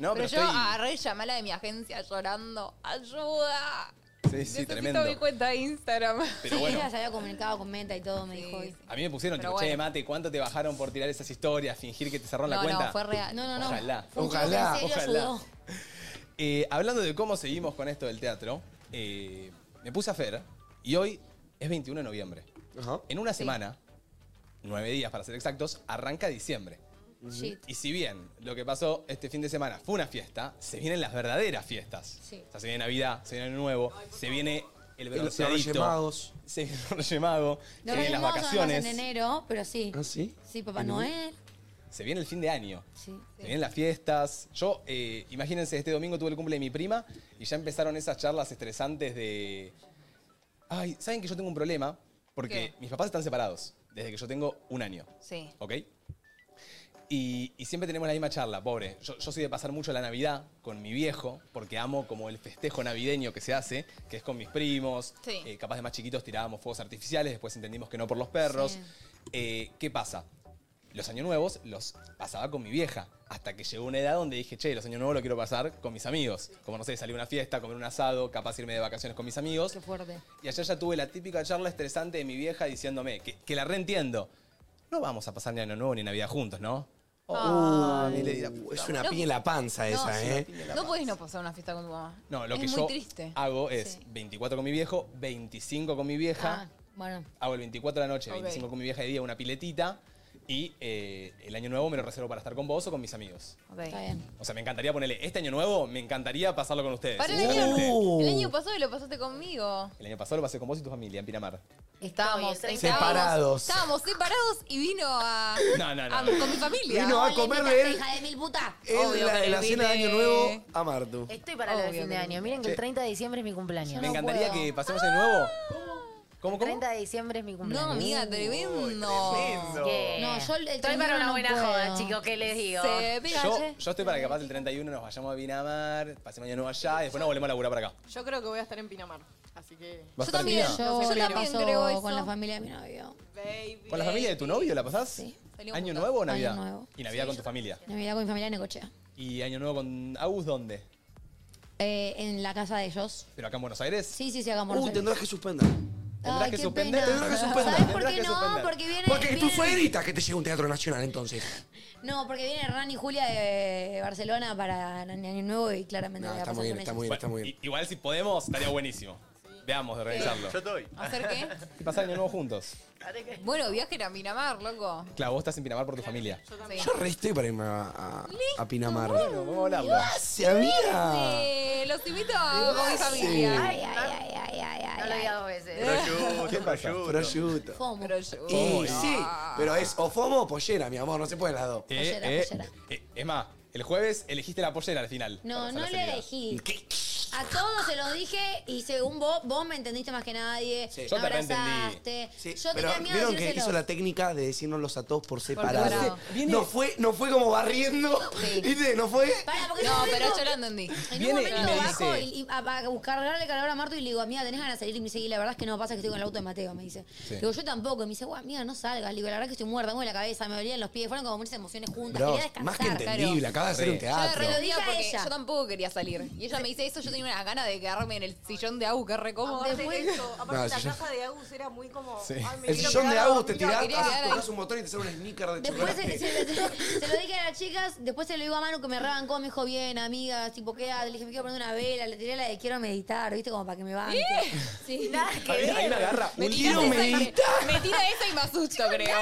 Speaker 2: No,
Speaker 4: pero,
Speaker 2: pero,
Speaker 4: yo
Speaker 2: estoy.
Speaker 4: ah, agarré y llamé a la de mi agencia llorando. ¡Ayuda!
Speaker 2: sí, sí,
Speaker 4: Necesito
Speaker 2: tremendo.
Speaker 4: mi cuenta de Instagram.
Speaker 2: Pero
Speaker 5: sí,
Speaker 2: bueno,
Speaker 5: ella se había comunicado con Meta y todo, me dijo. hoy.
Speaker 2: a mí me pusieron,
Speaker 4: Pero
Speaker 2: tipo, che,
Speaker 4: bueno.
Speaker 2: mate, ¿cuánto te bajaron por tirar esas historias, fingir que te cerraron la
Speaker 4: No,
Speaker 2: cuenta?
Speaker 4: no, fue real.
Speaker 5: No, no, no.
Speaker 2: Ojalá.
Speaker 5: Fue un chico
Speaker 3: Ojalá,
Speaker 5: que en serio
Speaker 2: ojalá.
Speaker 5: ayudó.
Speaker 2: Eh, hablando de cómo seguimos con esto del teatro, eh, me puse a Fer y hoy es 21 de noviembre.
Speaker 3: Ajá.
Speaker 2: En una semana, nueve días para ser exactos, arranca diciembre.
Speaker 5: Shit.
Speaker 2: Y si bien lo que pasó este fin de semana fue una fiesta, se vienen las verdaderas fiestas.
Speaker 5: Sí.
Speaker 2: O sea, se viene Navidad, se viene Año Nuevo, se viene el
Speaker 3: Los Reyes
Speaker 2: bronceadito,
Speaker 3: Magos.
Speaker 2: se viene el Reyes Mago, se vienen las
Speaker 5: Los Reyes Magos son además
Speaker 2: vacaciones,
Speaker 5: en enero, pero sí.
Speaker 3: ¿Ah, sí?
Speaker 5: Sí, Papá Noel.
Speaker 2: se viene el fin de año.
Speaker 5: Sí.
Speaker 2: Se vienen las fiestas. Yo, eh, imagínense, este domingo tuve el cumple de mi prima y ya empezaron esas charlas estresantes de. Ay, ¿saben que yo tengo un problema? Porque
Speaker 4: ¿Qué?
Speaker 2: mis papás están separados desde que yo tengo un año.
Speaker 4: Sí.
Speaker 2: ¿Ok? Y, y siempre tenemos la misma charla, pobre. Yo, yo soy de pasar mucho la Navidad con mi viejo, porque amo como el festejo navideño que se hace, que es con mis primos.
Speaker 4: Sí.
Speaker 2: Eh, capaz de más chiquitos tirábamos fuegos artificiales, después entendimos que no por los perros.
Speaker 4: Sí.
Speaker 2: Eh, ¿Qué pasa? Los años nuevos los pasaba con mi vieja, hasta que llegó una edad donde dije, che, los años nuevos lo quiero pasar con mis amigos. Como no sé, salir a una fiesta, comer un asado, capaz irme de vacaciones con mis amigos.
Speaker 4: fuerte.
Speaker 2: Y ayer ya tuve la típica charla estresante de mi vieja diciéndome, que, que la reentiendo, no vamos a pasar ni Año Nuevo ni Navidad juntos, ¿no?
Speaker 3: Uh,
Speaker 2: Ay.
Speaker 3: es una piña en la panza
Speaker 2: No,
Speaker 3: esa,
Speaker 2: es una
Speaker 3: ¿eh?
Speaker 2: piña en la
Speaker 23: No podés no pasar una fiesta con tu mamá.
Speaker 2: No, lo
Speaker 23: es
Speaker 2: que
Speaker 23: muy
Speaker 2: yo
Speaker 23: triste.
Speaker 2: hago es 24 con mi viejo, 25 con mi
Speaker 23: Ah.
Speaker 2: vieja,
Speaker 5: Ah, Bueno.
Speaker 2: hago el 24 de la noche,
Speaker 5: Ok.
Speaker 2: 25 con mi vieja de día, una piletita, y eh, el año nuevo me lo reservo para estar con vos o con mis amigos.
Speaker 5: Está bien.
Speaker 2: O sea, me encantaría ponerle, este año nuevo me encantaría pasarlo con ustedes.
Speaker 23: Para el,
Speaker 2: Excelente.
Speaker 23: año, el año pasado lo pasaste conmigo.
Speaker 2: El año pasado lo pasé con vos y tu familia en Piramar.
Speaker 23: Estábamos
Speaker 2: Estoy, estoy.
Speaker 23: estábamos-
Speaker 2: Separados.
Speaker 23: Estábamos separados y vino a.
Speaker 2: No, no, no.
Speaker 23: a- con mi familia.
Speaker 3: Vino a
Speaker 23: Hola,
Speaker 3: comer
Speaker 23: invitaste,
Speaker 3: él.
Speaker 23: hija de mil puta.
Speaker 3: En
Speaker 23: Obvio
Speaker 3: la,
Speaker 23: que
Speaker 3: en la
Speaker 23: invité.
Speaker 3: cena de Año Nuevo a Martu.
Speaker 8: Estoy para lo de fin de año. Miren que el 30 de diciembre es mi cumpleaños.
Speaker 2: Me encantaría que pasemos de nuevo.
Speaker 23: Ah.
Speaker 2: ¿Cómo,
Speaker 8: El 30 de diciembre es mi cumpleaños.
Speaker 23: No, amiga, tremendo.
Speaker 8: ¿Qué?
Speaker 23: No, yo el
Speaker 8: Eh. Estoy
Speaker 23: 31
Speaker 8: para una
Speaker 23: no
Speaker 8: buena
Speaker 23: puedo.
Speaker 8: joda, chicos. ¿Qué les digo?
Speaker 23: Se pega,
Speaker 2: Yo,
Speaker 23: che.
Speaker 2: yo estoy para que capaz el 31 nos vayamos a Pinamar, pasemos año nuevo allá y después nos volvemos a laburar para acá.
Speaker 10: Yo creo que voy a estar en Pinamar, así que...
Speaker 2: ¿Vas a estar en también, Pinamar?
Speaker 5: Yo,
Speaker 10: No sé
Speaker 5: la
Speaker 10: por qué.
Speaker 5: paso
Speaker 10: creo eso.
Speaker 5: con la familia de mi novio.
Speaker 2: ¿Con la familia de tu novio la pasás? ¿Año nuevo o Navidad?
Speaker 5: Año nuevo.
Speaker 2: Y Navidad con tu familia.
Speaker 5: Navidad con mi familia en Necochea.
Speaker 2: ¿Y año nuevo con Agus dónde?
Speaker 5: Eh, en la casa de ellos.
Speaker 2: ¿Pero acá en Buenos Aires?
Speaker 5: Sí, sí, sí, acá en Buenos
Speaker 2: Uy,
Speaker 5: Aires.
Speaker 2: tendrás
Speaker 3: Uh, que suspender.
Speaker 2: Tendrás
Speaker 5: Ay,
Speaker 2: que
Speaker 5: qué
Speaker 2: suspender.
Speaker 5: pena.
Speaker 2: Tendrás que suspender.
Speaker 5: ¿Sabes por
Speaker 2: tendrás
Speaker 5: qué
Speaker 2: que
Speaker 5: no?
Speaker 2: suspender.
Speaker 5: Porque viene.
Speaker 3: Porque tú
Speaker 5: viene-
Speaker 3: fue grita que te llega un teatro nacional, entonces.
Speaker 5: No, porque viene Ran y Julia de Barcelona para Año Nuevo y claramente voy a pasar con ellos.
Speaker 2: bien, está muy bien. Igual si podemos, estaría buenísimo. Veamos de organizarlo.
Speaker 9: Yo estoy.
Speaker 23: ¿Hacer qué?
Speaker 2: Y pasar año nuevo juntos.
Speaker 23: Bueno, viajen a Miramar, loco.
Speaker 2: Claro, vos estás en Pinamar por tu familia.
Speaker 23: Sí.
Speaker 3: Yo re estoy para irme a, a- a Pinamar.
Speaker 2: Bueno, vamos a hablarlo.
Speaker 3: Gracias, amiga.
Speaker 23: Eh, los invito a, con mi familia.
Speaker 3: Ay,
Speaker 23: ay, ay, ay, ay. No lo digas dos
Speaker 5: Eh.
Speaker 23: veces.
Speaker 3: ¿Qué pasa? Prosciutto.
Speaker 23: Pero yo.
Speaker 3: Y sí, pero es o FOMO o pollera, mi amor, no se pueden las dos.
Speaker 2: Eh, eh, eh, es más, el jueves elegiste la pollera al final.
Speaker 5: No,
Speaker 2: para
Speaker 5: no
Speaker 2: hacer
Speaker 5: le
Speaker 2: la
Speaker 5: elegí.
Speaker 2: ¿Qué?
Speaker 5: A todos se los dije y según vos, vos me entendiste más que nadie.
Speaker 3: Sí.
Speaker 5: me
Speaker 3: Yo te
Speaker 5: abrazaste. Yo
Speaker 3: Pero
Speaker 5: tenía miedo
Speaker 3: vieron
Speaker 5: de
Speaker 3: que hizo la técnica de decirnos a todos por separado.
Speaker 5: separado.
Speaker 3: No fue, no fue como barriendo. ¿Viste? No fue.
Speaker 23: no, pero yo lo entendí.
Speaker 5: En
Speaker 3: Viene
Speaker 5: un
Speaker 3: y
Speaker 5: momento
Speaker 3: me
Speaker 5: bajo
Speaker 3: dice-
Speaker 5: y, y a, a buscar cargarle el cargador a Marto y le digo, amiga, tenés ganas de salir. Y me dice, y la verdad es que no pasa que estoy con el auto de Mateo, me dice.
Speaker 3: Sí.
Speaker 5: Digo, yo tampoco. Y me dice, guau, amiga, no salgas. Le digo, la verdad es que estoy muerta, me duele la cabeza, me dolían los pies. Fueron como muchas emociones juntas.
Speaker 3: Bro,
Speaker 5: Quería descansar.
Speaker 3: más que entendible,
Speaker 5: claro.
Speaker 3: acaba de hacer un
Speaker 23: Yo la
Speaker 3: teatro.
Speaker 23: relojía
Speaker 5: Dije a
Speaker 23: porque
Speaker 5: ella.
Speaker 23: yo tampoco quería salir. Y ella me dice eso, yo tenía una gana de quedarme en el sillón de Agus, que es re cómodo.
Speaker 10: Aparte de eso, aparte
Speaker 3: No, el
Speaker 10: la
Speaker 3: sillón-
Speaker 10: casa de Agus era muy como...
Speaker 3: Sí.
Speaker 10: ay, me
Speaker 3: El
Speaker 10: quiero
Speaker 3: sillón de
Speaker 10: quedar
Speaker 3: Agus te
Speaker 10: dormida,
Speaker 3: tirás,
Speaker 10: quería quedar ahí.
Speaker 3: tocas un botón y te sale un sneaker de
Speaker 5: Después se,
Speaker 3: chocolate.
Speaker 5: se- se- se lo dije a las chicas, después se lo digo a Manu que me rebancó, me dijo bien, amiga, tipo, quédate, le dije, me quiero poner una vela, le tiré la de quiero meditar, viste, como para que me banque. Sí.
Speaker 23: Nada que Ahí-
Speaker 2: ahí ver. me agarra
Speaker 23: Me
Speaker 2: un
Speaker 23: tira
Speaker 2: tiro
Speaker 23: esa y-
Speaker 2: meditar.
Speaker 23: Me tira esa y me asusto, creo.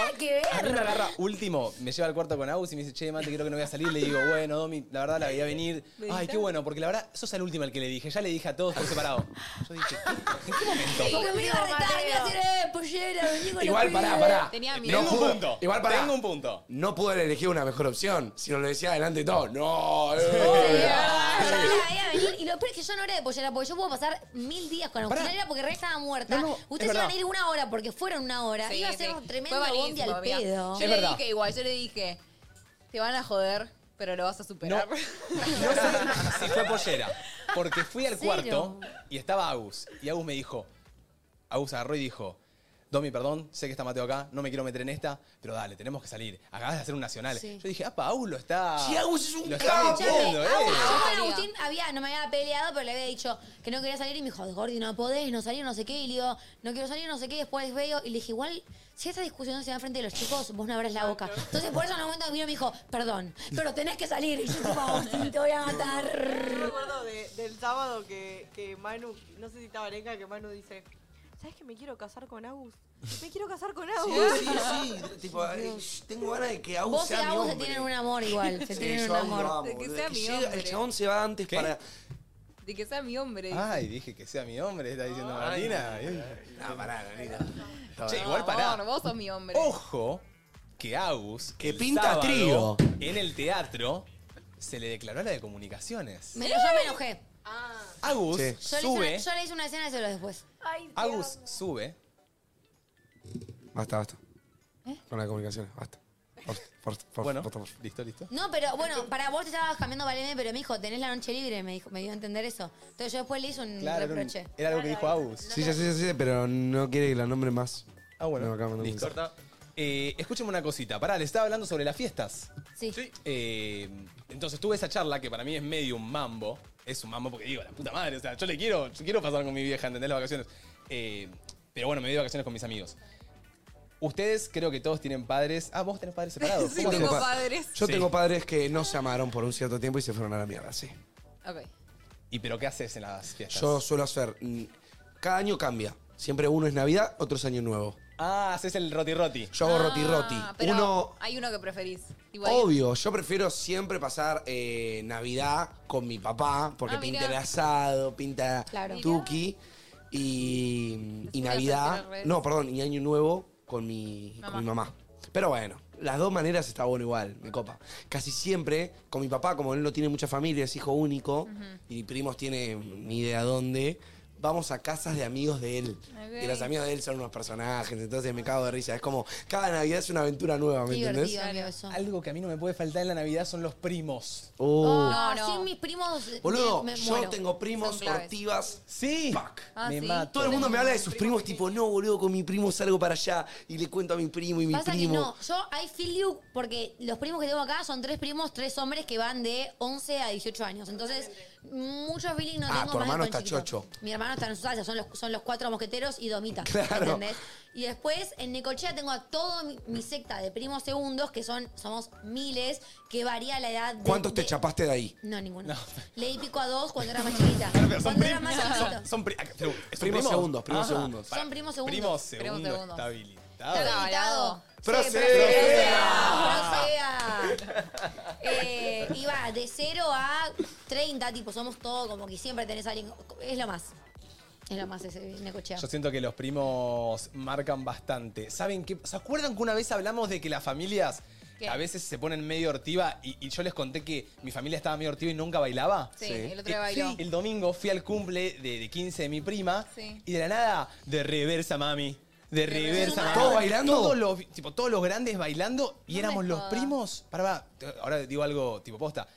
Speaker 2: A mí me agarra último, me lleva al cuarto con Agus y me dice, che, mate, creo que no voy a salir. Le digo, bueno, Domi, la verdad la veía venir. Ay, qué bueno, porque la verdad, sos el último al que le dije. Ya le dije a todos por separado. Yo dije, ¿en qué momento?
Speaker 5: Porque me iba a retar, me iba a decir, eh, pollera, vení con los
Speaker 3: Igual,
Speaker 5: pibes.
Speaker 3: pará, pará.
Speaker 2: Tengo un
Speaker 3: pudo-
Speaker 2: punto.
Speaker 3: Igual pará.
Speaker 2: Tengo un punto.
Speaker 3: No pudo haber elegido una mejor opción. Si nos lo decía adelante y todo. No, eh.
Speaker 5: Yo no la veía venir, Y lo peor es que yo no era de pollera, porque yo puedo pasar mil días con Agustinera porque Rey estaba muerta. Ustedes
Speaker 2: es
Speaker 5: iban a
Speaker 2: verdad.
Speaker 5: ir una hora porque fueron una hora.
Speaker 23: Sí,
Speaker 5: Iba a
Speaker 23: sí.
Speaker 5: ser un tremendo
Speaker 23: Fue
Speaker 5: bondi
Speaker 23: buenísimo,
Speaker 5: al
Speaker 23: amiga.
Speaker 5: pedo.
Speaker 23: Yo le dije igual, yo le dije, te van a joder, pero lo vas a superar.
Speaker 2: Si fue pollera. Porque fui al
Speaker 23: ¿En serio?
Speaker 2: cuarto y estaba Agus. Y Agus me dijo, Agus agarró y dijo, Domi, perdón, sé que está Mateo acá, no me quiero meter en esta, pero dale, tenemos que salir. Acabas de hacer un nacional.
Speaker 5: Sí.
Speaker 2: Yo dije, apa, Agus lo está.
Speaker 3: Sí, Agus es un
Speaker 2: lo
Speaker 3: capo.
Speaker 2: está metiendo, eh.
Speaker 5: Yo con Agustín había, no me había peleado, pero le había dicho que no quería salir y me dijo, Gordi, no podés, no salir, no sé qué. Y le digo, no quiero salir, no sé qué. Después veo y le dije, igual, si esta discusión se da frente de los chicos, vos no abres la boca. Entonces, por eso en un momento vino y me dijo, perdón, pero tenés que salir. Y yo, tipo, Agustín, te voy a matar.
Speaker 10: Yo me acuerdo de- del sábado que, que Manu, no sé si estaba Arenca, que Manu dice, ¿sabes que me quiero casar con Agus? Me quiero casar con Agus.
Speaker 3: Sí, sí, sí. Tipo, ay, tengo ganas de que Agus
Speaker 5: Vos y
Speaker 3: sea mi
Speaker 5: Agus se
Speaker 3: hombre.
Speaker 5: tienen un amor igual, se
Speaker 3: Sí,
Speaker 5: tienen
Speaker 3: yo
Speaker 5: un
Speaker 3: a Agus
Speaker 5: amor.
Speaker 3: lo amo,
Speaker 5: De que
Speaker 3: boludo.
Speaker 5: sea
Speaker 3: Que
Speaker 5: mi
Speaker 3: llega-
Speaker 5: hombre.
Speaker 3: El chabón se va antes para...
Speaker 23: De que sea mi hombre.
Speaker 3: Ah,
Speaker 23: dice.
Speaker 2: Ay, dije que sea mi hombre, está diciendo
Speaker 3: Ay.
Speaker 2: Martina.
Speaker 3: No, pará, Martina.
Speaker 2: Che,
Speaker 23: No,
Speaker 2: igual pará.
Speaker 23: amor, vos sos mi hombre.
Speaker 2: Ojo que Agus, que
Speaker 3: pinta trío.
Speaker 2: en el teatro, se le declaró a la de comunicaciones.
Speaker 5: Me, yo me enojé.
Speaker 2: Agus
Speaker 5: Yo le, hice una,
Speaker 2: sube,
Speaker 5: yo le hice una escena y se lo después.
Speaker 2: Agus sube,
Speaker 3: Basta, basta. Con las comunicaciones, basta. Por- por-
Speaker 2: bueno,
Speaker 3: por- por-
Speaker 2: listo,
Speaker 4: Mm,
Speaker 2: listo.
Speaker 5: No, pero bueno, para vos te estabas cambiando Valeme, pero me dijo, tenés la noche libre, me dijo, me dio a entender eso. Entonces yo después le hice un
Speaker 2: Claro, era, un-
Speaker 5: reproche.
Speaker 2: era algo que dijo Agus.
Speaker 3: Sí, ya sé, ya sé, pero no quiere que la nombre más.
Speaker 2: Ah, bueno.
Speaker 3: No, acá mandó un
Speaker 2: Listo.
Speaker 3: mensaje.
Speaker 2: Eh, escúchame una cosita. Pará, le estaba hablando sobre las fiestas.
Speaker 5: Sí.
Speaker 2: Eh, entonces tuve esa charla que para mí es medio un mambo. Es un mambo porque digo, la puta madre, o sea, yo le quiero, yo quiero pasar con mi vieja, ¿entendés? Las vacaciones. Eh, pero bueno, me voy de vacaciones con mis amigos. Ustedes creo que todos tienen padres. Ah, vos tenés padres separados.
Speaker 3: Yo
Speaker 2: ¿Cómo
Speaker 3: tengo
Speaker 2: haces?
Speaker 3: pa- Yo
Speaker 2: Sí.
Speaker 3: tengo padres que no se amaron por un cierto tiempo y se fueron a la mierda, sí.
Speaker 4: Ok.
Speaker 2: ¿Y pero qué haces en las fiestas?
Speaker 3: Yo suelo hacer. mm, Cada año cambia. Siempre uno es Navidad, otro es Año Nuevo.
Speaker 2: Ah, haces el roti roti.
Speaker 3: Yo hago roti roti.
Speaker 4: Ah, pero
Speaker 3: Uno.
Speaker 4: hay uno que preferís. Igual.
Speaker 3: Obvio, yo prefiero siempre pasar eh, Navidad con mi papá, porque
Speaker 4: Ah, mirá.
Speaker 3: pinta el asado, pinta
Speaker 4: Claro.
Speaker 3: Tuki. Y, y
Speaker 4: una
Speaker 3: Navidad.
Speaker 4: tercera red.
Speaker 3: No, perdón, y Año Nuevo con mi,
Speaker 4: Mamá.
Speaker 3: con mi mamá. Pero bueno, las dos maneras está bueno igual, me copa. Casi siempre, con mi papá, como él no tiene mucha familia, es hijo único, y primos tiene ni idea dónde, vamos a casas de amigos de él.
Speaker 4: Ok.
Speaker 3: Y los amigos de él son unos personajes, entonces me cago de risa. Es como, cada Navidad es una aventura nueva, ¿me entendés?
Speaker 2: Algo que a mí no me puede faltar en la Navidad son los primos.
Speaker 3: Oh.
Speaker 5: No, no. Sin mis primos. eh,
Speaker 3: Boludo,
Speaker 5: me
Speaker 3: yo
Speaker 5: muero.
Speaker 3: tengo primos, ortivas.
Speaker 2: Sí.
Speaker 5: Ah,
Speaker 2: Me
Speaker 5: sí.
Speaker 2: mato.
Speaker 3: Todo el mundo me habla de sus primos, tipo, no, boludo, con mi primo salgo para allá y le cuento a mi primo y mi
Speaker 5: Pasa
Speaker 3: primo.
Speaker 5: que no, yo I feel you porque los primos que tengo acá son tres primos, tres hombres que van de 11 a 18 años. Entonces, muchos feeling no
Speaker 3: Ah,
Speaker 5: tengo
Speaker 3: tu
Speaker 5: más
Speaker 3: hermano
Speaker 5: con
Speaker 3: está
Speaker 5: chiquitos.
Speaker 3: chocho.
Speaker 5: Mi hermano está en sus salsa, son los, son los cuatro mosqueteros y Domita,
Speaker 3: Claro.
Speaker 5: ¿entendés? Y después, en Necochea tengo a toda mi, mi secta de primos segundos, que son somos miles, que varía la edad de...
Speaker 3: ¿Cuántos
Speaker 5: de-
Speaker 3: te chapaste de ahí?
Speaker 5: No, ninguno. Le di pico a dos cuando era más chiquita. cuando era más chiquito.
Speaker 2: Son pri- ah, pero- ¿es un
Speaker 3: Primos Ah.
Speaker 2: primo?
Speaker 3: segundos, primos
Speaker 2: Ajá.
Speaker 3: segundos.
Speaker 2: Pará,
Speaker 5: Son primos segundos.
Speaker 2: Primos
Speaker 5: Primos
Speaker 2: segundos
Speaker 5: segundos.
Speaker 2: está habilitado.
Speaker 5: Está habilitado.
Speaker 3: Proceda.
Speaker 5: Proceda. Eh, iba de 0 a 30, tipo, somos todos como que siempre tenés a alguien. Es lo más. Es lo más ese necochea.
Speaker 2: Yo siento que los primos marcan bastante. ¿Saben qué? ¿Se acuerdan que una vez hablamos de que las familias
Speaker 4: ¿Qué?
Speaker 2: a veces se ponen medio hortiva y, y yo les conté que mi familia estaba medio hortiva y nunca bailaba?
Speaker 4: Sí, el otro día
Speaker 2: Eh,
Speaker 4: bailó.
Speaker 2: sí, el domingo fui al cumple de, de 15 de mi prima
Speaker 4: Sí.
Speaker 2: y de la nada, de reversa, mami. De reversa, mami.
Speaker 3: ¿Todos bailando?
Speaker 2: Todos los, tipo, todos los grandes bailando y
Speaker 4: No
Speaker 2: éramos
Speaker 4: me
Speaker 2: los
Speaker 4: jodas.
Speaker 2: primos. Pará, pará, te- ahora digo algo tipo posta.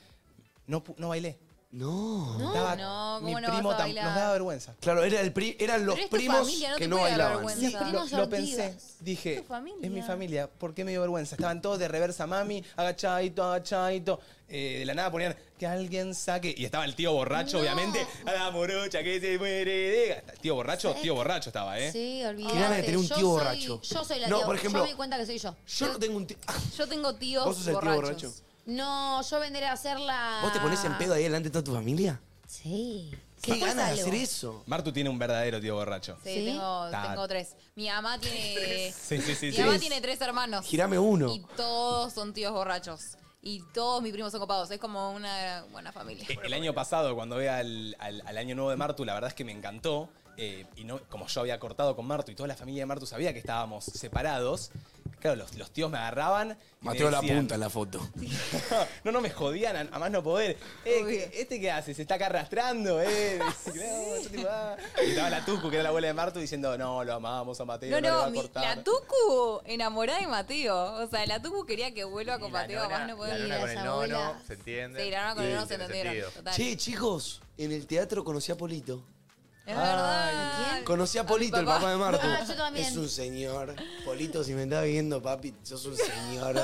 Speaker 2: No, pu- no bailé.
Speaker 3: No.
Speaker 2: Estaba-
Speaker 4: no, ¿cómo
Speaker 2: mi
Speaker 4: no vas
Speaker 2: primo
Speaker 4: a
Speaker 2: tam-
Speaker 4: bailar?
Speaker 2: nos daba vergüenza.
Speaker 3: Claro, era el pri- eran los
Speaker 4: Pero es tu
Speaker 3: primos
Speaker 4: familia, no
Speaker 3: que
Speaker 4: te
Speaker 3: no
Speaker 4: puede dar
Speaker 3: bailaban.
Speaker 4: vergüenza.
Speaker 5: Los primos
Speaker 2: lo,
Speaker 5: son
Speaker 2: lo pensé,
Speaker 5: divas.
Speaker 2: dije,
Speaker 4: tu familia.
Speaker 2: es mi familia, ¿por qué me dio vergüenza? Estaban todos de reversa, mami, agachadito, agachadito. Eh, de la nada ponían, que alguien saque. Y estaba el tío borracho, obviamente. A la morocha que se muere de... Tío borracho, tío borracho estaba, ¿eh?
Speaker 5: Sí, olvidate.
Speaker 3: Qué ganas de tener un
Speaker 5: Yo
Speaker 3: tío
Speaker 5: soy-
Speaker 3: borracho.
Speaker 5: Yo soy la
Speaker 3: No,
Speaker 5: tía.
Speaker 3: por ejemplo-
Speaker 5: yo me di cuenta que soy yo.
Speaker 3: Yo no tengo un tío. Ah,
Speaker 4: Yo tengo tíos
Speaker 3: ¿Vos sos el tío
Speaker 4: borrachos.
Speaker 3: borracho?
Speaker 5: No, yo vendré a hacer la.
Speaker 3: ¿Vos te pones en pedo ahí delante de toda tu familia?
Speaker 5: Sí.
Speaker 3: Qué
Speaker 5: Pasa
Speaker 3: ganas de
Speaker 5: algo.
Speaker 3: hacer eso.
Speaker 2: Martu tiene un verdadero tío borracho.
Speaker 4: Sí,
Speaker 5: ¿Sí?
Speaker 4: Tengo,
Speaker 2: Ta-
Speaker 4: tengo tres. Mi mamá tiene.
Speaker 2: Sí, sí, sí.
Speaker 4: Mi
Speaker 2: sí.
Speaker 4: mamá tiene tres hermanos.
Speaker 3: Girame uno.
Speaker 4: Y todos son tíos borrachos. Y todos mis primos son copados. Es como una buena familia.
Speaker 2: Eh, El año pasado, cuando ve al, al- al año nuevo de Martu, la verdad es que me encantó. eh, y no, como yo había cortado con Martu y toda la familia de Martu sabía que estábamos separados, claro, los, los tíos me agarraban. y me
Speaker 3: Mateo la
Speaker 2: decían,
Speaker 3: punta en la foto.
Speaker 2: no, no me jodían a, a más no poder. Eh, ¿qué- ¿Este qué hace? Se está acá arrastrando, ¿eh? Y no, yo tipo, ah. Y estaba la Tucu, que era la abuela de Martu, diciendo, no, lo amamos a Mateo,
Speaker 4: No,
Speaker 2: no, le va
Speaker 4: no,
Speaker 2: a
Speaker 4: mi-
Speaker 2: cortar.
Speaker 4: la Tucu enamorada de Mateo. O sea, la Tucu quería que vuelva con
Speaker 24: La
Speaker 4: Mateo,
Speaker 24: nona-
Speaker 4: más
Speaker 24: la
Speaker 4: no podía.
Speaker 24: nona con el
Speaker 5: las
Speaker 24: nono,
Speaker 5: abuelas.
Speaker 24: ¿se entiende?
Speaker 4: Sí, la nona con el
Speaker 24: Sí,
Speaker 4: nono se
Speaker 24: tiene
Speaker 4: entendieron.
Speaker 24: sentido.
Speaker 4: Total.
Speaker 3: Che, chicos, en el teatro conocí a Polito.
Speaker 4: Es verdad.
Speaker 3: Conocí a
Speaker 4: mi
Speaker 3: Polito, el papá de Martu.
Speaker 5: Ah, yo también.
Speaker 3: Es un señor. Polito, si me estás viendo, papi, sos un señor.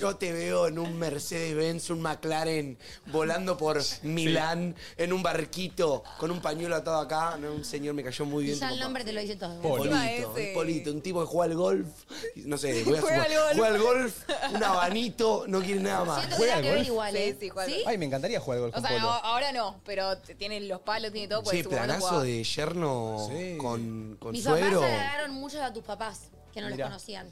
Speaker 3: Yo te veo en un Mercedes-Benz, un McLaren, volando por Milán, en un barquito, con un pañuelo atado acá. No, un señor me cayó muy
Speaker 5: Y
Speaker 3: bien.
Speaker 5: ya
Speaker 3: tu
Speaker 5: el
Speaker 3: papá.
Speaker 5: nombre te lo dice todo.
Speaker 2: Pol-
Speaker 3: Polito,
Speaker 4: ese.
Speaker 3: es Polito, un tipo que juega al golf, no sé, voy a
Speaker 4: Juega al
Speaker 3: jugar-
Speaker 4: golf.
Speaker 3: juega al golf, un abanito, no quiere nada más.
Speaker 5: Siento que
Speaker 2: ¿Juega
Speaker 5: tiene que
Speaker 2: al
Speaker 5: ver
Speaker 2: golf?
Speaker 5: igual, ¿eh?
Speaker 4: Sí, sí, juega al
Speaker 5: ¿Sí?
Speaker 2: Ay, me encantaría jugar al golf
Speaker 4: O
Speaker 2: con
Speaker 4: sea,
Speaker 2: Polo.
Speaker 4: no, ahora no, pero t- tiene los palos, tiene todo. Porque
Speaker 3: Che,
Speaker 4: su papá no
Speaker 3: planazo
Speaker 4: jugaba.
Speaker 3: de yerno
Speaker 2: Sí.
Speaker 3: con, con
Speaker 5: Mis
Speaker 3: suegro.
Speaker 5: papás halagaron muchos a tus papás que no
Speaker 2: Mirá.
Speaker 5: los conocían.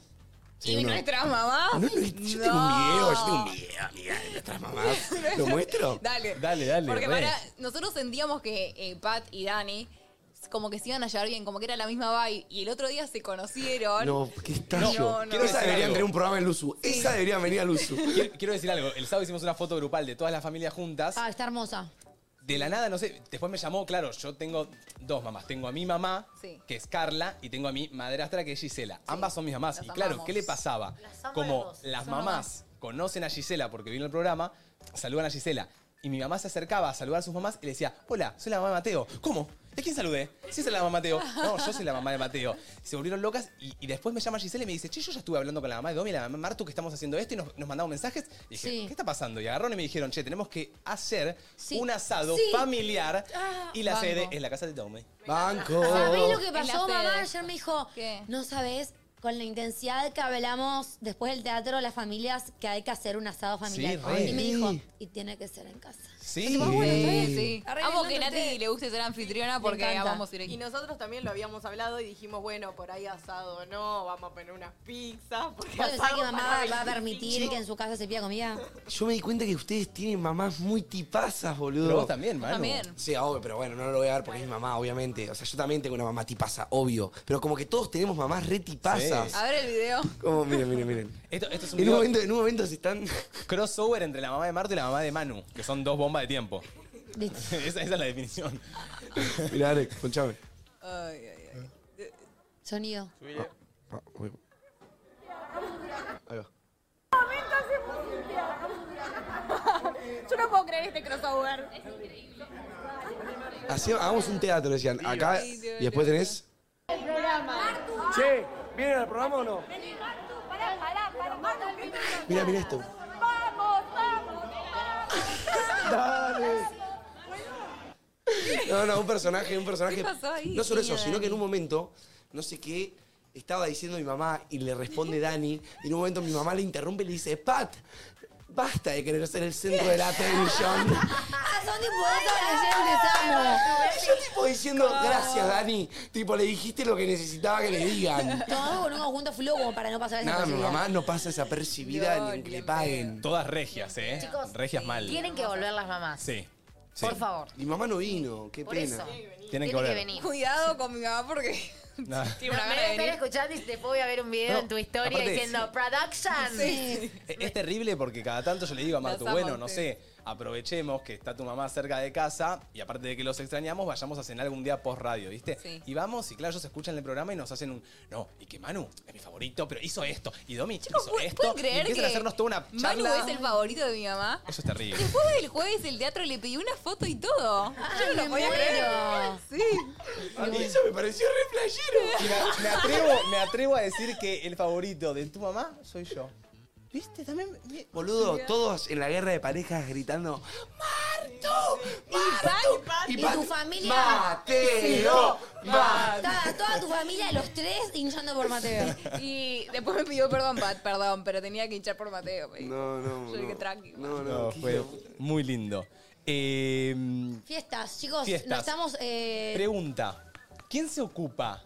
Speaker 3: Sí,
Speaker 4: ¿Y
Speaker 3: uno- Ah,
Speaker 4: nuestra mamá?
Speaker 3: No, no, yo tengo un video, yo tengo un video, amiga, de nuestras mamás. ¿Lo muestro?
Speaker 4: Dale.
Speaker 2: Dale, dale,
Speaker 4: Porque
Speaker 2: re.
Speaker 4: para, nosotros sentíamos que eh, Pat y Dani como que se iban a llevar bien, como que era la misma vibe. Y el otro día se conocieron.
Speaker 3: No, qué estallo.
Speaker 4: No, no.
Speaker 3: Esa debería tener un programa en Luzu. Esa debería venir a Luzu.
Speaker 4: Ah,
Speaker 2: Quiero, quiero decir algo, el sábado hicimos una foto grupal de todas las familias juntas.
Speaker 5: Ah, está hermosa.
Speaker 2: De- de la nada, no sé, después me llamó, claro, yo tengo dos mamás. Tengo a mi mamá,
Speaker 4: Sí.
Speaker 2: que es Carla, y tengo a mi madrastra, que es Gisela. Ambas son mis mamás.
Speaker 4: las
Speaker 2: y claro,
Speaker 4: amamos.
Speaker 2: ¿qué le pasaba?
Speaker 4: Las amo
Speaker 2: Como
Speaker 4: a las dos.
Speaker 2: las
Speaker 4: Son
Speaker 2: mamás conocen a Gisela porque vino al programa, saludan a Gisela. Y mi mamá se acercaba a saludar a sus mamás y le decía, hola, soy la mamá de Mateo. ¿Cómo? ¿De quién saludé? Sí, soy la mamá de Mateo. No, yo soy la mamá de Mateo. Se volvieron locas y, y después me llama Gisela y me dice, che, yo ya estuve hablando con la mamá de Domi y la mamá de Martu que estamos haciendo esto y nos, nos mandamos mensajes. Y dije,
Speaker 4: Sí.
Speaker 2: ¿qué está pasando? Y agarraron y me dijeron, che, tenemos que hacer un asado
Speaker 5: Sí.
Speaker 2: familiar
Speaker 5: Ah,
Speaker 2: y la
Speaker 5: banco.
Speaker 2: sede es la casa de Domi.
Speaker 3: Banco.
Speaker 5: ¿Sabés lo que
Speaker 4: Es la
Speaker 5: pasó,
Speaker 4: sede.
Speaker 5: mamá? Ayer me dijo, no sabés, con la intensidad que hablamos después del teatro, las familias, que hay que hacer un asado familiar.
Speaker 2: re.
Speaker 5: y me
Speaker 2: Sí.
Speaker 5: dijo, y tiene que ser en casa.
Speaker 2: Sí.
Speaker 4: Sí.
Speaker 10: Está re
Speaker 4: Amo que
Speaker 10: bien, ¿no?
Speaker 4: Nati
Speaker 10: Ustedes-
Speaker 4: le guste ser anfitriona
Speaker 10: Me
Speaker 4: porque
Speaker 10: encanta.
Speaker 4: amamos ir
Speaker 10: Y
Speaker 4: aquí.
Speaker 10: nosotros también lo habíamos hablado y dijimos, bueno, por ahí asado no, vamos a poner unas pizzas. Porque
Speaker 5: ¿Vos pensás
Speaker 10: asado
Speaker 5: que mamá
Speaker 10: para
Speaker 5: va a permitir
Speaker 10: 25.
Speaker 5: que en su casa se pida comida?
Speaker 3: Yo me di cuenta que ustedes tienen mamás muy tipazas, boludo.
Speaker 2: Pero vos también, Manu. también.
Speaker 3: Sí, obvio, pero bueno, no lo voy a ver porque es mi mamá, obviamente. O sea, yo también tengo una mamá tipaza, obvio. Pero como que todos tenemos mamás re tipazas.
Speaker 4: A ver el video.
Speaker 3: Como, miren, miren, miren.
Speaker 2: Esto, esto es un
Speaker 3: En un,
Speaker 2: video
Speaker 3: momento, en un momento se están...
Speaker 2: crossover entre la mamá de Martu y la mamá de Manu, que son dos bombas de tiempo.
Speaker 5: Listo.
Speaker 2: esa, esa es la definición.
Speaker 3: Mirá, Alex, escuchame.
Speaker 4: Ay, ay, ay.
Speaker 5: Sonido.
Speaker 3: Ah, uy. Ahí va.
Speaker 25: Yo no puedo creer este crossover.
Speaker 3: Así, hagamos un teatro, decían. Acá, y después tenés...
Speaker 25: El programa.
Speaker 26: Che, ¿vienen al programa o no?
Speaker 25: Pará, pará, pará, pará.
Speaker 3: Mirá, mirá esto.
Speaker 25: Vamos, vamos, vamos.
Speaker 3: Dale. No, no, un personaje, un personaje.
Speaker 25: ¿Qué pasó ahí?
Speaker 3: No solo eso,
Speaker 25: Niño
Speaker 3: sino que en
Speaker 25: Dani.
Speaker 3: un momento, no sé qué, estaba diciendo mi mamá y le responde Dani. Y en un momento mi mamá le interrumpe y le dice, Pat, basta de querer ser el centro de la atención.
Speaker 5: Ah, son tipo adolescentes,
Speaker 3: Yo tipo diciendo, gracias Dani. Tipo, le dijiste lo que necesitaba que le digan.
Speaker 5: amo. Tomamos con un conjunto flow como para no pasar esa
Speaker 3: Nada, mi
Speaker 5: posibilidad.
Speaker 3: mamá no pasa esa percibida ni que le paguen.
Speaker 2: Todas regias, ¿eh?
Speaker 8: Chicos,
Speaker 2: regias mal.
Speaker 8: Tienen que volver las mamás.
Speaker 2: Sí. sí.
Speaker 8: Por favor.
Speaker 3: Mi mamá no vino, qué
Speaker 8: Por
Speaker 3: pena.
Speaker 8: eso.
Speaker 2: Tienen que
Speaker 8: Tiene
Speaker 2: volver.
Speaker 8: que venir.
Speaker 4: Cuidado con mi mamá porque
Speaker 2: No.
Speaker 4: tiene una
Speaker 8: Me
Speaker 4: gana de
Speaker 8: estar
Speaker 4: venir.
Speaker 8: escuchando y te voy a ver un video
Speaker 2: No,
Speaker 8: en tu historia
Speaker 2: aparte-
Speaker 8: diciendo production.
Speaker 2: Es, es terrible porque cada tanto yo le digo a Martu,
Speaker 8: Las amo a
Speaker 2: bueno, no
Speaker 8: ustedes.
Speaker 2: sé, aprovechemos que está tu mamá cerca de casa y aparte de que los extrañamos, vayamos a cenar algún día post radio, ¿viste?
Speaker 4: Sí.
Speaker 2: Y vamos y claro, ellos escuchan el programa y nos hacen un, no, y que Manu es mi favorito, pero hizo esto, y Domi hizo
Speaker 4: ¿pu-
Speaker 2: esto,
Speaker 4: ¿Pueden
Speaker 2: y
Speaker 4: creer
Speaker 2: empiezan
Speaker 4: que
Speaker 2: a hacernos toda una
Speaker 4: Manu
Speaker 2: charla.
Speaker 4: es el favorito de mi mamá?
Speaker 2: Eso es terrible.
Speaker 4: Después del jueves el teatro le pidió una foto y todo. Yo no
Speaker 5: me
Speaker 4: lo podía creer.
Speaker 5: muero.
Speaker 4: Sí.
Speaker 3: A mí eso me pareció re
Speaker 2: Y
Speaker 3: playero.
Speaker 2: me, me atrevo, me atrevo a decir que el favorito de tu mamá soy yo. ¿Viste? También...
Speaker 3: Boludo, todos en la guerra de parejas gritando ¡Marto! ¡Marto!
Speaker 5: Y
Speaker 3: Pat-
Speaker 5: tu familia.
Speaker 3: ¡Mateo! ¡Mateo!
Speaker 5: Estaba toda tu familia, los tres, hinchando por Mateo.
Speaker 4: Y después me pidió perdón, Pat, perdón, pero tenía que hinchar por Mateo. me dijo.
Speaker 3: No, no,
Speaker 4: Yo dije,
Speaker 3: no.
Speaker 4: tranqui.
Speaker 3: No, no,
Speaker 2: No,
Speaker 3: qué
Speaker 2: fue
Speaker 3: hijo de puta.
Speaker 2: muy lindo. Eh,
Speaker 5: Fiestas, chicos,
Speaker 2: Fiestas.
Speaker 5: no estamos. eh,
Speaker 2: Pregunta, ¿quién se ocupa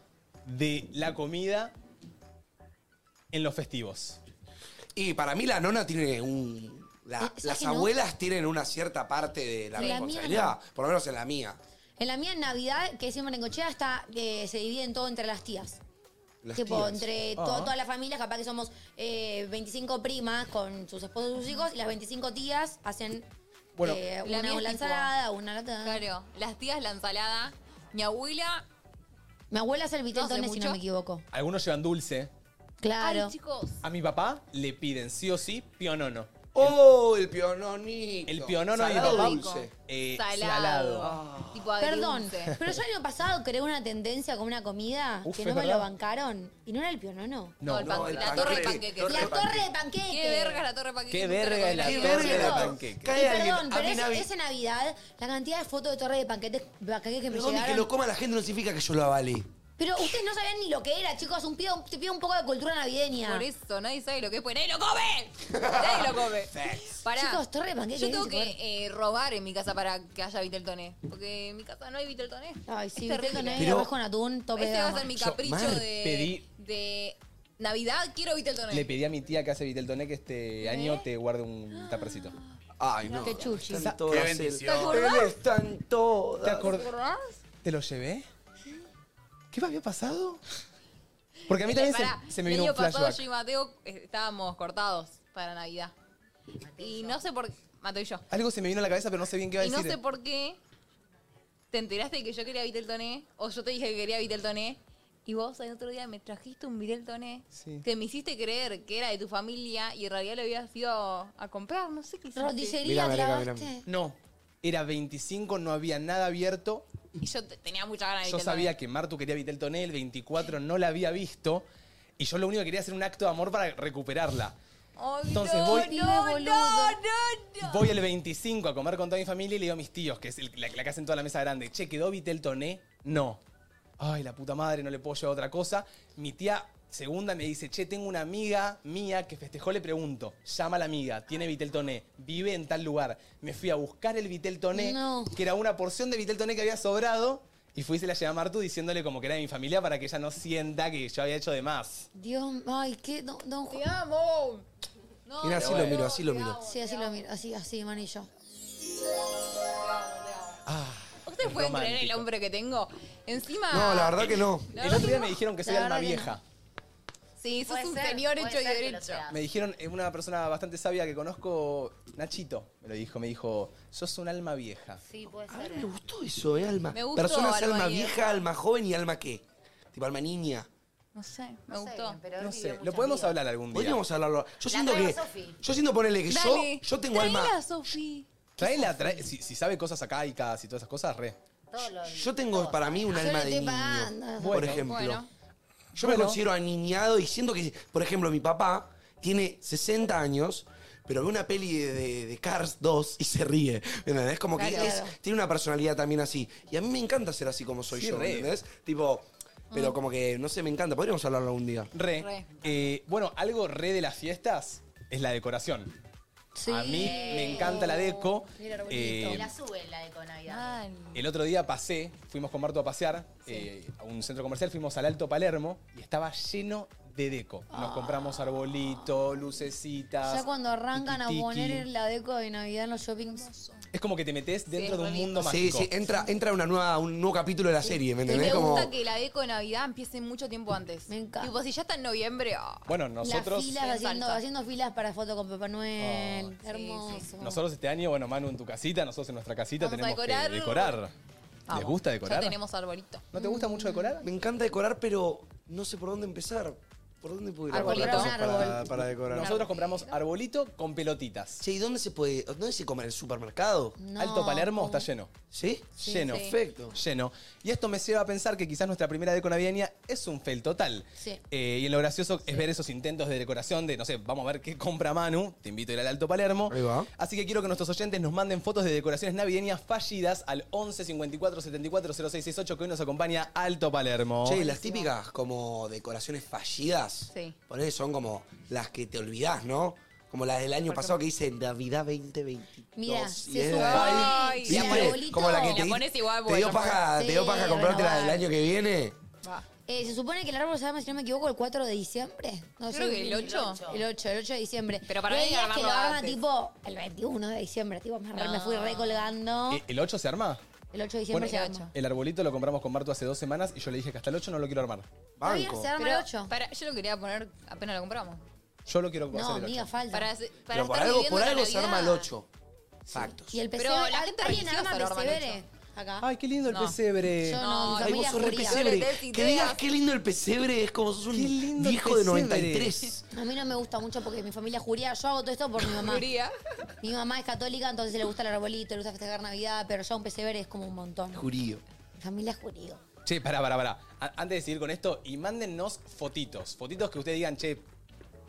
Speaker 2: de la comida en los festivos?
Speaker 3: Y para mí la nona tiene un... la-
Speaker 5: Eh,
Speaker 3: las
Speaker 5: ¿sabes que no?
Speaker 3: aplicadas abuelas tienen una cierta parte de la
Speaker 5: Sí. La mía
Speaker 3: responsabilidad, por lo menos en la mía.
Speaker 5: en la mía, en Navidad, que siempre en Cochea, está, eh, se divide en todo entre las tías.
Speaker 3: Las
Speaker 5: tipo,
Speaker 3: tías.
Speaker 5: entre
Speaker 2: Ah.
Speaker 5: to- toda la familia, capaz que somos eh, 25 primas con sus esposos y sus hijos, y las 25 tías hacen
Speaker 2: Bueno,
Speaker 5: eh, una,
Speaker 4: la mía es
Speaker 5: una
Speaker 4: tipo-
Speaker 5: ensalada, una lata.
Speaker 4: Claro, las tías la ensalada. Mi abuela.
Speaker 5: Mi abuela hace el viteltones, si
Speaker 4: mucho.
Speaker 5: no me equivoco.
Speaker 2: Algunos llevan dulce.
Speaker 5: Claro.
Speaker 4: Ay, chicos.
Speaker 2: A mi papá le piden sí o sí pionono.
Speaker 3: ¡Oh, el piononito!
Speaker 2: El pionono de mi
Speaker 3: Salado
Speaker 2: papá.
Speaker 3: dulce.
Speaker 2: eh,
Speaker 4: Salado. Oh, Ah. Tipo
Speaker 5: Perdón,
Speaker 4: agridulce.
Speaker 5: pero yo el año pasado creé una tendencia con una comida
Speaker 2: Uf,
Speaker 5: que
Speaker 2: es
Speaker 5: no me
Speaker 2: verdad.
Speaker 5: lo bancaron. Y no era el pionono.
Speaker 2: No,
Speaker 4: el pan-
Speaker 3: el
Speaker 4: la torre de
Speaker 3: panqueque.
Speaker 4: panqueques.
Speaker 3: Torre
Speaker 5: La
Speaker 3: de
Speaker 5: torre de
Speaker 3: panqueque.
Speaker 5: panqueque.
Speaker 4: Qué verga la torre de panqueques.
Speaker 2: Qué
Speaker 4: nunca la
Speaker 2: verga
Speaker 4: comí la
Speaker 2: la
Speaker 4: vida.
Speaker 3: Qué verga la
Speaker 5: Chicos,
Speaker 3: panqueque.
Speaker 5: y
Speaker 3: Cae alguien,
Speaker 5: perdón,
Speaker 3: a
Speaker 5: pero
Speaker 3: mí
Speaker 5: es-
Speaker 3: nadie-
Speaker 5: esa Navidad, la cantidad de fotos de torre de panqueques, panqueques que me
Speaker 3: Perdón, y que
Speaker 5: llegaron.
Speaker 3: lo coma la gente no significa que yo lo avalé.
Speaker 5: Pero ustedes no sabían ni lo que era, chicos. Un pido, te pido un poco de cultura navideña.
Speaker 4: Por eso, nadie sabe lo que es, porque nadie lo come. nadie lo come. Pará.
Speaker 5: Chicos, torre de panqueques,
Speaker 4: Yo tengo
Speaker 5: ¿qué
Speaker 4: que eh, robar en mi casa para que haya Viteltoné. Porque en mi casa no hay Viteltoné.
Speaker 5: Ay, sí,
Speaker 4: Es
Speaker 5: tengo
Speaker 4: terrible.
Speaker 5: negro,
Speaker 3: Pero-
Speaker 5: arroz con atún, tope de
Speaker 4: Ese va a
Speaker 5: gama.
Speaker 4: ser mi
Speaker 3: Yo,
Speaker 4: capricho
Speaker 3: mal
Speaker 4: de,
Speaker 2: pedí-
Speaker 4: de Navidad. Quiero Viteltoné.
Speaker 2: Le pedí a mi tía que hace Viteltoné que
Speaker 4: ¿Eh?
Speaker 2: este año te guarde un tapercito.
Speaker 3: Ay, no.
Speaker 5: Qué chuchi.
Speaker 3: Están todas el-
Speaker 27: bendición.
Speaker 4: ¿Te acordás?
Speaker 3: Él Están
Speaker 2: ¿Te
Speaker 4: Ah.
Speaker 3: todas.
Speaker 2: acordás? ¿Te lo llevé? ¿Qué me había pasado? Porque a mí también
Speaker 4: Pará,
Speaker 2: se, se me vino
Speaker 4: medio
Speaker 2: un
Speaker 4: pasado,
Speaker 2: flashback.
Speaker 4: yo y Mateo eh, estábamos cortados para Navidad. Y no sé por qué. Mateo y yo.
Speaker 2: Algo se me vino a la cabeza, pero no sé bien qué iba a
Speaker 4: Y no
Speaker 2: decir.
Speaker 4: sé por qué te enteraste que yo quería Viteltoné o yo te dije que quería Viteltoné y vos el otro día me trajiste un Viteltoné
Speaker 2: Sí.
Speaker 4: que me hiciste creer que era de tu familia y en realidad lo habías ido a, a comprar, no sé qué hiciste.
Speaker 2: Mirá, mirá, mirá, mirá. No, era 25, no había nada abierto.
Speaker 4: Y yo te- tenía mucha ganas de
Speaker 2: Yo
Speaker 4: Viteltoné.
Speaker 2: sabía que Martu quería Vitel Toné, el 24 no la había visto. Y yo lo único que quería era hacer un acto de amor para recuperarla.
Speaker 4: Ay,
Speaker 2: Entonces
Speaker 4: no,
Speaker 2: voy-
Speaker 4: no, no, no,
Speaker 2: Voy el 25 a comer con toda mi familia y le digo a mis tíos, que es el- la, la que hacen toda la mesa grande, che, ¿quedó Vitel Toné? No. Ay, la puta madre, no le puedo llevar otra cosa. Mi tía segunda me dice, che, tengo una amiga mía que festejó, le pregunto, llama a la amiga, tiene Vitel Toné, vive en tal lugar. Me fui a buscar el Vitel Toné,
Speaker 5: No.
Speaker 2: que era una porción de Vitel Toné que había sobrado, y fui y se la llevé a Martu diciéndole como que era de mi familia para que ella no sienta que yo había hecho de más.
Speaker 5: Dios, ay, qué, don, don Juan.
Speaker 4: Te amo.
Speaker 3: Mira, así lo miro, así lo miro.
Speaker 5: Sí, así lo miro, así, así, manillo.
Speaker 4: ¿Ustedes pueden creer el
Speaker 2: romántico.
Speaker 4: hombre que tengo? Encima. eh,
Speaker 3: No, la verdad que no.
Speaker 4: La
Speaker 2: El
Speaker 4: verdad
Speaker 2: otro día me dijeron que soy
Speaker 4: La
Speaker 2: alma
Speaker 4: verdad que no.
Speaker 2: vieja.
Speaker 4: Sí, sos
Speaker 28: Puede
Speaker 4: un
Speaker 28: ser,
Speaker 4: señor
Speaker 28: puede
Speaker 4: hecho y
Speaker 28: ser que lo
Speaker 4: derecho.
Speaker 28: sea.
Speaker 2: Me dijeron, eh, una persona bastante sabia que conozco, Nachito, me lo dijo, me dijo, sos un alma vieja.
Speaker 5: Sí, puede
Speaker 3: ser. Me gustó eso, ¿eh, alma?
Speaker 4: Me gustó, eh.
Speaker 3: Personas
Speaker 4: alma
Speaker 3: alma
Speaker 4: vieja.
Speaker 3: vieja, alma joven y alma qué. Tipo alma niña.
Speaker 4: No sé, me gustó.
Speaker 2: No sé, lo podemos hablar algún día.
Speaker 3: Podríamos hablarlo. Yo siento
Speaker 4: traigo
Speaker 3: que.
Speaker 4: a Sofi.
Speaker 3: Yo siento ponerle que yo,
Speaker 4: Dale,
Speaker 3: yo tengo alma.
Speaker 4: traela, Sofi.
Speaker 2: Traela, trae, si, si sabe cosas acaicas y todas esas cosas, re.
Speaker 3: Yo tengo para mí un
Speaker 5: Yo
Speaker 3: alma
Speaker 5: le
Speaker 3: de
Speaker 5: estoy
Speaker 3: niño.
Speaker 5: pagando.
Speaker 3: por
Speaker 2: Bueno,
Speaker 3: ejemplo.
Speaker 2: bueno.
Speaker 3: Yo me
Speaker 2: Bueno.
Speaker 3: considero aniñado y siento que, por ejemplo, mi papá tiene 60 años, pero ve una peli de, de- de Cars 2 y se ríe. ¿me ¿Entendés? Como que
Speaker 5: Claro.
Speaker 3: es- tiene una personalidad también así. Y a mí me encanta ser así como soy
Speaker 2: Sí,
Speaker 3: yo, ¿me
Speaker 2: re.
Speaker 3: ¿entendés? Tipo, pero como que, no sé, me encanta. Podríamos hablarlo algún día.
Speaker 2: Re.
Speaker 4: Re.
Speaker 2: Eh, bueno, algo re de las fiestas es la decoración.
Speaker 5: Sí.
Speaker 2: A mí me encanta la deco. Eh,
Speaker 8: la sube la de con
Speaker 5: Ah,
Speaker 8: Navidad.
Speaker 4: Mal.
Speaker 2: el otro día pasé, fuimos con Marto a pasear eh, a un centro comercial, fuimos al Alto Palermo y estaba lleno de deco. Nos compramos arbolito, lucecitas.
Speaker 5: Ah. Ya cuando arrancan a
Speaker 2: tiki-tiki.
Speaker 5: poner la deco de Navidad en los shoppings.
Speaker 2: Es como que te metes dentro
Speaker 4: es
Speaker 2: de un
Speaker 4: re
Speaker 2: mundo
Speaker 3: Sí,
Speaker 2: mágico.
Speaker 3: sí, entra, entra una nueva, un nuevo capítulo de la serie, ¿me
Speaker 4: Y
Speaker 3: entendés?
Speaker 4: me
Speaker 3: Como,
Speaker 4: gusta que la deco de Navidad empiece mucho tiempo antes.
Speaker 5: Me encanta.
Speaker 4: Tipo, si ya está en noviembre, ah.
Speaker 2: Bueno,
Speaker 5: Las
Speaker 2: nosotros,
Speaker 5: filas
Speaker 4: En
Speaker 5: haciendo,
Speaker 4: salsa.
Speaker 5: haciendo filas para foto con Papá Noel.
Speaker 2: Oh,
Speaker 4: sí,
Speaker 5: Hermoso.
Speaker 4: sí.
Speaker 2: nosotros este año, bueno, Manu en tu casita, nosotros en nuestra casita
Speaker 4: Vamos a
Speaker 2: tenemos
Speaker 4: decorar.
Speaker 2: que decorar.
Speaker 4: Vamos.
Speaker 2: ¿Les gusta
Speaker 4: Ya
Speaker 2: decorar?
Speaker 4: tenemos arbolito.
Speaker 2: ¿No te gusta mucho decorar?
Speaker 3: me encanta decorar, pero no sé por dónde empezar. ¿Por dónde pudiera
Speaker 4: Arbolito.
Speaker 3: comprar cosas
Speaker 5: Un árbol.
Speaker 3: Para, para decorar.
Speaker 2: Nosotros compramos arbolito con pelotitas.
Speaker 3: Che, ¿y dónde se puede? ¿Dónde se come? ¿En el supermercado?
Speaker 5: No,
Speaker 2: Alto Palermo
Speaker 5: ¿cómo?
Speaker 2: está lleno.
Speaker 3: ¿Sí?
Speaker 2: lleno.
Speaker 3: Perfecto.
Speaker 2: Lleno. Y esto me lleva a pensar que quizás nuestra primera deco navideña es un fail total.
Speaker 5: Sí.
Speaker 2: Eh, y en lo gracioso es ver esos intentos de decoración de, no sé, vamos a ver qué compra Manu. Te invito a ir al Alto Palermo.
Speaker 3: Ahí va.
Speaker 2: Así que quiero que nuestros oyentes nos manden fotos de decoraciones navideñas fallidas al 11 54 74 0668 que hoy nos acompaña Alto Palermo.
Speaker 3: Che, ¿y las típicas como decoraciones fallidas.
Speaker 4: Sí.
Speaker 3: Ponele, son como las que te olvidás, ¿no? Como las del año pasado que dice Navidad 2022.
Speaker 5: Mira,
Speaker 3: y
Speaker 5: si
Speaker 3: es
Speaker 5: es
Speaker 3: de-
Speaker 5: un
Speaker 4: Ay,
Speaker 5: país,
Speaker 4: sí,
Speaker 5: el
Speaker 3: ¿Viste?
Speaker 5: arbolito.
Speaker 3: Como la que
Speaker 4: La
Speaker 3: te,
Speaker 4: pones igual,
Speaker 3: te dio
Speaker 4: bueno.
Speaker 3: paja, te
Speaker 5: Sí,
Speaker 3: dio paja comprarte la
Speaker 5: bueno,
Speaker 3: del año que viene.
Speaker 5: Eh, se supone que el árbol se llama, si no me equivoco, el 4 de diciembre. No
Speaker 4: Creo que el ocho.
Speaker 5: El 8, el 8 de diciembre.
Speaker 4: Pero para
Speaker 5: Y hay
Speaker 4: mí
Speaker 5: días que lo
Speaker 4: armarlo
Speaker 5: arma
Speaker 4: antes.
Speaker 5: tipo el 21 de diciembre. Tipo, me, re- me fui recolgando.
Speaker 2: Eh, ¿El 8 se arma?
Speaker 5: El 8 de diciembre
Speaker 2: Bueno,
Speaker 5: se arma.
Speaker 2: el arbolito lo compramos con Martu hace dos semanas y yo le dije que hasta el 8 no lo quiero armar.
Speaker 5: Todavía
Speaker 3: Banco.
Speaker 5: se arma
Speaker 4: Pero,
Speaker 5: el 8.
Speaker 4: para- yo lo quería poner apenas lo compramos.
Speaker 2: Yo lo quiero
Speaker 5: No,
Speaker 2: hacer el 8.
Speaker 5: amiga, falta.
Speaker 4: Para, se- para
Speaker 3: Pero por
Speaker 4: estar
Speaker 3: algo,
Speaker 4: viviendo
Speaker 3: por
Speaker 4: la
Speaker 3: algo se
Speaker 4: Navidad.
Speaker 3: arma el 8. Factos.
Speaker 5: y el
Speaker 4: Pero
Speaker 5: pesebre,
Speaker 4: la
Speaker 5: ¿al-
Speaker 4: gente
Speaker 5: ¿alguien
Speaker 4: religiosa
Speaker 5: arma
Speaker 4: lo arma el
Speaker 5: pesebre? Acá.
Speaker 2: Ay, qué lindo el
Speaker 4: No.
Speaker 2: pesebre.
Speaker 5: Yo no, mi
Speaker 3: Ay, vos
Speaker 5: familia
Speaker 3: sos re
Speaker 5: judía.
Speaker 3: pesebre.
Speaker 4: Yo le des
Speaker 3: Que
Speaker 4: ideas.
Speaker 3: digas qué lindo el pesebre. Es como sos un
Speaker 2: Qué lindo el
Speaker 3: viejo de
Speaker 2: pesebre.
Speaker 3: 93.
Speaker 5: A mí no me gusta mucho porque mi familia juría. Yo hago todo esto por mi mamá.
Speaker 4: María.
Speaker 5: Mi mamá es católica, entonces le gusta el arbolito, le gusta festejar Navidad, pero ya un pesebre es como un montón.
Speaker 3: Jurío.
Speaker 5: Mi familia es jurío.
Speaker 2: Che, pará, pará, pará. A- Antes de seguir con esto, y mándennos fotitos. Fotitos que ustedes digan, che,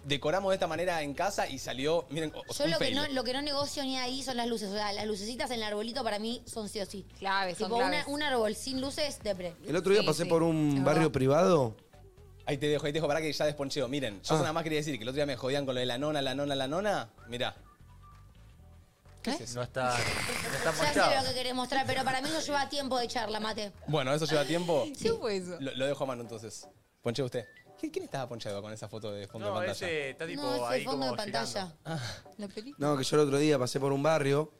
Speaker 2: decoramos de esta manera en casa y salió. Miren, o-
Speaker 5: Yo
Speaker 2: un
Speaker 5: lo que,
Speaker 2: fail.
Speaker 5: no, lo que no negocio ni ahí son las luces. O sea, las lucecitas en el arbolito para mí son sí o sí.
Speaker 4: Claves, son
Speaker 5: Tipo, una,
Speaker 4: claves.
Speaker 5: un árbol sin luces, depre.
Speaker 3: El otro día
Speaker 4: Sí,
Speaker 3: pasé
Speaker 4: sí.
Speaker 3: por
Speaker 4: Es
Speaker 3: un
Speaker 4: verdad.
Speaker 3: barrio privado.
Speaker 2: Ahí te dejo, ahí te dejo, pará que ya desponcheo. Miren, yo
Speaker 3: Ah.
Speaker 2: nada más quería decir que el otro día me jodían con lo de la nona, la nona, la nona. Mirá. ¿Qué es eso?
Speaker 7: No está, no está
Speaker 5: Ya sé lo
Speaker 7: manchado.
Speaker 5: que querés mostrar, pero para mí eso lleva tiempo de charla, mate.
Speaker 2: Bueno, eso lleva tiempo.
Speaker 4: ¿Qué fue eso?
Speaker 2: Lo, lo dejo a mano entonces. Poncheo usted. ¿Qui- ¿Quién estaba ponchado con esa foto de fondo de
Speaker 7: No,
Speaker 2: pantalla?
Speaker 7: ese está tipo
Speaker 5: no, es
Speaker 7: ahí
Speaker 5: el fondo
Speaker 7: como
Speaker 5: de pantalla.
Speaker 7: girando.
Speaker 4: La película.
Speaker 3: No, que yo el otro día pasé por un barrio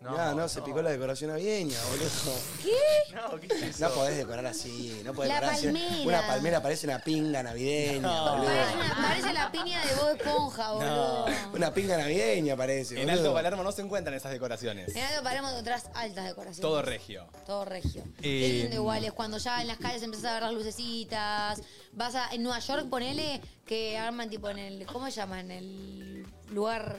Speaker 3: No, no, se picó la decoración navideña, boludo.
Speaker 5: ¿Qué?
Speaker 9: No, ¿qué es
Speaker 3: No podés decorar así, no podés
Speaker 5: La
Speaker 3: decorar así.
Speaker 5: palmera.
Speaker 3: Una palmera parece una pinga navideña, boludo.
Speaker 5: Parece, una- parece la piña de Bob Esponja, boludo.
Speaker 3: Una pinga navideña parece,
Speaker 2: En
Speaker 3: boludo.
Speaker 2: Alto Palermo no se encuentran esas decoraciones.
Speaker 5: Mirá que paramos de otras altas decoraciones.
Speaker 2: Todo regio.
Speaker 5: Todo regio.
Speaker 2: Eh,
Speaker 5: Qué lindo igual es cuando ya en las calles empiezas a ver las lucecitas. Vas a. En Nueva York, ponele que arman tipo en el. ¿Cómo se llama? En el lugar.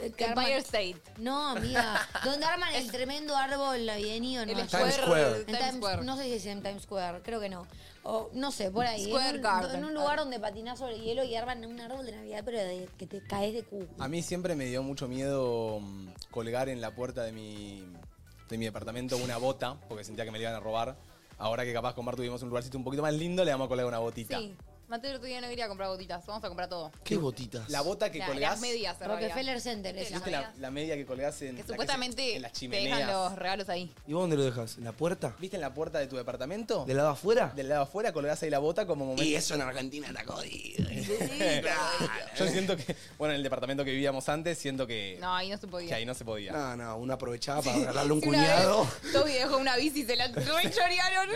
Speaker 5: eh, que arman-
Speaker 23: Empire State.
Speaker 5: No, amiga. ¿Dónde arman el tremendo árbol navideño? en
Speaker 23: El
Speaker 5: Nueva
Speaker 23: Times
Speaker 5: York?
Speaker 3: Square.
Speaker 5: En
Speaker 23: Times
Speaker 5: Times-
Speaker 23: Square.
Speaker 5: No sé si es en Times Square, creo que no. O no sé, por ahí.
Speaker 23: Square
Speaker 5: en, un,
Speaker 23: Garden.
Speaker 5: en un lugar donde patinás sobre hielo y arman un árbol de Navidad, pero de- que te caes de cubo.
Speaker 23: Ah,
Speaker 2: A mí siempre me dio mucho miedo mm, colgar en la puerta de mi, de mi departamento una bota, porque sentía que me la iban a robar. Ahora que capaz con Mar tuvimos un lugarcito un poquito más lindo, le vamos a colgar una botita.
Speaker 23: Sí. Mateo, el otro día no quería comprar botitas. Vamos a comprar todo.
Speaker 3: ¿Qué botitas?
Speaker 2: La bota que
Speaker 23: La-
Speaker 2: colgás.
Speaker 23: las medias, en realidad.
Speaker 5: Rockefeller Center,
Speaker 23: Sí,
Speaker 5: es
Speaker 2: ¿Viste la, la media que colgás en,
Speaker 23: Que
Speaker 2: la se-
Speaker 23: supuestamente
Speaker 2: en las
Speaker 23: te dejan
Speaker 2: chimeneas?
Speaker 23: los regalos ahí.
Speaker 3: ¿Y vos dónde lo dejas? ¿En la puerta?
Speaker 2: ¿Viste en la puerta de tu departamento?
Speaker 3: ¿Del lado afuera?
Speaker 2: Del lado afuera colgás ahí la bota como momento.
Speaker 3: Y eso en Argentina está jodido.
Speaker 2: Yo siento que, bueno, en el departamento que vivíamos antes, siento que,
Speaker 23: No, ahí no se podía.
Speaker 2: Eh, que ahí no se podía.
Speaker 3: No, no, una aprovechaba para regalarle un
Speaker 23: Sí, una vez
Speaker 3: cuñado.
Speaker 23: Toby dejó una bici y se la rechorearon.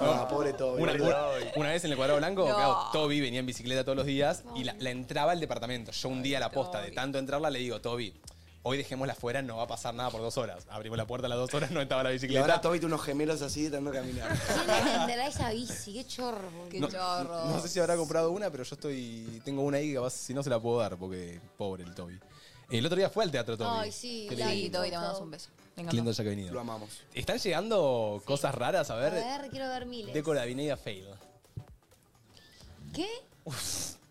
Speaker 9: No,
Speaker 3: No, pobre todo.
Speaker 2: Una, una- una vez en el cuadrado blanco,
Speaker 23: No.
Speaker 2: claro, Toby venía en bicicleta todos los días y la, la entraba al departamento. Yo un día a la posta, de
Speaker 23: Toby.
Speaker 2: tanto entrarla, le digo, Toby, hoy dejémosla afuera, no va a pasar nada por dos horas. Abrimos la puerta a las dos horas, no estaba la
Speaker 3: Y ahora
Speaker 2: bicicleta.
Speaker 3: Toby tiene unos gemelos así tratando de caminar.
Speaker 5: ¿Quién entenderá esa bici? Qué chorro. boludo.
Speaker 23: Qué
Speaker 2: No,
Speaker 23: chorro.
Speaker 2: no sé si habrá comprado una, pero yo estoy tengo una ahí que capaz, si no se la puedo dar, porque pobre el Toby. El otro día fue al teatro Toby.
Speaker 5: Ay, sí,
Speaker 2: Qué
Speaker 5: la
Speaker 2: lindo.
Speaker 5: vi.
Speaker 23: Sí, Toby, te mandamos un beso. Me
Speaker 2: Qué
Speaker 23: encantó.
Speaker 2: lindo ya que ha venido.
Speaker 3: Lo amamos.
Speaker 2: ¿Están llegando cosas raras? A
Speaker 5: A
Speaker 2: ver,
Speaker 5: ver, quiero ver miles.
Speaker 2: Décora Vineida Fail.
Speaker 5: ¿Qué?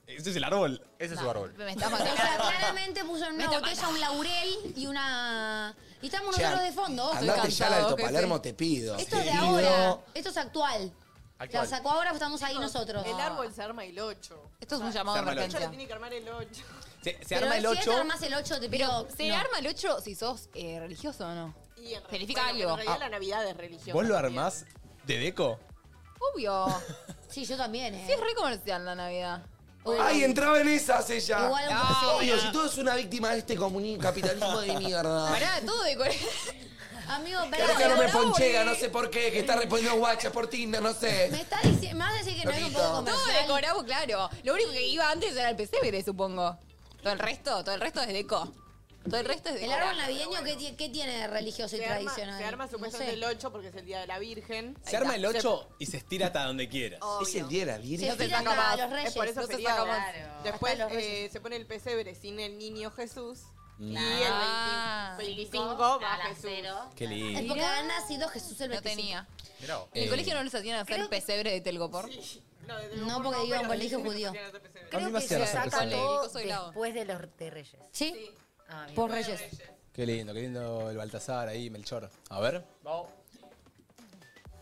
Speaker 2: Ese es el árbol.
Speaker 9: Ese es su árbol.
Speaker 23: Me estás
Speaker 5: O sea,
Speaker 23: matando.
Speaker 5: claramente puso en una
Speaker 23: Me está
Speaker 5: botella un laurel y una... Y estamos
Speaker 3: Che,
Speaker 5: nosotros de fondo.
Speaker 3: Andate ya al
Speaker 23: cansado,
Speaker 3: Alto
Speaker 23: jefe.
Speaker 3: Palermo, te pido.
Speaker 5: Esto es
Speaker 3: te
Speaker 5: de
Speaker 3: pido.
Speaker 5: ahora. Esto es actual.
Speaker 9: Actual.
Speaker 5: La sacó ahora, estamos ahí nosotros.
Speaker 10: El árbol se arma el 8.
Speaker 23: Esto es un llamado
Speaker 2: Se
Speaker 23: de
Speaker 2: arma el
Speaker 10: Ya lo
Speaker 23: emergencia.
Speaker 10: tiene que armar el 8.
Speaker 2: Se, se
Speaker 5: Pero
Speaker 2: arma el
Speaker 5: Si
Speaker 2: 8.
Speaker 5: esto armás el 8, te pido...
Speaker 23: Pero, ¿se
Speaker 5: no.
Speaker 23: arma el 8 si sos eh, religioso o no?
Speaker 10: Y en realidad-
Speaker 23: Significa
Speaker 10: bueno, pero
Speaker 23: algo.
Speaker 10: En
Speaker 5: Ah.
Speaker 10: realidad la Navidad es religiosa.
Speaker 2: ¿Vos lo
Speaker 10: también.
Speaker 2: armás de deco?
Speaker 23: Obvio.
Speaker 5: Sí, yo también, ¿eh?
Speaker 23: Sí, es re comercial la Navidad.
Speaker 3: ¡Ay, entraba en esas ella!
Speaker 5: Igual aunque
Speaker 23: Ah,
Speaker 5: sea-
Speaker 3: Obvio, si tú eres una víctima de este comuni- capitalismo de
Speaker 2: Ah.
Speaker 3: mierda.
Speaker 23: Pará, todo de
Speaker 5: Amigo,
Speaker 3: Creo
Speaker 5: pero... eh.
Speaker 3: que no me
Speaker 23: ahora voy.
Speaker 3: ponchega, no sé por qué, que está respondiendo guachas por Tinder, no
Speaker 5: Me
Speaker 3: sé.
Speaker 5: está diciendo... Me vas a decir que no es un poco
Speaker 3: Lotito.
Speaker 23: Todo
Speaker 5: comercial.
Speaker 23: decorado, claro. Lo único que iba antes era el pesebre, supongo. Todo el resto, todo el resto es deco. Todo el resto es
Speaker 5: El
Speaker 23: deco.
Speaker 5: árbol navideño, ¿qué, ti- qué tiene de religioso y
Speaker 10: Se arma,
Speaker 5: tradicional?
Speaker 10: se arma
Speaker 5: No
Speaker 10: supuestamente
Speaker 5: sé.
Speaker 10: el 8 porque es el día de la Virgen.
Speaker 2: Se arma el 8 y se estira hasta donde quieras.
Speaker 10: Obvio.
Speaker 3: Es el día de la
Speaker 5: Se
Speaker 3: Virgen.
Speaker 5: tira
Speaker 10: saca
Speaker 5: hasta
Speaker 10: más.
Speaker 5: los reyes.
Speaker 10: Es por eso
Speaker 23: no se
Speaker 10: sería
Speaker 23: saca
Speaker 10: ahora.
Speaker 23: más.
Speaker 10: Después
Speaker 5: Hasta los reyes.
Speaker 10: eh, se pone el pesebre sin el niño Jesús.
Speaker 23: Ah.
Speaker 10: Y el 20 25 va Jesús.
Speaker 2: Qué
Speaker 5: Es
Speaker 2: lindo.
Speaker 5: porque han nacido Jesús el
Speaker 23: No
Speaker 5: 25.
Speaker 23: tenía.
Speaker 9: Mirá vos.
Speaker 23: En
Speaker 2: Eh,
Speaker 23: el colegio no les hacían hacer
Speaker 5: creo que-
Speaker 23: pesebre de telgopor.
Speaker 10: No, desde
Speaker 5: No,
Speaker 10: luego,
Speaker 5: porque
Speaker 10: no,
Speaker 5: iba a un
Speaker 10: pero
Speaker 5: colegio
Speaker 10: sí se
Speaker 5: judío.
Speaker 10: pusieron ese pesebre.
Speaker 2: A mí
Speaker 8: Creo
Speaker 2: me
Speaker 8: que
Speaker 2: hacían
Speaker 8: se
Speaker 2: hacer
Speaker 8: saca
Speaker 2: pesebre.
Speaker 8: todo
Speaker 23: Soy lado.
Speaker 8: después de los de Reyes.
Speaker 5: ¿Sí?
Speaker 8: Ah, bien.
Speaker 5: Por Reyes.
Speaker 2: Qué lindo, qué lindo el Baltasar ahí, Melchor. A ver.
Speaker 9: Vamos.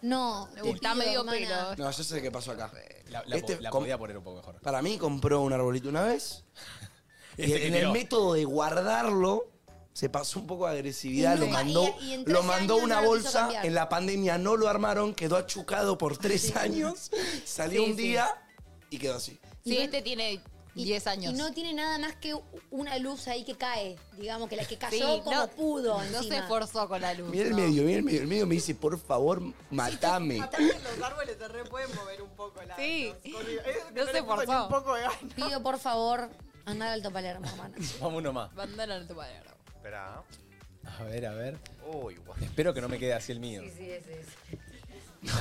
Speaker 5: No, te
Speaker 23: Está
Speaker 5: pido,
Speaker 23: medio
Speaker 5: hermana.
Speaker 23: pelo.
Speaker 3: No, yo sé qué pasó acá.
Speaker 2: La, la
Speaker 3: Este
Speaker 2: po- la
Speaker 3: com-
Speaker 2: podía poner un poco mejor.
Speaker 3: Para mí compró un arbolito una vez.
Speaker 5: Este
Speaker 3: Y
Speaker 2: Ese que
Speaker 3: en el
Speaker 2: tiró.
Speaker 3: método de guardarlo, se pasó un poco de agresividad,
Speaker 5: Y
Speaker 3: lo
Speaker 5: nunca-
Speaker 3: mandó,
Speaker 5: y- y en
Speaker 3: lo
Speaker 5: 13
Speaker 3: mandó
Speaker 5: años
Speaker 3: una
Speaker 5: no lo quiso
Speaker 3: bolsa,
Speaker 5: cambiar.
Speaker 3: en la pandemia no lo armaron, quedó achucado por tres años, salió
Speaker 23: Sí,
Speaker 3: un
Speaker 23: sí.
Speaker 3: día y quedó así.
Speaker 23: Sí,
Speaker 5: Y-
Speaker 23: este tiene
Speaker 5: Y-
Speaker 23: 10 años.
Speaker 5: Y no tiene nada más que una luz ahí que cae, digamos, que la que
Speaker 23: Sí,
Speaker 5: cayó como
Speaker 23: no-
Speaker 5: pudo.
Speaker 23: No se
Speaker 5: encima.
Speaker 23: esforzó con la luz.
Speaker 3: Mira el
Speaker 23: no.
Speaker 3: medio, mira el medio, el medio me dice, por favor, matame.
Speaker 10: Aparte, los árboles se re pueden mover un poco. La,
Speaker 23: Sí.
Speaker 10: los corridos. Es que
Speaker 23: No se
Speaker 10: le puso ni
Speaker 23: forzó.
Speaker 10: Un poco de gana.
Speaker 5: Pido por favor andar al Alto Palermo, hermana.
Speaker 2: Vamos uno más.
Speaker 23: Bandana no te vale, no.
Speaker 9: Esperá.
Speaker 2: A ver, a ver.
Speaker 9: Uy, guau.
Speaker 2: Espero que no me quede así el mío.
Speaker 8: Sí, sí, ese es.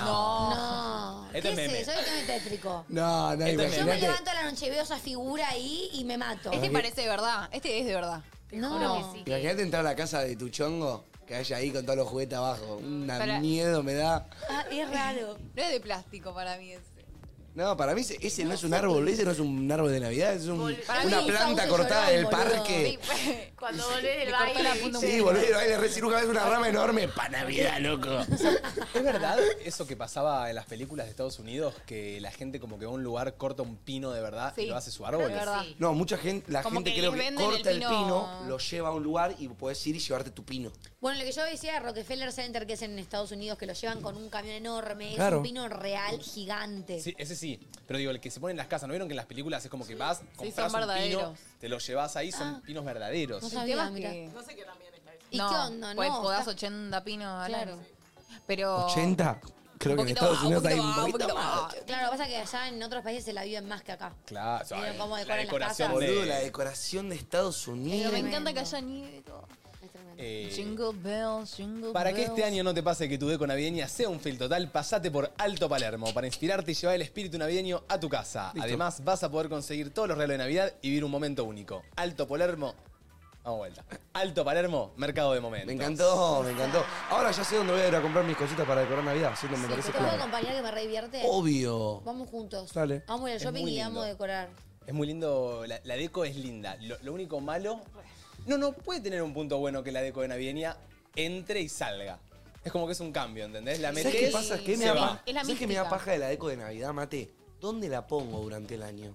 Speaker 5: No.
Speaker 2: Este
Speaker 5: ¿Qué
Speaker 2: es
Speaker 5: es
Speaker 2: meme.
Speaker 5: eso? Esto es tétrico.
Speaker 3: No,
Speaker 2: Esto
Speaker 3: no,
Speaker 2: es
Speaker 5: Yo me
Speaker 2: Mirá
Speaker 3: imagínate.
Speaker 5: levanto a la noche y veo esa figura ahí y me mato.
Speaker 23: Este parece de verdad. Este es de verdad.
Speaker 5: No,
Speaker 8: Juro que sí, que-
Speaker 3: Imagínate entrar a la casa de tu chongo, que haya ahí con todos los juguetes abajo. Un
Speaker 23: Para-
Speaker 3: miedo me da.
Speaker 5: Ah, es raro.
Speaker 23: No es de plástico para mí ese.
Speaker 3: No, para mí ese, ese no, es un árbol, ese no es un árbol de Navidad, es un-
Speaker 5: Para mí
Speaker 3: una
Speaker 5: es
Speaker 3: planta
Speaker 5: sauce
Speaker 3: cortada del
Speaker 5: llorón, boludo.
Speaker 3: parque.
Speaker 4: pues,
Speaker 23: Cuando volvés del baile. La punta un
Speaker 3: Sí,
Speaker 23: poquito.
Speaker 3: boludo, ahí de re ciruja, es una rama enorme para Navidad, loco.
Speaker 2: ¿Es verdad eso que pasaba en las películas de Estados Unidos? Que la gente como que va a un lugar, corta un pino de verdad y
Speaker 23: Sí.
Speaker 2: lo hace su árbol.
Speaker 23: Creo que
Speaker 2: Ese
Speaker 23: sí.
Speaker 3: No, mucha gente, la
Speaker 23: Como
Speaker 3: gente
Speaker 23: que
Speaker 3: creo
Speaker 23: les
Speaker 3: que
Speaker 23: venden el
Speaker 3: corta el pino.
Speaker 23: pino.
Speaker 3: lo lleva a un lugar y puedes ir y llevarte tu pino.
Speaker 5: Bueno, lo que yo decía de Rockefeller Center, que es en Estados Unidos, que lo llevan con un camión enorme, es
Speaker 3: Claro.
Speaker 5: un pino real gigante.
Speaker 2: Sí, ese sí. Pero digo, el que se pone en las casas, ¿no vieron que en las películas es como que vas, compras
Speaker 23: son
Speaker 2: un pino,
Speaker 23: verdaderos.
Speaker 2: te lo llevas ahí, son pinos verdaderos.
Speaker 5: No
Speaker 23: El tema
Speaker 5: sabía,
Speaker 23: es
Speaker 5: mira.
Speaker 23: que-
Speaker 10: No sé qué también está eso.
Speaker 5: ¿Y
Speaker 4: no,
Speaker 5: qué onda?
Speaker 4: Pues
Speaker 5: No,
Speaker 4: podás
Speaker 5: está-
Speaker 4: 80 pinos al
Speaker 5: Claro.
Speaker 4: año. Pero.
Speaker 3: ¿80? Creo que en
Speaker 4: Oh. poquito
Speaker 3: Estados
Speaker 4: más,
Speaker 3: Unidos hay un
Speaker 4: poquito más,
Speaker 3: poquito
Speaker 4: poquito
Speaker 3: más.
Speaker 4: más.
Speaker 5: Claro, lo que pasa es que allá en otros países se la viven más que acá.
Speaker 2: Claro, o sea,
Speaker 5: Miren cómo
Speaker 2: la
Speaker 5: decoran las
Speaker 2: decoración
Speaker 5: casas.
Speaker 3: Boludo,
Speaker 2: de...
Speaker 9: eh.
Speaker 3: la decoración de Estados
Speaker 4: Pero
Speaker 3: Unidos.
Speaker 4: me encanta que haya nieve. y todo.
Speaker 2: eh,
Speaker 4: Jingle bells, jingle
Speaker 2: Para que
Speaker 4: bells.
Speaker 2: este año no te pase que tu deco navideña sea un fail total, pasate por Alto Palermo para inspirarte y llevar el espíritu navideño a tu casa.
Speaker 3: Listo.
Speaker 2: Además, vas a poder conseguir todos los regalos de Navidad y vivir un momento único. Alto Palermo. Vamos vuelta. Alto Palermo, mercado de momentos.
Speaker 3: Me encantó, me encantó. Ahora ya sé dónde voy a ir a comprar mis cositas para decorar Navidad, así que me
Speaker 5: Sí,
Speaker 3: parece
Speaker 5: ¿Te puedo
Speaker 3: claro.
Speaker 5: acompañar que me revierte?
Speaker 3: Obvio.
Speaker 5: Vamos juntos.
Speaker 3: Dale.
Speaker 5: Vamos a ir al
Speaker 2: Es
Speaker 5: shopping
Speaker 2: muy
Speaker 5: y
Speaker 2: lindo.
Speaker 5: vamos a decorar.
Speaker 2: Es muy lindo, la, la deco es linda. Lo, lo único malo. No, no, puede tener un punto bueno que la deco de navideña entre y salga. Es como que es un cambio, ¿entendés? La
Speaker 3: ¿Sabes
Speaker 2: metés,
Speaker 3: qué pasa? ¿Qué me
Speaker 2: se
Speaker 3: da
Speaker 2: va.
Speaker 3: pa-
Speaker 4: Es la
Speaker 3: ¿Sabes qué me da
Speaker 4: mística.
Speaker 3: paja de la deco de Navidad, mate? ¿Dónde la pongo durante el año?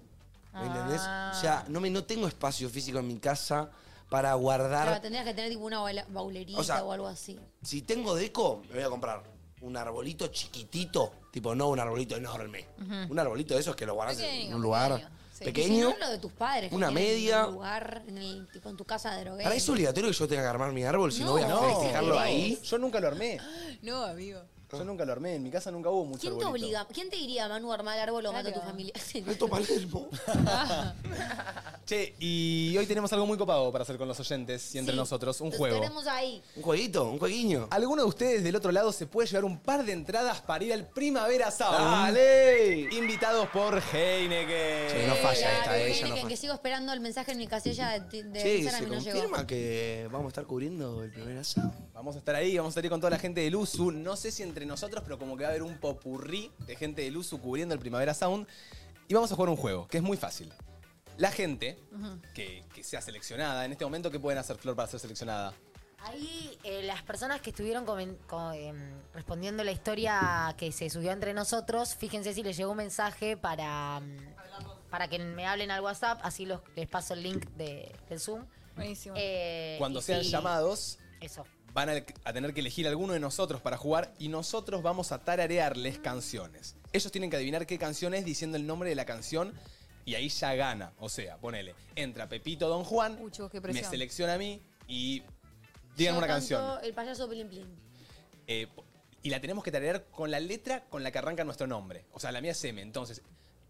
Speaker 3: ¿Me entendés?
Speaker 4: Ah.
Speaker 3: O sea, no, me, no tengo espacio físico en mi casa para guardar.
Speaker 5: Claro, tendrías que tener tipo una baula- baulerita
Speaker 3: O
Speaker 5: o,
Speaker 3: sea,
Speaker 5: algo así.
Speaker 3: Si tengo deco, me voy a comprar un arbolito chiquitito, tipo no un arbolito enorme. Un arbolito de esos que lo guardas en
Speaker 4: Pequeño,
Speaker 3: un lugar
Speaker 4: pequeño, sí.
Speaker 5: Y si
Speaker 3: pequeño.
Speaker 5: no, lo de tus padres. que
Speaker 3: una
Speaker 5: tienen en
Speaker 3: media.
Speaker 5: un lugar, en, el, tipo, en tu casa de drogué.
Speaker 3: ¿Para eso es obligatorio que yo tenga que armar mi árbol si no,
Speaker 5: No,
Speaker 3: voy a
Speaker 5: no,
Speaker 3: festejarlo
Speaker 5: no.
Speaker 3: ahí? Ah.
Speaker 2: Yo nunca lo armé.
Speaker 4: No, amigo.
Speaker 2: Yo nunca lo armé. En mi casa nunca hubo mucho
Speaker 5: ¿Quién te
Speaker 2: arbolito.
Speaker 5: obliga? ¿Quién te diría, Manu, a armar el árbol o mata a tu
Speaker 4: Claro.
Speaker 5: familia?
Speaker 3: Alto Palermo.
Speaker 2: Che, y hoy tenemos algo muy copado para hacer con los oyentes y entre
Speaker 5: Sí.
Speaker 2: nosotros, un
Speaker 5: Los
Speaker 2: juego.
Speaker 5: Tenemos ahí.
Speaker 3: Un jueguito, un jueguiño.
Speaker 2: ¿Alguno de ustedes del otro lado se puede llevar un par de entradas para ir al Primavera Sound?
Speaker 3: ¡Dale!
Speaker 2: Invitados por Heineken.
Speaker 3: Che, no falla esta, eh, ya
Speaker 5: Viene
Speaker 3: no
Speaker 5: que, que
Speaker 3: falla.
Speaker 5: sigo esperando el mensaje en mi casilla de, de
Speaker 3: Che,
Speaker 5: Instagram
Speaker 3: se
Speaker 5: y no llegó.
Speaker 3: confirma que vamos a estar cubriendo el primer asado.
Speaker 2: Vamos a estar ahí, vamos a estar ahí con toda la gente del USU. No sé si entre nosotros, pero como que va a haber un popurrí de gente del USU cubriendo el Primavera Sound. Y vamos a jugar un juego, que es muy fácil. La gente que, que sea seleccionada, en este momento, ¿qué pueden hacer, Flor, para ser seleccionada?
Speaker 8: Ahí eh, las personas que estuvieron comen- co- em, respondiendo la historia que se subió entre nosotros, fíjense si les llegó un mensaje para, mm, para que me hablen al WhatsApp, así los, les paso el link de, del Zoom.
Speaker 4: Buenísimo.
Speaker 8: Eh,
Speaker 2: Cuando
Speaker 8: y
Speaker 2: sean
Speaker 8: si-
Speaker 2: llamados,
Speaker 8: Eso.
Speaker 2: van a, a tener que elegir alguno de nosotros para jugar y nosotros vamos a tararearles canciones. Ellos tienen que adivinar qué canción es diciendo el nombre de la canción y ahí ya gana. O sea, ponele, entra Pepito Don Juan,
Speaker 4: Uy, chicos, qué
Speaker 2: me
Speaker 4: presión.
Speaker 2: selecciona a mí y
Speaker 5: Yo
Speaker 2: díganme una
Speaker 5: canto
Speaker 2: canción.
Speaker 5: El payaso Plin Plin.
Speaker 2: Eh, po- y la tenemos que tararear con la letra con la que arranca nuestro nombre. O sea, la mía es M, entonces...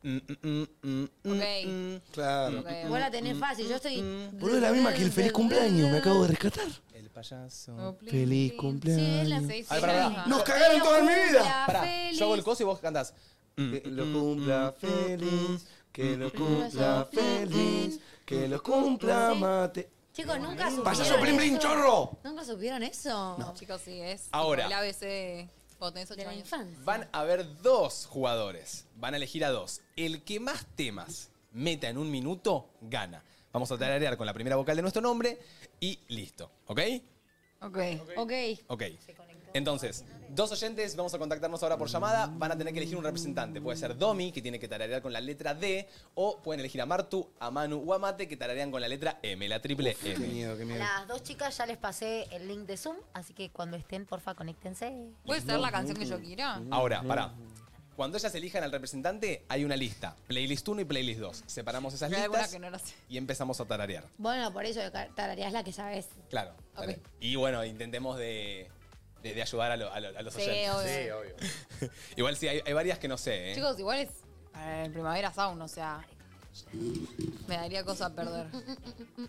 Speaker 2: mm, mm, mm, mm, mm,
Speaker 4: Ok.
Speaker 2: mm.
Speaker 3: Claro.
Speaker 4: Ok,
Speaker 5: Vos la tenés fácil, yo estoy.
Speaker 3: mm, Boludo, es la misma que el feliz cumpleaños, me acabo de rescatar.
Speaker 2: El payaso...
Speaker 4: Oh, plin,
Speaker 3: Feliz
Speaker 4: plin.
Speaker 5: Sí, es la
Speaker 3: cumpleaños.
Speaker 4: Sí, sí,
Speaker 2: Ay, pará,
Speaker 4: la Ah,
Speaker 2: pará.
Speaker 5: Ah.
Speaker 4: misma.
Speaker 3: ¡Nos cagaron toda mi vida!
Speaker 2: Pará, yo hago el coso y vos cantás. Mm,
Speaker 3: Que Eh, lo cumpla feliz, que lo cumpla feliz, que lo cumpla mate.
Speaker 5: Chicos, nunca supieron.
Speaker 3: ¡Payaso Plin Plin,
Speaker 5: eso?
Speaker 3: chorro!
Speaker 5: ¿Nunca supieron eso?
Speaker 4: Chicos, sí, es.
Speaker 2: Ahora.
Speaker 4: El ABC cuando tenés
Speaker 5: De
Speaker 4: 8
Speaker 5: la
Speaker 4: años.
Speaker 5: infancia.
Speaker 2: Van a haber dos jugadores. Van a elegir a dos. El que más temas meta en un minuto, gana. Vamos a tararear con la primera vocal de nuestro nombre y listo. ¿Ok?
Speaker 4: Ok.
Speaker 5: Ok.
Speaker 2: Ok. Entonces, dos oyentes, vamos a contactarnos ahora por llamada. Van a tener que elegir un representante. Puede ser Domi, que tiene que tararear con la letra D, o pueden elegir a Martu, a Manu o a Mate, que tararean con la letra M, la triple
Speaker 3: Qué
Speaker 2: M.
Speaker 3: miedo, qué
Speaker 8: A
Speaker 3: miedo.
Speaker 8: las dos chicas ya les pasé el link de Zoom, así que cuando estén, porfa, conéctense.
Speaker 4: ¿Puede ser la canción que yo quiera?
Speaker 2: Ahora, pará. Cuando ellas elijan al representante, hay una lista. Playlist 1 y playlist 2. Separamos esas
Speaker 4: Pero hay alguna
Speaker 2: listas
Speaker 4: que no la sé.
Speaker 2: y empezamos a tararear.
Speaker 5: Bueno, por eso tarareás la que sabes.
Speaker 2: Claro. dale.
Speaker 4: Ok.
Speaker 2: Y bueno, intentemos de, de- de ayudar a, lo- a lo- a los
Speaker 4: Sí,
Speaker 2: oyentes.
Speaker 4: obvio.
Speaker 12: Sí, obvio.
Speaker 2: Igual sí, hay, hay varias que no sé, ¿eh?
Speaker 4: Chicos, igual es para el primavera sound, o sea. Me daría cosa perder.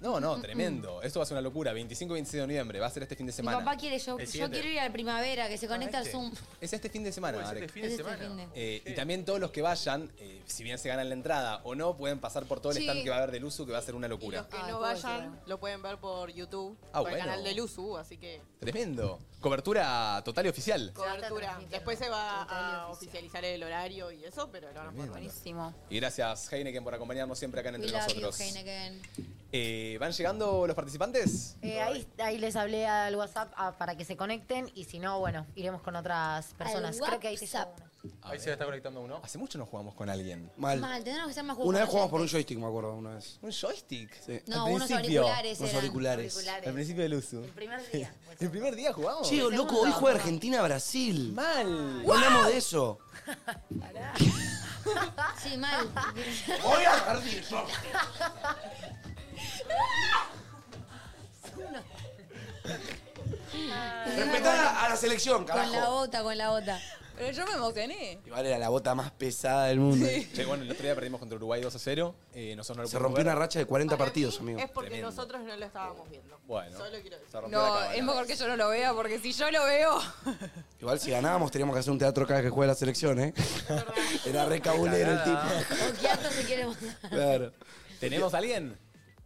Speaker 2: No, no, tremendo. Esto va a ser una locura. 25 y 26 de noviembre. Va a ser este fin de
Speaker 5: mm, Mi
Speaker 2: semana.
Speaker 5: papá quiere yo.
Speaker 12: El
Speaker 5: Yo
Speaker 12: siguiente.
Speaker 5: quiero ir a la primavera, que se conecta al
Speaker 12: este.
Speaker 5: Zoom.
Speaker 2: Es este fin de semana,
Speaker 12: Uy,
Speaker 2: Arek.
Speaker 12: este fin de
Speaker 5: Es este
Speaker 12: semana.
Speaker 5: fin de-
Speaker 2: Eh, y también todos los que vayan, eh, si bien se ganan la entrada o no, pueden pasar por todo el
Speaker 4: Sí.
Speaker 2: stand que va a haber del uso, que va a ser una
Speaker 10: Y los
Speaker 2: locura.
Speaker 10: que
Speaker 4: Ay,
Speaker 10: no
Speaker 4: ¿cómo
Speaker 10: vayan
Speaker 4: llegaron?
Speaker 10: lo pueden ver por YouTube,
Speaker 2: Ah,
Speaker 10: por el
Speaker 2: bueno.
Speaker 10: canal del USU, así que
Speaker 2: Tremendo. Cobertura total y oficial.
Speaker 8: va a estar
Speaker 10: cobertura.
Speaker 8: transmitiendo.
Speaker 10: Después se va a
Speaker 8: Total y oficial.
Speaker 10: oficializar el horario y eso, pero lo van a poder ver.
Speaker 4: Buenísimo.
Speaker 2: Y gracias, Heineken, por acompañarnos siempre acá en
Speaker 5: We
Speaker 2: Entre
Speaker 5: love you,
Speaker 2: Nosotros.
Speaker 5: Heineken.
Speaker 2: Eh, ¿Van llegando los participantes?
Speaker 8: Eh, ahí, ahí les hablé al WhatsApp ah, para que se conecten y si no, bueno, iremos con otras personas. Creo que ahí te
Speaker 5: WhatsApp.
Speaker 8: llamo.
Speaker 2: A
Speaker 12: Ahí
Speaker 2: ver.
Speaker 12: se está conectando uno.
Speaker 2: Hace mucho no jugamos con alguien.
Speaker 3: Mal.
Speaker 5: Mal, tenemos que ser más jugosos.
Speaker 3: Una vez jugamos por un joystick, me acuerdo, una vez.
Speaker 2: ¿Un joystick?
Speaker 3: Sí.
Speaker 5: No,
Speaker 2: Al
Speaker 5: unos
Speaker 2: principio.
Speaker 5: auriculares.
Speaker 3: Unos
Speaker 5: eran.
Speaker 3: auriculares.
Speaker 8: Auriculares.
Speaker 2: Al principio del uso.
Speaker 8: El primer día. pues.
Speaker 2: ¿El primer día jugamos?
Speaker 3: Che,
Speaker 8: El
Speaker 3: loco,
Speaker 8: segundo.
Speaker 3: hoy juega Argentina-Brasil.
Speaker 2: mal.
Speaker 3: No hablamos de eso.
Speaker 5: Sí, mal.
Speaker 3: Voy a jardín. Respetá a la selección, carajo.
Speaker 29: Con la bota, con la bota.
Speaker 4: Pero yo me emocioné.
Speaker 3: Igual era la bota más pesada del mundo.
Speaker 2: Che, bueno, el otro día perdimos contra Uruguay 2 a 0. Eh, nosotros no lo
Speaker 3: Se
Speaker 2: pudimos
Speaker 3: rompió
Speaker 2: ver.
Speaker 3: una racha de 40 partidos, amigo.
Speaker 30: Es porque nosotros no lo estábamos viendo.
Speaker 2: Bueno.
Speaker 30: Solo quiero decir.
Speaker 4: No, es mejor que yo no lo vea, porque si yo lo veo.
Speaker 3: Igual si ganábamos teníamos que hacer un teatro cada vez que juegue la selección, ¿eh? Era re cabulero el tipo.
Speaker 5: Oquiato se quiere mostrar.
Speaker 3: Claro.
Speaker 2: ¿Tenemos a alguien?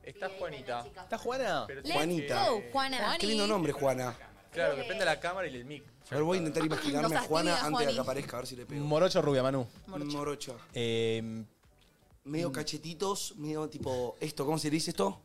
Speaker 12: Está Juanita.
Speaker 2: ¿Está Juana?
Speaker 12: Pero-
Speaker 3: Juanita.
Speaker 5: Go, Juana.
Speaker 3: Qué lindo nombre, Juana.
Speaker 12: Claro, depende de la cámara y el mic.
Speaker 3: A ver, voy a intentar
Speaker 4: Nos
Speaker 3: imaginarme a
Speaker 4: fastidia,
Speaker 3: Juana antes de
Speaker 4: Juani.
Speaker 3: que aparezca, a ver si le pego.
Speaker 2: Morocho o rubia, Manu.
Speaker 3: Morocho.
Speaker 2: Eh,
Speaker 4: Mm.
Speaker 3: Medio cachetitos, medio tipo esto, ¿cómo se le dice esto?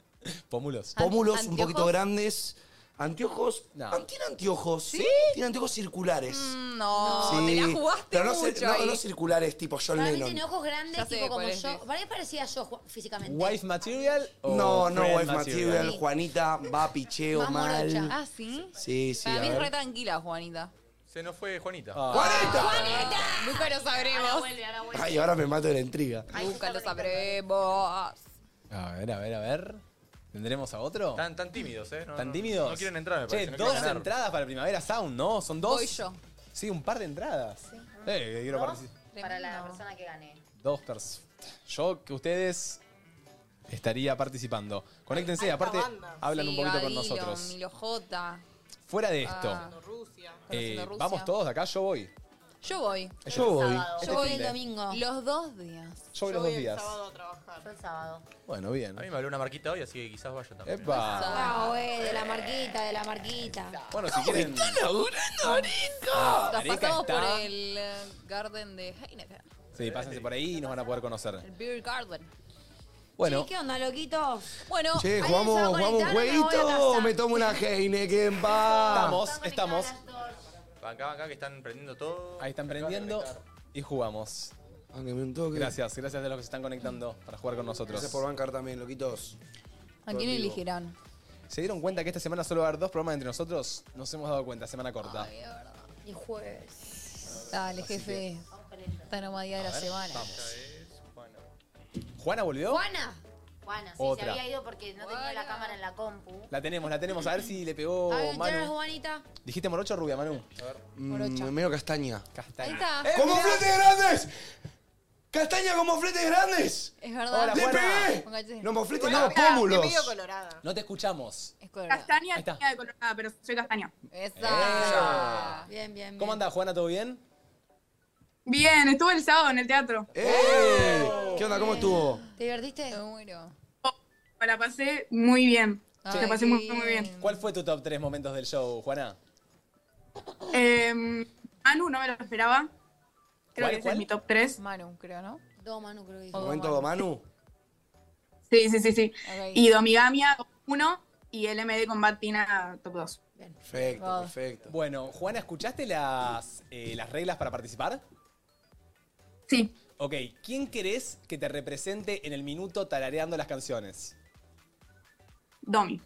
Speaker 2: pómulos.
Speaker 3: Pómulos un
Speaker 4: anteojos.
Speaker 3: poquito grandes. Anteojos.
Speaker 2: No.
Speaker 3: Ah, Tiene anteojos. ¿Sí? Tiene anteojos circulares.
Speaker 4: No, Mm. Oh, te la jugaste
Speaker 3: Pero no,
Speaker 4: mucho
Speaker 3: cir- no,
Speaker 4: ahí.
Speaker 3: no circulares tipo John
Speaker 5: Para mí
Speaker 3: Lennon.
Speaker 5: tiene ojos grandes,
Speaker 4: Ya sé
Speaker 5: tipo como
Speaker 4: cuál es,
Speaker 5: yo.
Speaker 4: sí.
Speaker 5: Para mí parecía yo ju- físicamente.
Speaker 2: ¿Wife material?
Speaker 4: Oh,
Speaker 2: O
Speaker 3: No, no,
Speaker 2: friend
Speaker 3: wife material.
Speaker 5: material.
Speaker 3: Juanita va a picheo
Speaker 5: Más
Speaker 3: mal.
Speaker 5: morocha.
Speaker 4: Ah, sí.
Speaker 3: Sí, sí.
Speaker 4: Para
Speaker 3: a
Speaker 4: mí es
Speaker 3: ver.
Speaker 4: re tranquila, Juanita.
Speaker 12: Se nos fue Juanita.
Speaker 2: Ah.
Speaker 3: ¡Juanita!
Speaker 4: Nunca lo sabremos.
Speaker 3: Ay, ahora me mato de la intriga.
Speaker 4: Nunca lo sabremos.
Speaker 2: A ver, a ver, a ver. ¿Tendremos a otro?
Speaker 12: Tan, tan tímidos, ¿eh? No,
Speaker 2: ¿Tan
Speaker 12: no-
Speaker 2: tímidos?
Speaker 12: No quieren entrar, me
Speaker 2: Che,
Speaker 12: parece. no
Speaker 2: dos
Speaker 12: quieren ganar.
Speaker 2: entradas para Primavera Sound, ¿no? ¿Son dos?
Speaker 4: Voy yo.
Speaker 2: Sí, un par de entradas. Eh, quiero participar.
Speaker 8: Para la
Speaker 4: Tremendo.
Speaker 8: persona que gané.
Speaker 2: Dos personas. Yo que ustedes estaría participando. Conéctense,
Speaker 30: Alta
Speaker 2: aparte
Speaker 30: banda.
Speaker 2: hablan un
Speaker 4: Sí,
Speaker 2: poquito con
Speaker 4: Badilo,
Speaker 2: nosotros.
Speaker 4: Milo J.
Speaker 2: Fuera de esto,
Speaker 4: Ah.
Speaker 30: Rusia.
Speaker 2: eh,
Speaker 4: Conociendo Rusia.
Speaker 2: vamos todos acá, yo voy.
Speaker 4: Yo voy.
Speaker 2: Yo voy. Este
Speaker 5: Yo voy el domingo.
Speaker 4: Los dos días.
Speaker 2: Yo
Speaker 30: Yo
Speaker 2: voy los
Speaker 30: voy
Speaker 2: dos
Speaker 30: el
Speaker 2: días.
Speaker 30: sábado a trabajar.
Speaker 8: Yo el sábado.
Speaker 2: Bueno, bien.
Speaker 12: A mí me habló una marquita hoy, así que quizás vaya también.
Speaker 2: Epa.
Speaker 5: Ah, güey, de la marquita, de la marquita.
Speaker 2: Bueno, si quieren.
Speaker 4: Nos
Speaker 3: Ah,
Speaker 2: Areca
Speaker 4: pasamos
Speaker 2: está-
Speaker 4: por el eh, Garden de Heineken.
Speaker 2: Sí, pásense por ahí y nos van a poder conocer.
Speaker 4: El Beer Garden.
Speaker 2: Bueno,
Speaker 5: Sí, ¿Qué onda, loquitos?
Speaker 4: Bueno,
Speaker 3: Che,
Speaker 5: ¿Alguien
Speaker 3: jugamos,
Speaker 5: se va a
Speaker 3: jugamos un
Speaker 5: conectar o me voy a
Speaker 3: jueguito.
Speaker 5: casa?
Speaker 3: Me tomo una Heineken, va.
Speaker 2: estamos, estamos.
Speaker 12: Acá, acá que están prendiendo todo.
Speaker 2: Ahí están
Speaker 12: Se acaban de
Speaker 2: prendiendo
Speaker 12: conectar.
Speaker 2: y jugamos.
Speaker 3: Aunque me un toque.
Speaker 2: Gracias, gracias a los que se están conectando para jugar con nosotros.
Speaker 3: Gracias por bancar también, loquitos.
Speaker 4: ¿a quién elegirán?
Speaker 2: ¿Se dieron cuenta que esta semana solo va a haber dos programas entre nosotros? Nos hemos dado cuenta, semana corta.
Speaker 5: El jueves.
Speaker 4: Dale, jefe. Está en la día de la semana.
Speaker 2: ¿Juana volvió?
Speaker 5: Juana.
Speaker 8: Juana, sí,
Speaker 2: Otra.
Speaker 8: se había ido porque no tenía la cámara en la compu.
Speaker 2: La tenemos, la tenemos. A ver si le pegó
Speaker 5: Ay, ¿tienes
Speaker 2: Oh, Manu.
Speaker 5: Juanita?
Speaker 2: ¿Dijiste morocho o rubia, Manu?
Speaker 3: Mm, medio castaña.
Speaker 4: Ahí
Speaker 2: Castaña. Eh,
Speaker 4: está.
Speaker 3: ¡Como fletes grandes! ¡Castaña como fletes grandes!
Speaker 4: Es verdad.
Speaker 2: Hola,
Speaker 3: ¡Le
Speaker 2: Juana.
Speaker 3: pegué!
Speaker 4: Póngase.
Speaker 3: No, como fletes,
Speaker 30: Bueno,
Speaker 3: no,
Speaker 30: mirá, estoy
Speaker 3: pómulos.
Speaker 30: medio colorada.
Speaker 2: No te escuchamos.
Speaker 4: Es colorado.
Speaker 10: Castaña,
Speaker 2: Ahí está.
Speaker 10: tenía de colorada, pero soy castaña.
Speaker 4: Esa.
Speaker 5: Bien, bien, bien.
Speaker 2: ¿Cómo anda, Juana? ¿Todo bien?
Speaker 10: Bien, estuve el sábado en el teatro.
Speaker 3: ¡Eh! ¿Qué onda? ¿Cómo estuvo?
Speaker 5: ¿Te divertiste?
Speaker 4: Me muero.
Speaker 10: Me La pasé muy bien.
Speaker 4: Ay,
Speaker 10: la pasé
Speaker 4: qué
Speaker 10: muy, muy bien.
Speaker 2: ¿Cuál fue tu top 3 momentos del show, Juana?
Speaker 10: Eh, Anu no me lo esperaba. Creo
Speaker 2: ¿Cuál,
Speaker 10: que ese
Speaker 2: cuál?
Speaker 10: es mi top 3.
Speaker 4: Manu, creo, ¿no?
Speaker 5: Do, Manu, creo que dijo.
Speaker 3: Momento, Manu.
Speaker 10: Sí, sí, sí, sí.
Speaker 4: Ok.
Speaker 10: Y Domigamia 1 y LMD con Batina top 2.
Speaker 3: Perfecto,
Speaker 4: Wow.
Speaker 3: perfecto.
Speaker 2: Bueno, Juana, ¿escuchaste las, eh, las reglas para participar?
Speaker 10: Sí.
Speaker 2: Ok, ¿quién querés que te represente en el minuto tarareando las canciones?
Speaker 10: Domi.
Speaker 4: Ahí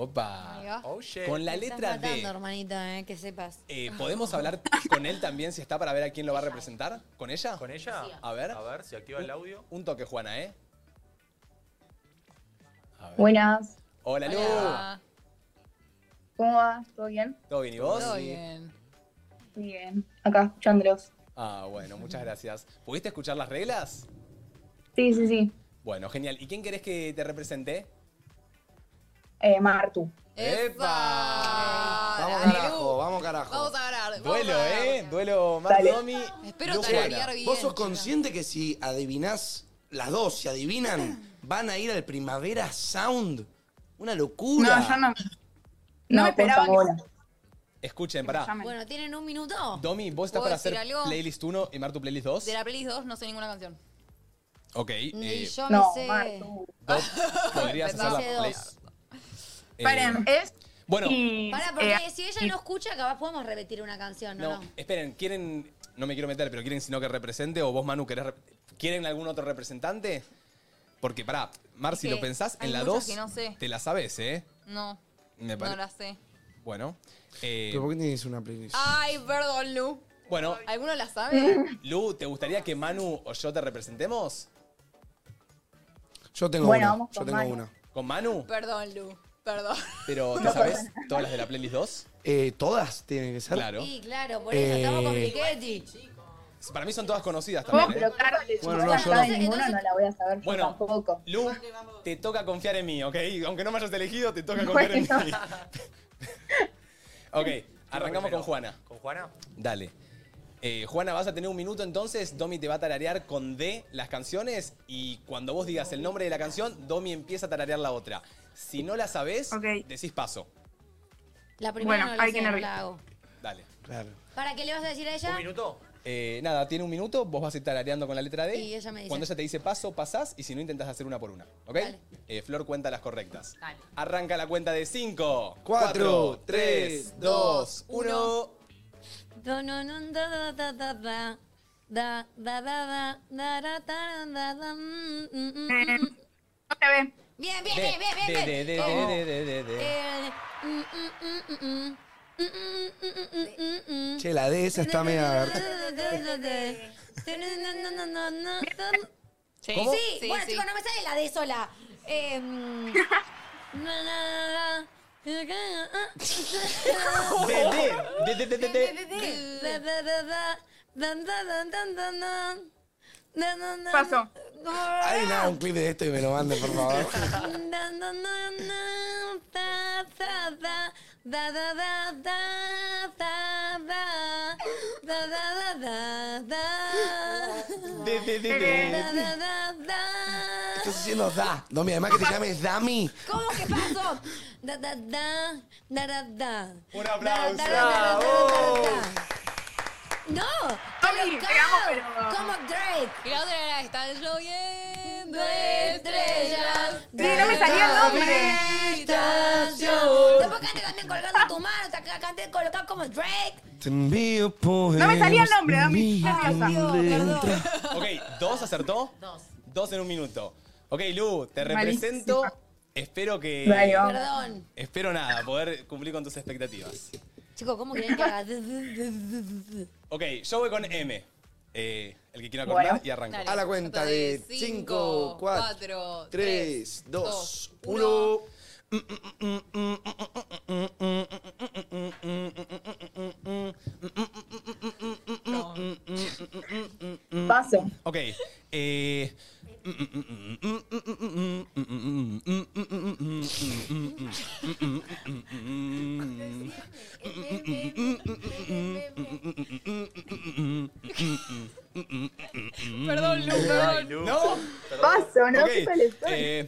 Speaker 2: Opa.
Speaker 4: va.
Speaker 12: Oh, shit.
Speaker 2: Con la
Speaker 5: Te estás
Speaker 2: letra
Speaker 5: matando,
Speaker 2: D.
Speaker 5: hermanita, eh, que sepas.
Speaker 2: Eh, ¿Podemos hablar con él también si está para ver a quién lo va a representar? ¿Con ella?
Speaker 12: ¿Con ella?
Speaker 2: A ver.
Speaker 12: A ver si activa el audio.
Speaker 2: Un toque, Juana, ¿eh? A ver.
Speaker 10: Buenas.
Speaker 2: Hola, Lu.
Speaker 4: Hola.
Speaker 10: ¿Cómo va? ¿Todo bien?
Speaker 2: ¿Todo bien y vos?
Speaker 4: Todo bien.
Speaker 10: Bien. Acá, escuchándolos.
Speaker 2: Ah, bueno, muchas gracias. ¿Pudiste escuchar las reglas?
Speaker 10: Sí, sí, sí.
Speaker 2: Bueno, genial. ¿Y quién querés que te represente?
Speaker 10: Eh, Martu.
Speaker 4: ¡Epa!
Speaker 3: Vamos
Speaker 4: Dale,
Speaker 3: carajo,
Speaker 4: Lu.
Speaker 3: vamos carajo.
Speaker 4: Vamos a ganar.
Speaker 2: Duelo,
Speaker 4: vamos a ganar.
Speaker 2: ¿eh? Duelo
Speaker 10: Dale.
Speaker 2: Mardomi.
Speaker 4: Espero
Speaker 3: Lu,
Speaker 4: tararear bien.
Speaker 3: ¿Vos sos
Speaker 4: chicas.
Speaker 3: consciente que si adivinás, las dos, si adivinan, van a ir al Primavera Sound? Una locura.
Speaker 10: No, yo no. No, me esperaba que
Speaker 2: Escuchen,
Speaker 10: me
Speaker 2: pará.
Speaker 10: llamen.
Speaker 5: Bueno, ¿tienen un minuto?
Speaker 2: Domi, ¿vos estás
Speaker 4: ¿Puedo
Speaker 2: para hacer
Speaker 4: decir algo?
Speaker 2: playlist 1 y Mar tu playlist 2?
Speaker 4: De la playlist 2 no sé ninguna canción.
Speaker 2: Ok.
Speaker 5: Y
Speaker 2: eh,
Speaker 5: yo me
Speaker 10: No,
Speaker 5: sé.
Speaker 10: Martu.
Speaker 2: Dot, podrías hacer
Speaker 4: Empezamos.
Speaker 2: la
Speaker 5: Hace dos.
Speaker 2: playlist. Eh,
Speaker 10: Paren, es.
Speaker 2: bueno,
Speaker 10: y-
Speaker 5: Pará,
Speaker 10: eh,
Speaker 5: porque si ella no escucha, capaz podemos repetir una canción, ¿no?
Speaker 2: no,
Speaker 5: no.
Speaker 2: esperen, ¿quieren, no me quiero meter, pero quieren sino que represente o vos, Manu, querés, rep- ¿quieren algún otro representante? Porque pará, Mar, si
Speaker 4: Es que
Speaker 2: lo pensás,
Speaker 4: hay
Speaker 2: en la
Speaker 4: muchas
Speaker 2: 2
Speaker 4: que no sé.
Speaker 2: te la sabes, ¿eh?
Speaker 4: No,
Speaker 2: Me
Speaker 4: no
Speaker 2: parece.
Speaker 4: la sé.
Speaker 2: Bueno, eh,
Speaker 3: ¿Pero por qué tenés una playlist?
Speaker 4: Ay, perdón, Lu.
Speaker 2: bueno,
Speaker 4: ¿Alguno la sabe?
Speaker 2: Lu, ¿te gustaría que Manu o yo te representemos?
Speaker 3: Yo tengo
Speaker 10: Bueno,
Speaker 3: una.
Speaker 10: vamos
Speaker 3: Yo
Speaker 10: con
Speaker 3: tengo
Speaker 10: Manu.
Speaker 3: una.
Speaker 2: ¿Con Manu?
Speaker 4: Perdón, Lu. Perdón.
Speaker 2: ¿Pero te sabes todas las de la playlist 2?
Speaker 3: Eh, todas tienen que ser.
Speaker 2: Claro.
Speaker 5: Sí, claro, por eso estamos con
Speaker 2: Eh,
Speaker 5: Piquetti.
Speaker 2: Para mí son todas conocidas
Speaker 4: Vos,
Speaker 2: también.
Speaker 4: pero
Speaker 2: ¿eh?
Speaker 4: claro, le
Speaker 2: Bueno,
Speaker 4: bueno,
Speaker 2: no, yo no.
Speaker 4: ninguna, no la voy a saber
Speaker 2: Bueno,
Speaker 4: yo tampoco.
Speaker 2: Lu, te toca confiar en mí, ¿ok? Aunque no me hayas elegido, te toca confiar en mí. ok, arrancamos con Juana.
Speaker 31: ¿Con Juana?
Speaker 2: Dale. Eh, Juana, vas a tener un minuto entonces. Domi te va a tararear con D las canciones y cuando vos digas el nombre de la canción, Domi empieza a tararear la otra. Si no la sabés, decís paso.
Speaker 5: La primera
Speaker 4: Bueno,
Speaker 5: no
Speaker 4: hay
Speaker 5: la,
Speaker 4: que
Speaker 5: sé, no
Speaker 4: nervios.
Speaker 5: la hago.
Speaker 2: Dale. Claro.
Speaker 5: ¿Para qué le vas a decir a ella?
Speaker 31: minuto?
Speaker 2: Eh, nada, tiene un minuto, vos vas a ir tarareando con la letra D.
Speaker 5: Y ella me dice.
Speaker 2: Cuando ella te dice paso, pasás y si no, intentás hacer una por una. ¿Ok? Eh, Flor cuenta las correctas. Arranca la cuenta de 5, 4, 3, 2, 1.
Speaker 5: Do, no, no, da, da, da, da, da. Da, da, da, da, da, da, da, da, da, mm, mm, mm, mm. Bien, bien, bien, bien, bien, bien. Como, eh, mm, mm, mm, mm, mm. Mm, mm, mm, mm, mm, mm, mm.
Speaker 3: Che, la D esa está media.
Speaker 5: Sí,
Speaker 3: ¿Cómo?
Speaker 5: sí,
Speaker 3: Sí,
Speaker 5: bueno,
Speaker 3: sí.
Speaker 5: chicos, no me sale la de sola. Eh, mm, na, na, na, na.
Speaker 2: De,
Speaker 5: Eh,
Speaker 2: de, de, de, de, de.
Speaker 5: Da, da, da, da, dan, da, dan, dan, dan, dan. Dan, dan, dan.
Speaker 3: Hay nada, un clip de esto y me lo manden, por favor.
Speaker 5: Dan, dan, dan, dan, da, da, da, da, da, da, da, da, da, da, da, da, da, da.
Speaker 3: De, de, de, de.
Speaker 5: Da, da, da, da.
Speaker 3: Estás diciendo da. No, mi además que te llames Dami.
Speaker 5: ¿Cómo que pasó? Da, da, da, da, da, da.
Speaker 2: Un
Speaker 5: aplauso. No,
Speaker 4: Tommy,
Speaker 7: Pero
Speaker 4: te amo, pero...
Speaker 7: como-
Speaker 5: como Drake.
Speaker 7: Y la otra era, están lloviendo estrellas.
Speaker 4: Sí, no me salía el nombre.
Speaker 5: Después cante también
Speaker 4: Ah.
Speaker 5: colgando tu mano, te ca- cante colocado como Drake.
Speaker 3: No
Speaker 5: me salía el nombre, Dami. Ah,
Speaker 2: Ok, ¿dos acertó? Dos. Dos en un minuto. Ok, Lu, te represento. Espero que.
Speaker 5: Dale, vamos. Perdón.
Speaker 2: Espero nada, poder cumplir con tus expectativas.
Speaker 5: Chicos, ¿cómo quieren que haga? Dale,
Speaker 2: Ok, yo voy con M. Eh, el que quiera
Speaker 5: Bueno.
Speaker 2: cortar y arranco.
Speaker 3: A la cuenta de
Speaker 7: cinco,
Speaker 3: 5, 4,
Speaker 7: cuatro,
Speaker 3: 3, 2, 1.
Speaker 4: Paso.
Speaker 2: Ok. Eh.
Speaker 4: Perdón, Lu,
Speaker 2: Ay,
Speaker 4: perdón.
Speaker 2: No.
Speaker 4: Paso, no
Speaker 2: Ok,
Speaker 4: sé cuál es.
Speaker 2: eh,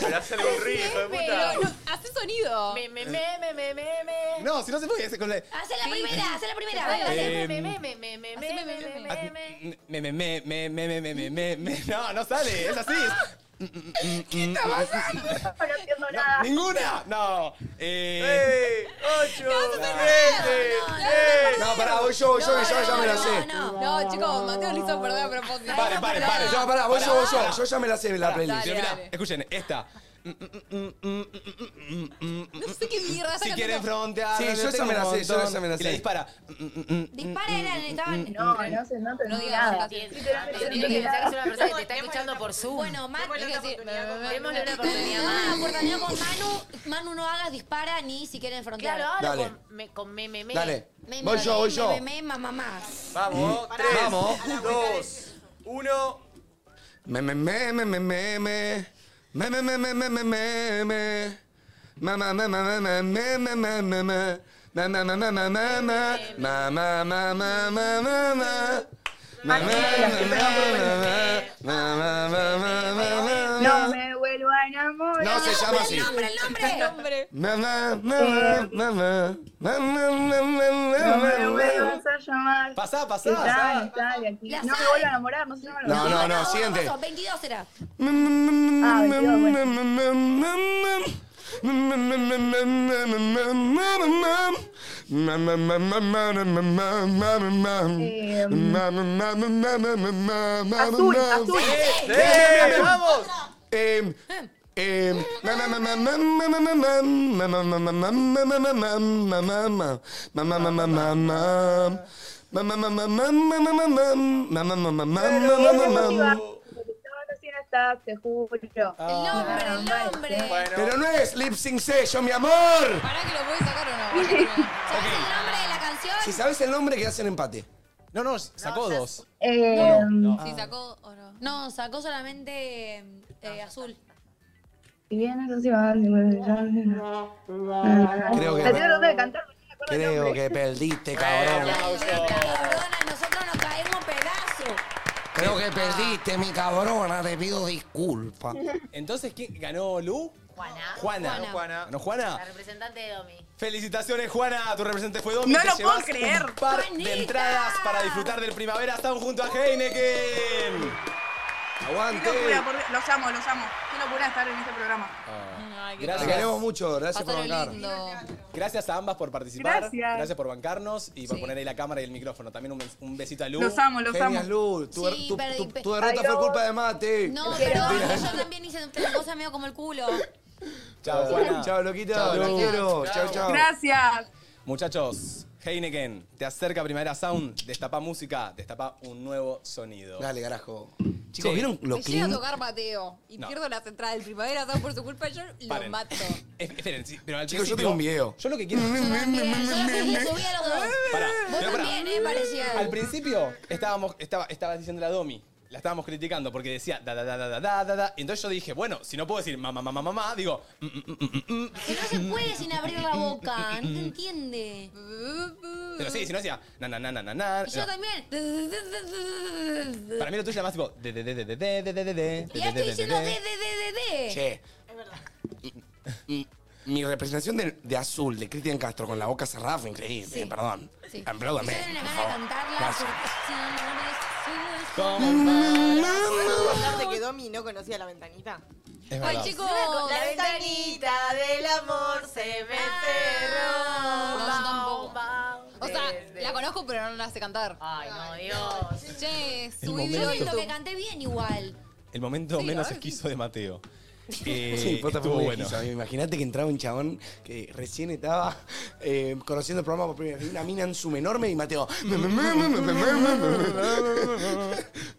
Speaker 31: Pero hacer un río, hijo de puta.
Speaker 32: Pero no, hace sonido.
Speaker 2: ¿Eh?
Speaker 8: Me, me, me, me, me, me, me.
Speaker 2: No, si no se puede, hace con la.
Speaker 5: Hace la primera, hace la primera.
Speaker 2: Eh,
Speaker 8: Me, me, me, me, me, me, me, me, me, me,
Speaker 2: Me, me,
Speaker 8: me.
Speaker 2: me, me, me, me, me, me, me, me. No, no sale, es así. ¿Qué está pasando?
Speaker 4: No entiendo nada.
Speaker 2: ¡Ninguna! No. Eh.
Speaker 31: ¡Ocho!
Speaker 2: No, pará, voy yo, voy yo, que yo ya me la sé.
Speaker 32: No, chicos, Mateo le hizo perder a propósito.
Speaker 2: Pare, pare, pare.
Speaker 3: No, pará, voy yo, voy yo. Yo ya me la sé la
Speaker 2: Pará,
Speaker 3: playlist.
Speaker 2: pero mirá, escuchen, esta. No
Speaker 32: sé qué mierda está
Speaker 2: Si quieren
Speaker 32: cantando.
Speaker 2: frontear.
Speaker 3: Sí, yo
Speaker 2: tengo
Speaker 3: esa me la
Speaker 2: un
Speaker 3: sé, yo
Speaker 2: montón.
Speaker 3: esa me la
Speaker 2: Y le
Speaker 3: sé.
Speaker 2: dispara.
Speaker 3: Mm,
Speaker 4: No, no sé, no
Speaker 2: No
Speaker 4: entendí
Speaker 2: digas
Speaker 4: nada.
Speaker 2: así,
Speaker 4: Literalmente
Speaker 2: tiene
Speaker 4: no
Speaker 2: que
Speaker 4: entendí
Speaker 2: pensar que es
Speaker 4: nada.
Speaker 2: una persona
Speaker 4: No,
Speaker 2: que
Speaker 4: te está escuchando por Zoom.
Speaker 5: Bueno, Manu, es decir,
Speaker 4: Démosle una oportunidad
Speaker 5: Ah,
Speaker 4: más.
Speaker 5: oportunidad con Manu. Manu, no hagas dispara ni si quieren frontear.
Speaker 4: Claro,
Speaker 3: Dale.
Speaker 4: con, me, con me, me, me.
Speaker 3: Dale. Voy yo, voy yo.
Speaker 5: Me, me, mamá más.
Speaker 31: Vamos,
Speaker 3: Mm.
Speaker 31: tres,
Speaker 3: Vamos.
Speaker 31: dos, uno.
Speaker 3: Me, me, me, me, me, me, me. Me, me, me, me, me, me, me, me. Ma, ma, ma, ma, ma, ma, ma, ma, ma, ma. Ma, ma, ma, ma, ma, ma, ma. Ma, ma, ma, ma, ma, ma, ma. Ma, ma, ma, ma, ma, ma, ma, ma, ma, ma, ma.
Speaker 4: No me vuelvo a enamorar.
Speaker 3: No, se llama así.
Speaker 4: el nombre, el nombre.
Speaker 3: Ma, ma, ma, ma, ma, ma. Ma, ma, ma, ma, ma,
Speaker 4: No
Speaker 3: ma,
Speaker 4: me
Speaker 3: ma.
Speaker 4: vuelvas a llamar.
Speaker 2: Pasá,
Speaker 4: Que sale, sale aquí. No me vuelvo a enamorar, no se llama la
Speaker 3: No,
Speaker 4: canción.
Speaker 3: no, no, siguiente.
Speaker 5: 22 era.
Speaker 4: Ah, 22, bueno.
Speaker 3: Azul,
Speaker 4: azul.
Speaker 3: ¡Sí!
Speaker 4: ¡Sí!
Speaker 3: ¡Vamos! Em, em, ma, ma, ma, ma, ma, ma, ma, ma, ma, ma, ma, ma, ma, ma, ma, ma, ma, ma, ma, ma, ma, ma, ma, ma, ma. Ma, ma, ma, ma, ma, ma, ma, ma, ma, ma, ma, ma, ma, ma, ma, ma, ma, ma.
Speaker 4: Todos los días
Speaker 33: estás, te juro.
Speaker 5: Ah,
Speaker 4: el nombre, el nombre.
Speaker 33: Bueno.
Speaker 3: Pero no es Lip Sync Session, mi amor.
Speaker 4: ¿Para que lo puedes sacar o no? ¿Sabes el nombre de la canción?
Speaker 3: Si sabes el nombre, que hacen empate.
Speaker 2: No, no, sacó dos.
Speaker 33: Eh,
Speaker 4: Sí, sacó o no. No, sacó solamente eh, azul.
Speaker 33: Si bien eso sí va a dar 50 chances.
Speaker 3: Creo que-
Speaker 33: Te estoy tratando de cantar.
Speaker 3: Creo que perdiste, cabrón.
Speaker 5: Perdona, nosotros nos caemos pedazo.
Speaker 3: Creo que perdiste, mi cabrona. Te pido disculpas.
Speaker 2: Entonces, ¿quién ganó Lu?
Speaker 34: Juana.
Speaker 2: Juana.
Speaker 34: Juana.
Speaker 2: ¿No, Juana?
Speaker 34: La representante de Domi.
Speaker 2: Felicitaciones, Juana. Tu representante fue Domi.
Speaker 34: No
Speaker 2: Te
Speaker 34: lo puedo
Speaker 2: llevas
Speaker 34: creer.
Speaker 2: Un par
Speaker 34: Juanita.
Speaker 2: de entradas para disfrutar del primavera. Están junto a Heineken.
Speaker 34: Qué
Speaker 2: Aguante.
Speaker 34: locura, por Dios. los amo, los amo. Qué locura estar en este programa.
Speaker 2: Gracias.
Speaker 3: Te queremos mucho. Gracias por
Speaker 2: Pásalo
Speaker 3: bancar.
Speaker 2: Gracias a ambas por participar.
Speaker 34: Gracias.
Speaker 2: por bancarnos y por poner ahí la cámara y el micrófono. También un, bes- un besito a Lu.
Speaker 34: Los amo, los
Speaker 3: Genias, Lu. Tu, er-,
Speaker 5: Sí,
Speaker 3: tu-
Speaker 5: perdí,
Speaker 3: tu-
Speaker 5: pe-
Speaker 3: tu derrota fue culpa de Mate.
Speaker 5: No, pero yo también hice una cosa medio como el culo.
Speaker 2: Chao, Juana.
Speaker 3: Chao, loquita.
Speaker 2: Chao,
Speaker 3: Los
Speaker 2: Lu.
Speaker 3: quiero. Chao, chao.
Speaker 34: Gracias.
Speaker 2: Muchachos, Heineken, te acerca Primavera Sound. Destapa música, destapa un nuevo sonido.
Speaker 3: Dale, carajo. Chicos,
Speaker 2: Sí.
Speaker 3: ¿vieron lo
Speaker 4: Me llega a
Speaker 3: clean?
Speaker 4: tocar Mateo y
Speaker 2: No.
Speaker 4: pierdo las entradas del primavera, ¿sabes? por su culpa yo lo
Speaker 2: Paren.
Speaker 4: mato.
Speaker 2: Es- Esperen, sí, pero al
Speaker 3: Chicos,
Speaker 2: principio-
Speaker 3: yo tengo un video.
Speaker 2: Yo lo que quiero.
Speaker 4: subí a los dos.
Speaker 2: Pará,
Speaker 4: Vos
Speaker 2: pero pará.
Speaker 4: también, eh, parecía.
Speaker 2: Al principio estábamos, estaba, estabas diciendo la Domi. La estábamos criticando porque decía da da da da da da da da. Y entonces yo dije, bueno, si no puedo decir mamá, mamá, mamá, digo. mm, mm, mm, mm, mm.
Speaker 5: Que no se puede sin abrir la boca,
Speaker 3: Mm.
Speaker 5: no te entiende.
Speaker 2: mm, Pero sí, si no decía na na na na na na.
Speaker 5: Y yo
Speaker 2: No.
Speaker 5: también.
Speaker 2: Para mí lo tuyo era más tipo de de de de de de de de de de.
Speaker 5: Y ya estoy este diciendo de, de, de, de, de.
Speaker 3: Che. Mi- Mi representación de, de azul de Cristian Castro con la boca cerrada fue increíble.
Speaker 5: Sí.
Speaker 3: Perdón.
Speaker 5: Sí.
Speaker 3: Apláudame.
Speaker 5: Yo tenía
Speaker 3: por
Speaker 5: una gana de
Speaker 3: favor.
Speaker 5: cantarla.
Speaker 3: Gracias.
Speaker 2: Como
Speaker 10: ¿Puedo contarte que Domi no conocía la ventanita?
Speaker 2: Es
Speaker 4: Ay,
Speaker 2: verdad.
Speaker 4: chicos.
Speaker 34: La ventanita del amor se me cerró.
Speaker 4: No, yo
Speaker 34: Bau,
Speaker 4: tampoco.
Speaker 34: bau.
Speaker 4: O sea,
Speaker 34: Desde-
Speaker 4: la conozco, pero no la sé cantar.
Speaker 8: Ah.
Speaker 34: Ay, no, Dios.
Speaker 4: Che, subí
Speaker 2: momento.
Speaker 4: video
Speaker 5: Yo
Speaker 4: a
Speaker 5: siento que
Speaker 4: YouTube.
Speaker 5: canté bien igual.
Speaker 2: El momento
Speaker 4: Sí,
Speaker 2: menos
Speaker 4: a ver.
Speaker 2: esquizo de Mateo. Eh,
Speaker 3: Sí, posta fue
Speaker 2: estuvo
Speaker 3: muy
Speaker 2: bueno.
Speaker 3: bueno. Imagínate que entraba un chabón que recién estaba eh, conociendo el programa por primera vez. Una mina en su enorme y Mateo.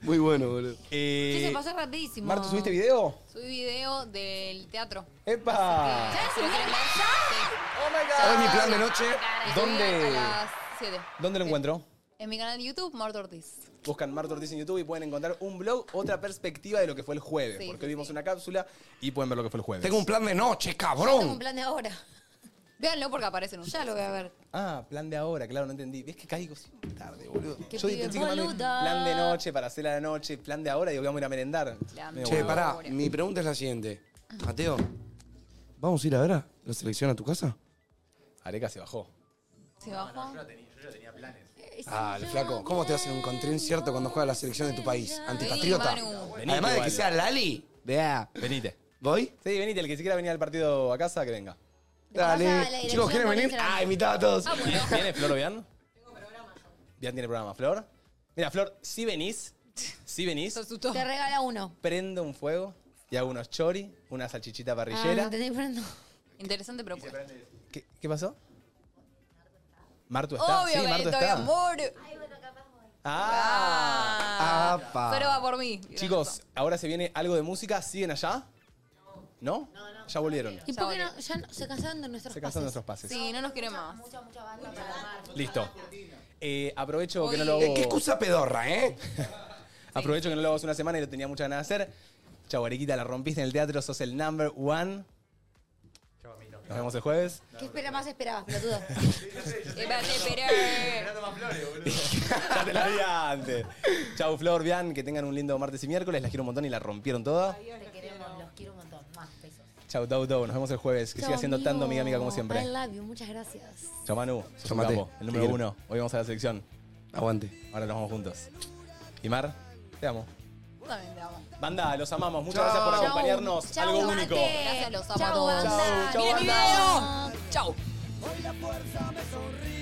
Speaker 3: muy bueno, boludo.
Speaker 2: Eh,
Speaker 5: Sí, se pasó rapidísimo.
Speaker 2: Martu, ¿subiste video?
Speaker 4: Subí video del teatro.
Speaker 2: ¡Epa!
Speaker 4: ¿Sabes si lo quieren ver?
Speaker 2: ¡Oh my
Speaker 3: ¿Sabes mi plan de noche?
Speaker 4: Sí. Subí
Speaker 2: ¿Dónde,
Speaker 4: A las 7.
Speaker 2: ¿Dónde lo encuentro?
Speaker 4: En mi canal de YouTube, Marta Ortiz.
Speaker 2: Buscan Marta Ortiz en YouTube y pueden encontrar un blog, otra perspectiva de lo que fue el jueves.
Speaker 4: Sí,
Speaker 2: porque
Speaker 4: sí,
Speaker 2: hoy vimos una cápsula y pueden ver lo que fue el jueves.
Speaker 3: Tengo un plan de noche,
Speaker 5: Yo tengo un
Speaker 3: cabrón.
Speaker 5: plan de ahora.
Speaker 4: Véanlo porque aparecen
Speaker 5: Ya
Speaker 4: ustedes.
Speaker 5: lo voy a ver.
Speaker 2: Ah, plan de ahora, claro, no entendí. Es que caigo siempre tarde, boludo.
Speaker 5: Qué
Speaker 2: Yo
Speaker 5: pibe
Speaker 2: pensé que mami,
Speaker 5: boluda.
Speaker 2: plan de noche para hacer a la noche, plan de ahora y vamos a ir a merendar. Me
Speaker 3: Che,
Speaker 2: vuelvo.
Speaker 3: pará, mi pregunta es la siguiente. Mateo, ¿vamos a ir a ver a la selección a tu casa?
Speaker 2: Areca se bajó.
Speaker 4: Se bajó.
Speaker 3: Ah, el flaco, ¿cómo te hacen un concierto cuando juega la selección de tu país? Antipatriota.
Speaker 4: Sí, Manu.
Speaker 2: Venite
Speaker 3: Además de que
Speaker 2: igual.
Speaker 3: sea Lali. Vea.
Speaker 2: Venite.
Speaker 3: ¿Voy?
Speaker 2: Sí, venite, el que se quiera venir al partido a casa, que venga.
Speaker 5: Pasa la
Speaker 3: Dale. Chicos, ¿quieren
Speaker 5: dirección por
Speaker 3: venir?
Speaker 5: Instagram.
Speaker 3: Ah, invitado a todos.
Speaker 2: ¿Viene Flor Bian? Tengo programa yo. Bian tiene programa. ¿Flor? Mira, Flor, si venís, si venís,
Speaker 4: Se asustó.
Speaker 5: Te regala uno.
Speaker 2: prendo un fuego y hago unos chori, una salchichita parrillera.
Speaker 5: Ah, te estoy poniendo.
Speaker 4: Interesante pues, propuesta.
Speaker 2: ¿Qué, qué pasó? ¿Martu está?
Speaker 4: Obvio,
Speaker 2: sí, Martu
Speaker 4: Benito, mi
Speaker 2: está.
Speaker 4: amor.
Speaker 2: Ah.
Speaker 4: Ah,
Speaker 3: Apa.
Speaker 4: Solo va por mí.
Speaker 2: Chicos, ahora se viene algo de música. ¿Siguen allá? ¿No? Ya volvieron.
Speaker 5: ¿Y por qué no? Ya no- se cansaron de nuestros
Speaker 2: Se cansaron
Speaker 5: pases.
Speaker 2: nuestros pases.
Speaker 4: Sí, no nos quiere más. Eh,
Speaker 2: Listo. Eh, aprovecho que no
Speaker 4: Uy.
Speaker 2: lo
Speaker 3: Eh, Qué excusa pedorra, ¿eh?
Speaker 2: Aprovecho que no lo hago hace una semana y no tenía muchas ganas de hacer. Chau, Arequita, la rompiste en el teatro, sos el number one. Nos vemos el jueves.
Speaker 5: ¿Qué espera más esperabas, pelotudo?
Speaker 4: Espérate, espera.
Speaker 2: ya te la di antes. Chau, Flor, Bian, que tengan un lindo martes y miércoles. Las quiero un montón y la rompieron toda.
Speaker 34: Te queremos, los quiero un montón. Más besos.
Speaker 2: Chau, Dau, Dau. Nos vemos el jueves. Que siga siendo tan dominga amiga como siempre.
Speaker 5: I love you, muchas gracias.
Speaker 2: Chau, Manu. Sos un
Speaker 3: Mate.
Speaker 2: capo, el
Speaker 3: Te
Speaker 2: número
Speaker 3: quiero.
Speaker 2: uno. Hoy vamos a la selección.
Speaker 3: Aguante.
Speaker 2: Ahora nos vamos juntos. Y Mar, te amo.
Speaker 4: Vos también te amo.
Speaker 2: Banda, los amamos. Muchas
Speaker 3: Chau.
Speaker 2: gracias por
Speaker 3: Chau.
Speaker 2: acompañarnos.
Speaker 5: Chau,
Speaker 2: Algo
Speaker 5: mate.
Speaker 2: único.
Speaker 4: Gracias, los amo a
Speaker 5: Chau,
Speaker 4: todos.
Speaker 5: banda.
Speaker 2: Chau, chau,
Speaker 5: Miren mi
Speaker 2: banda.
Speaker 5: video.
Speaker 4: Chau.
Speaker 12: Hoy la fuerza me sonríe.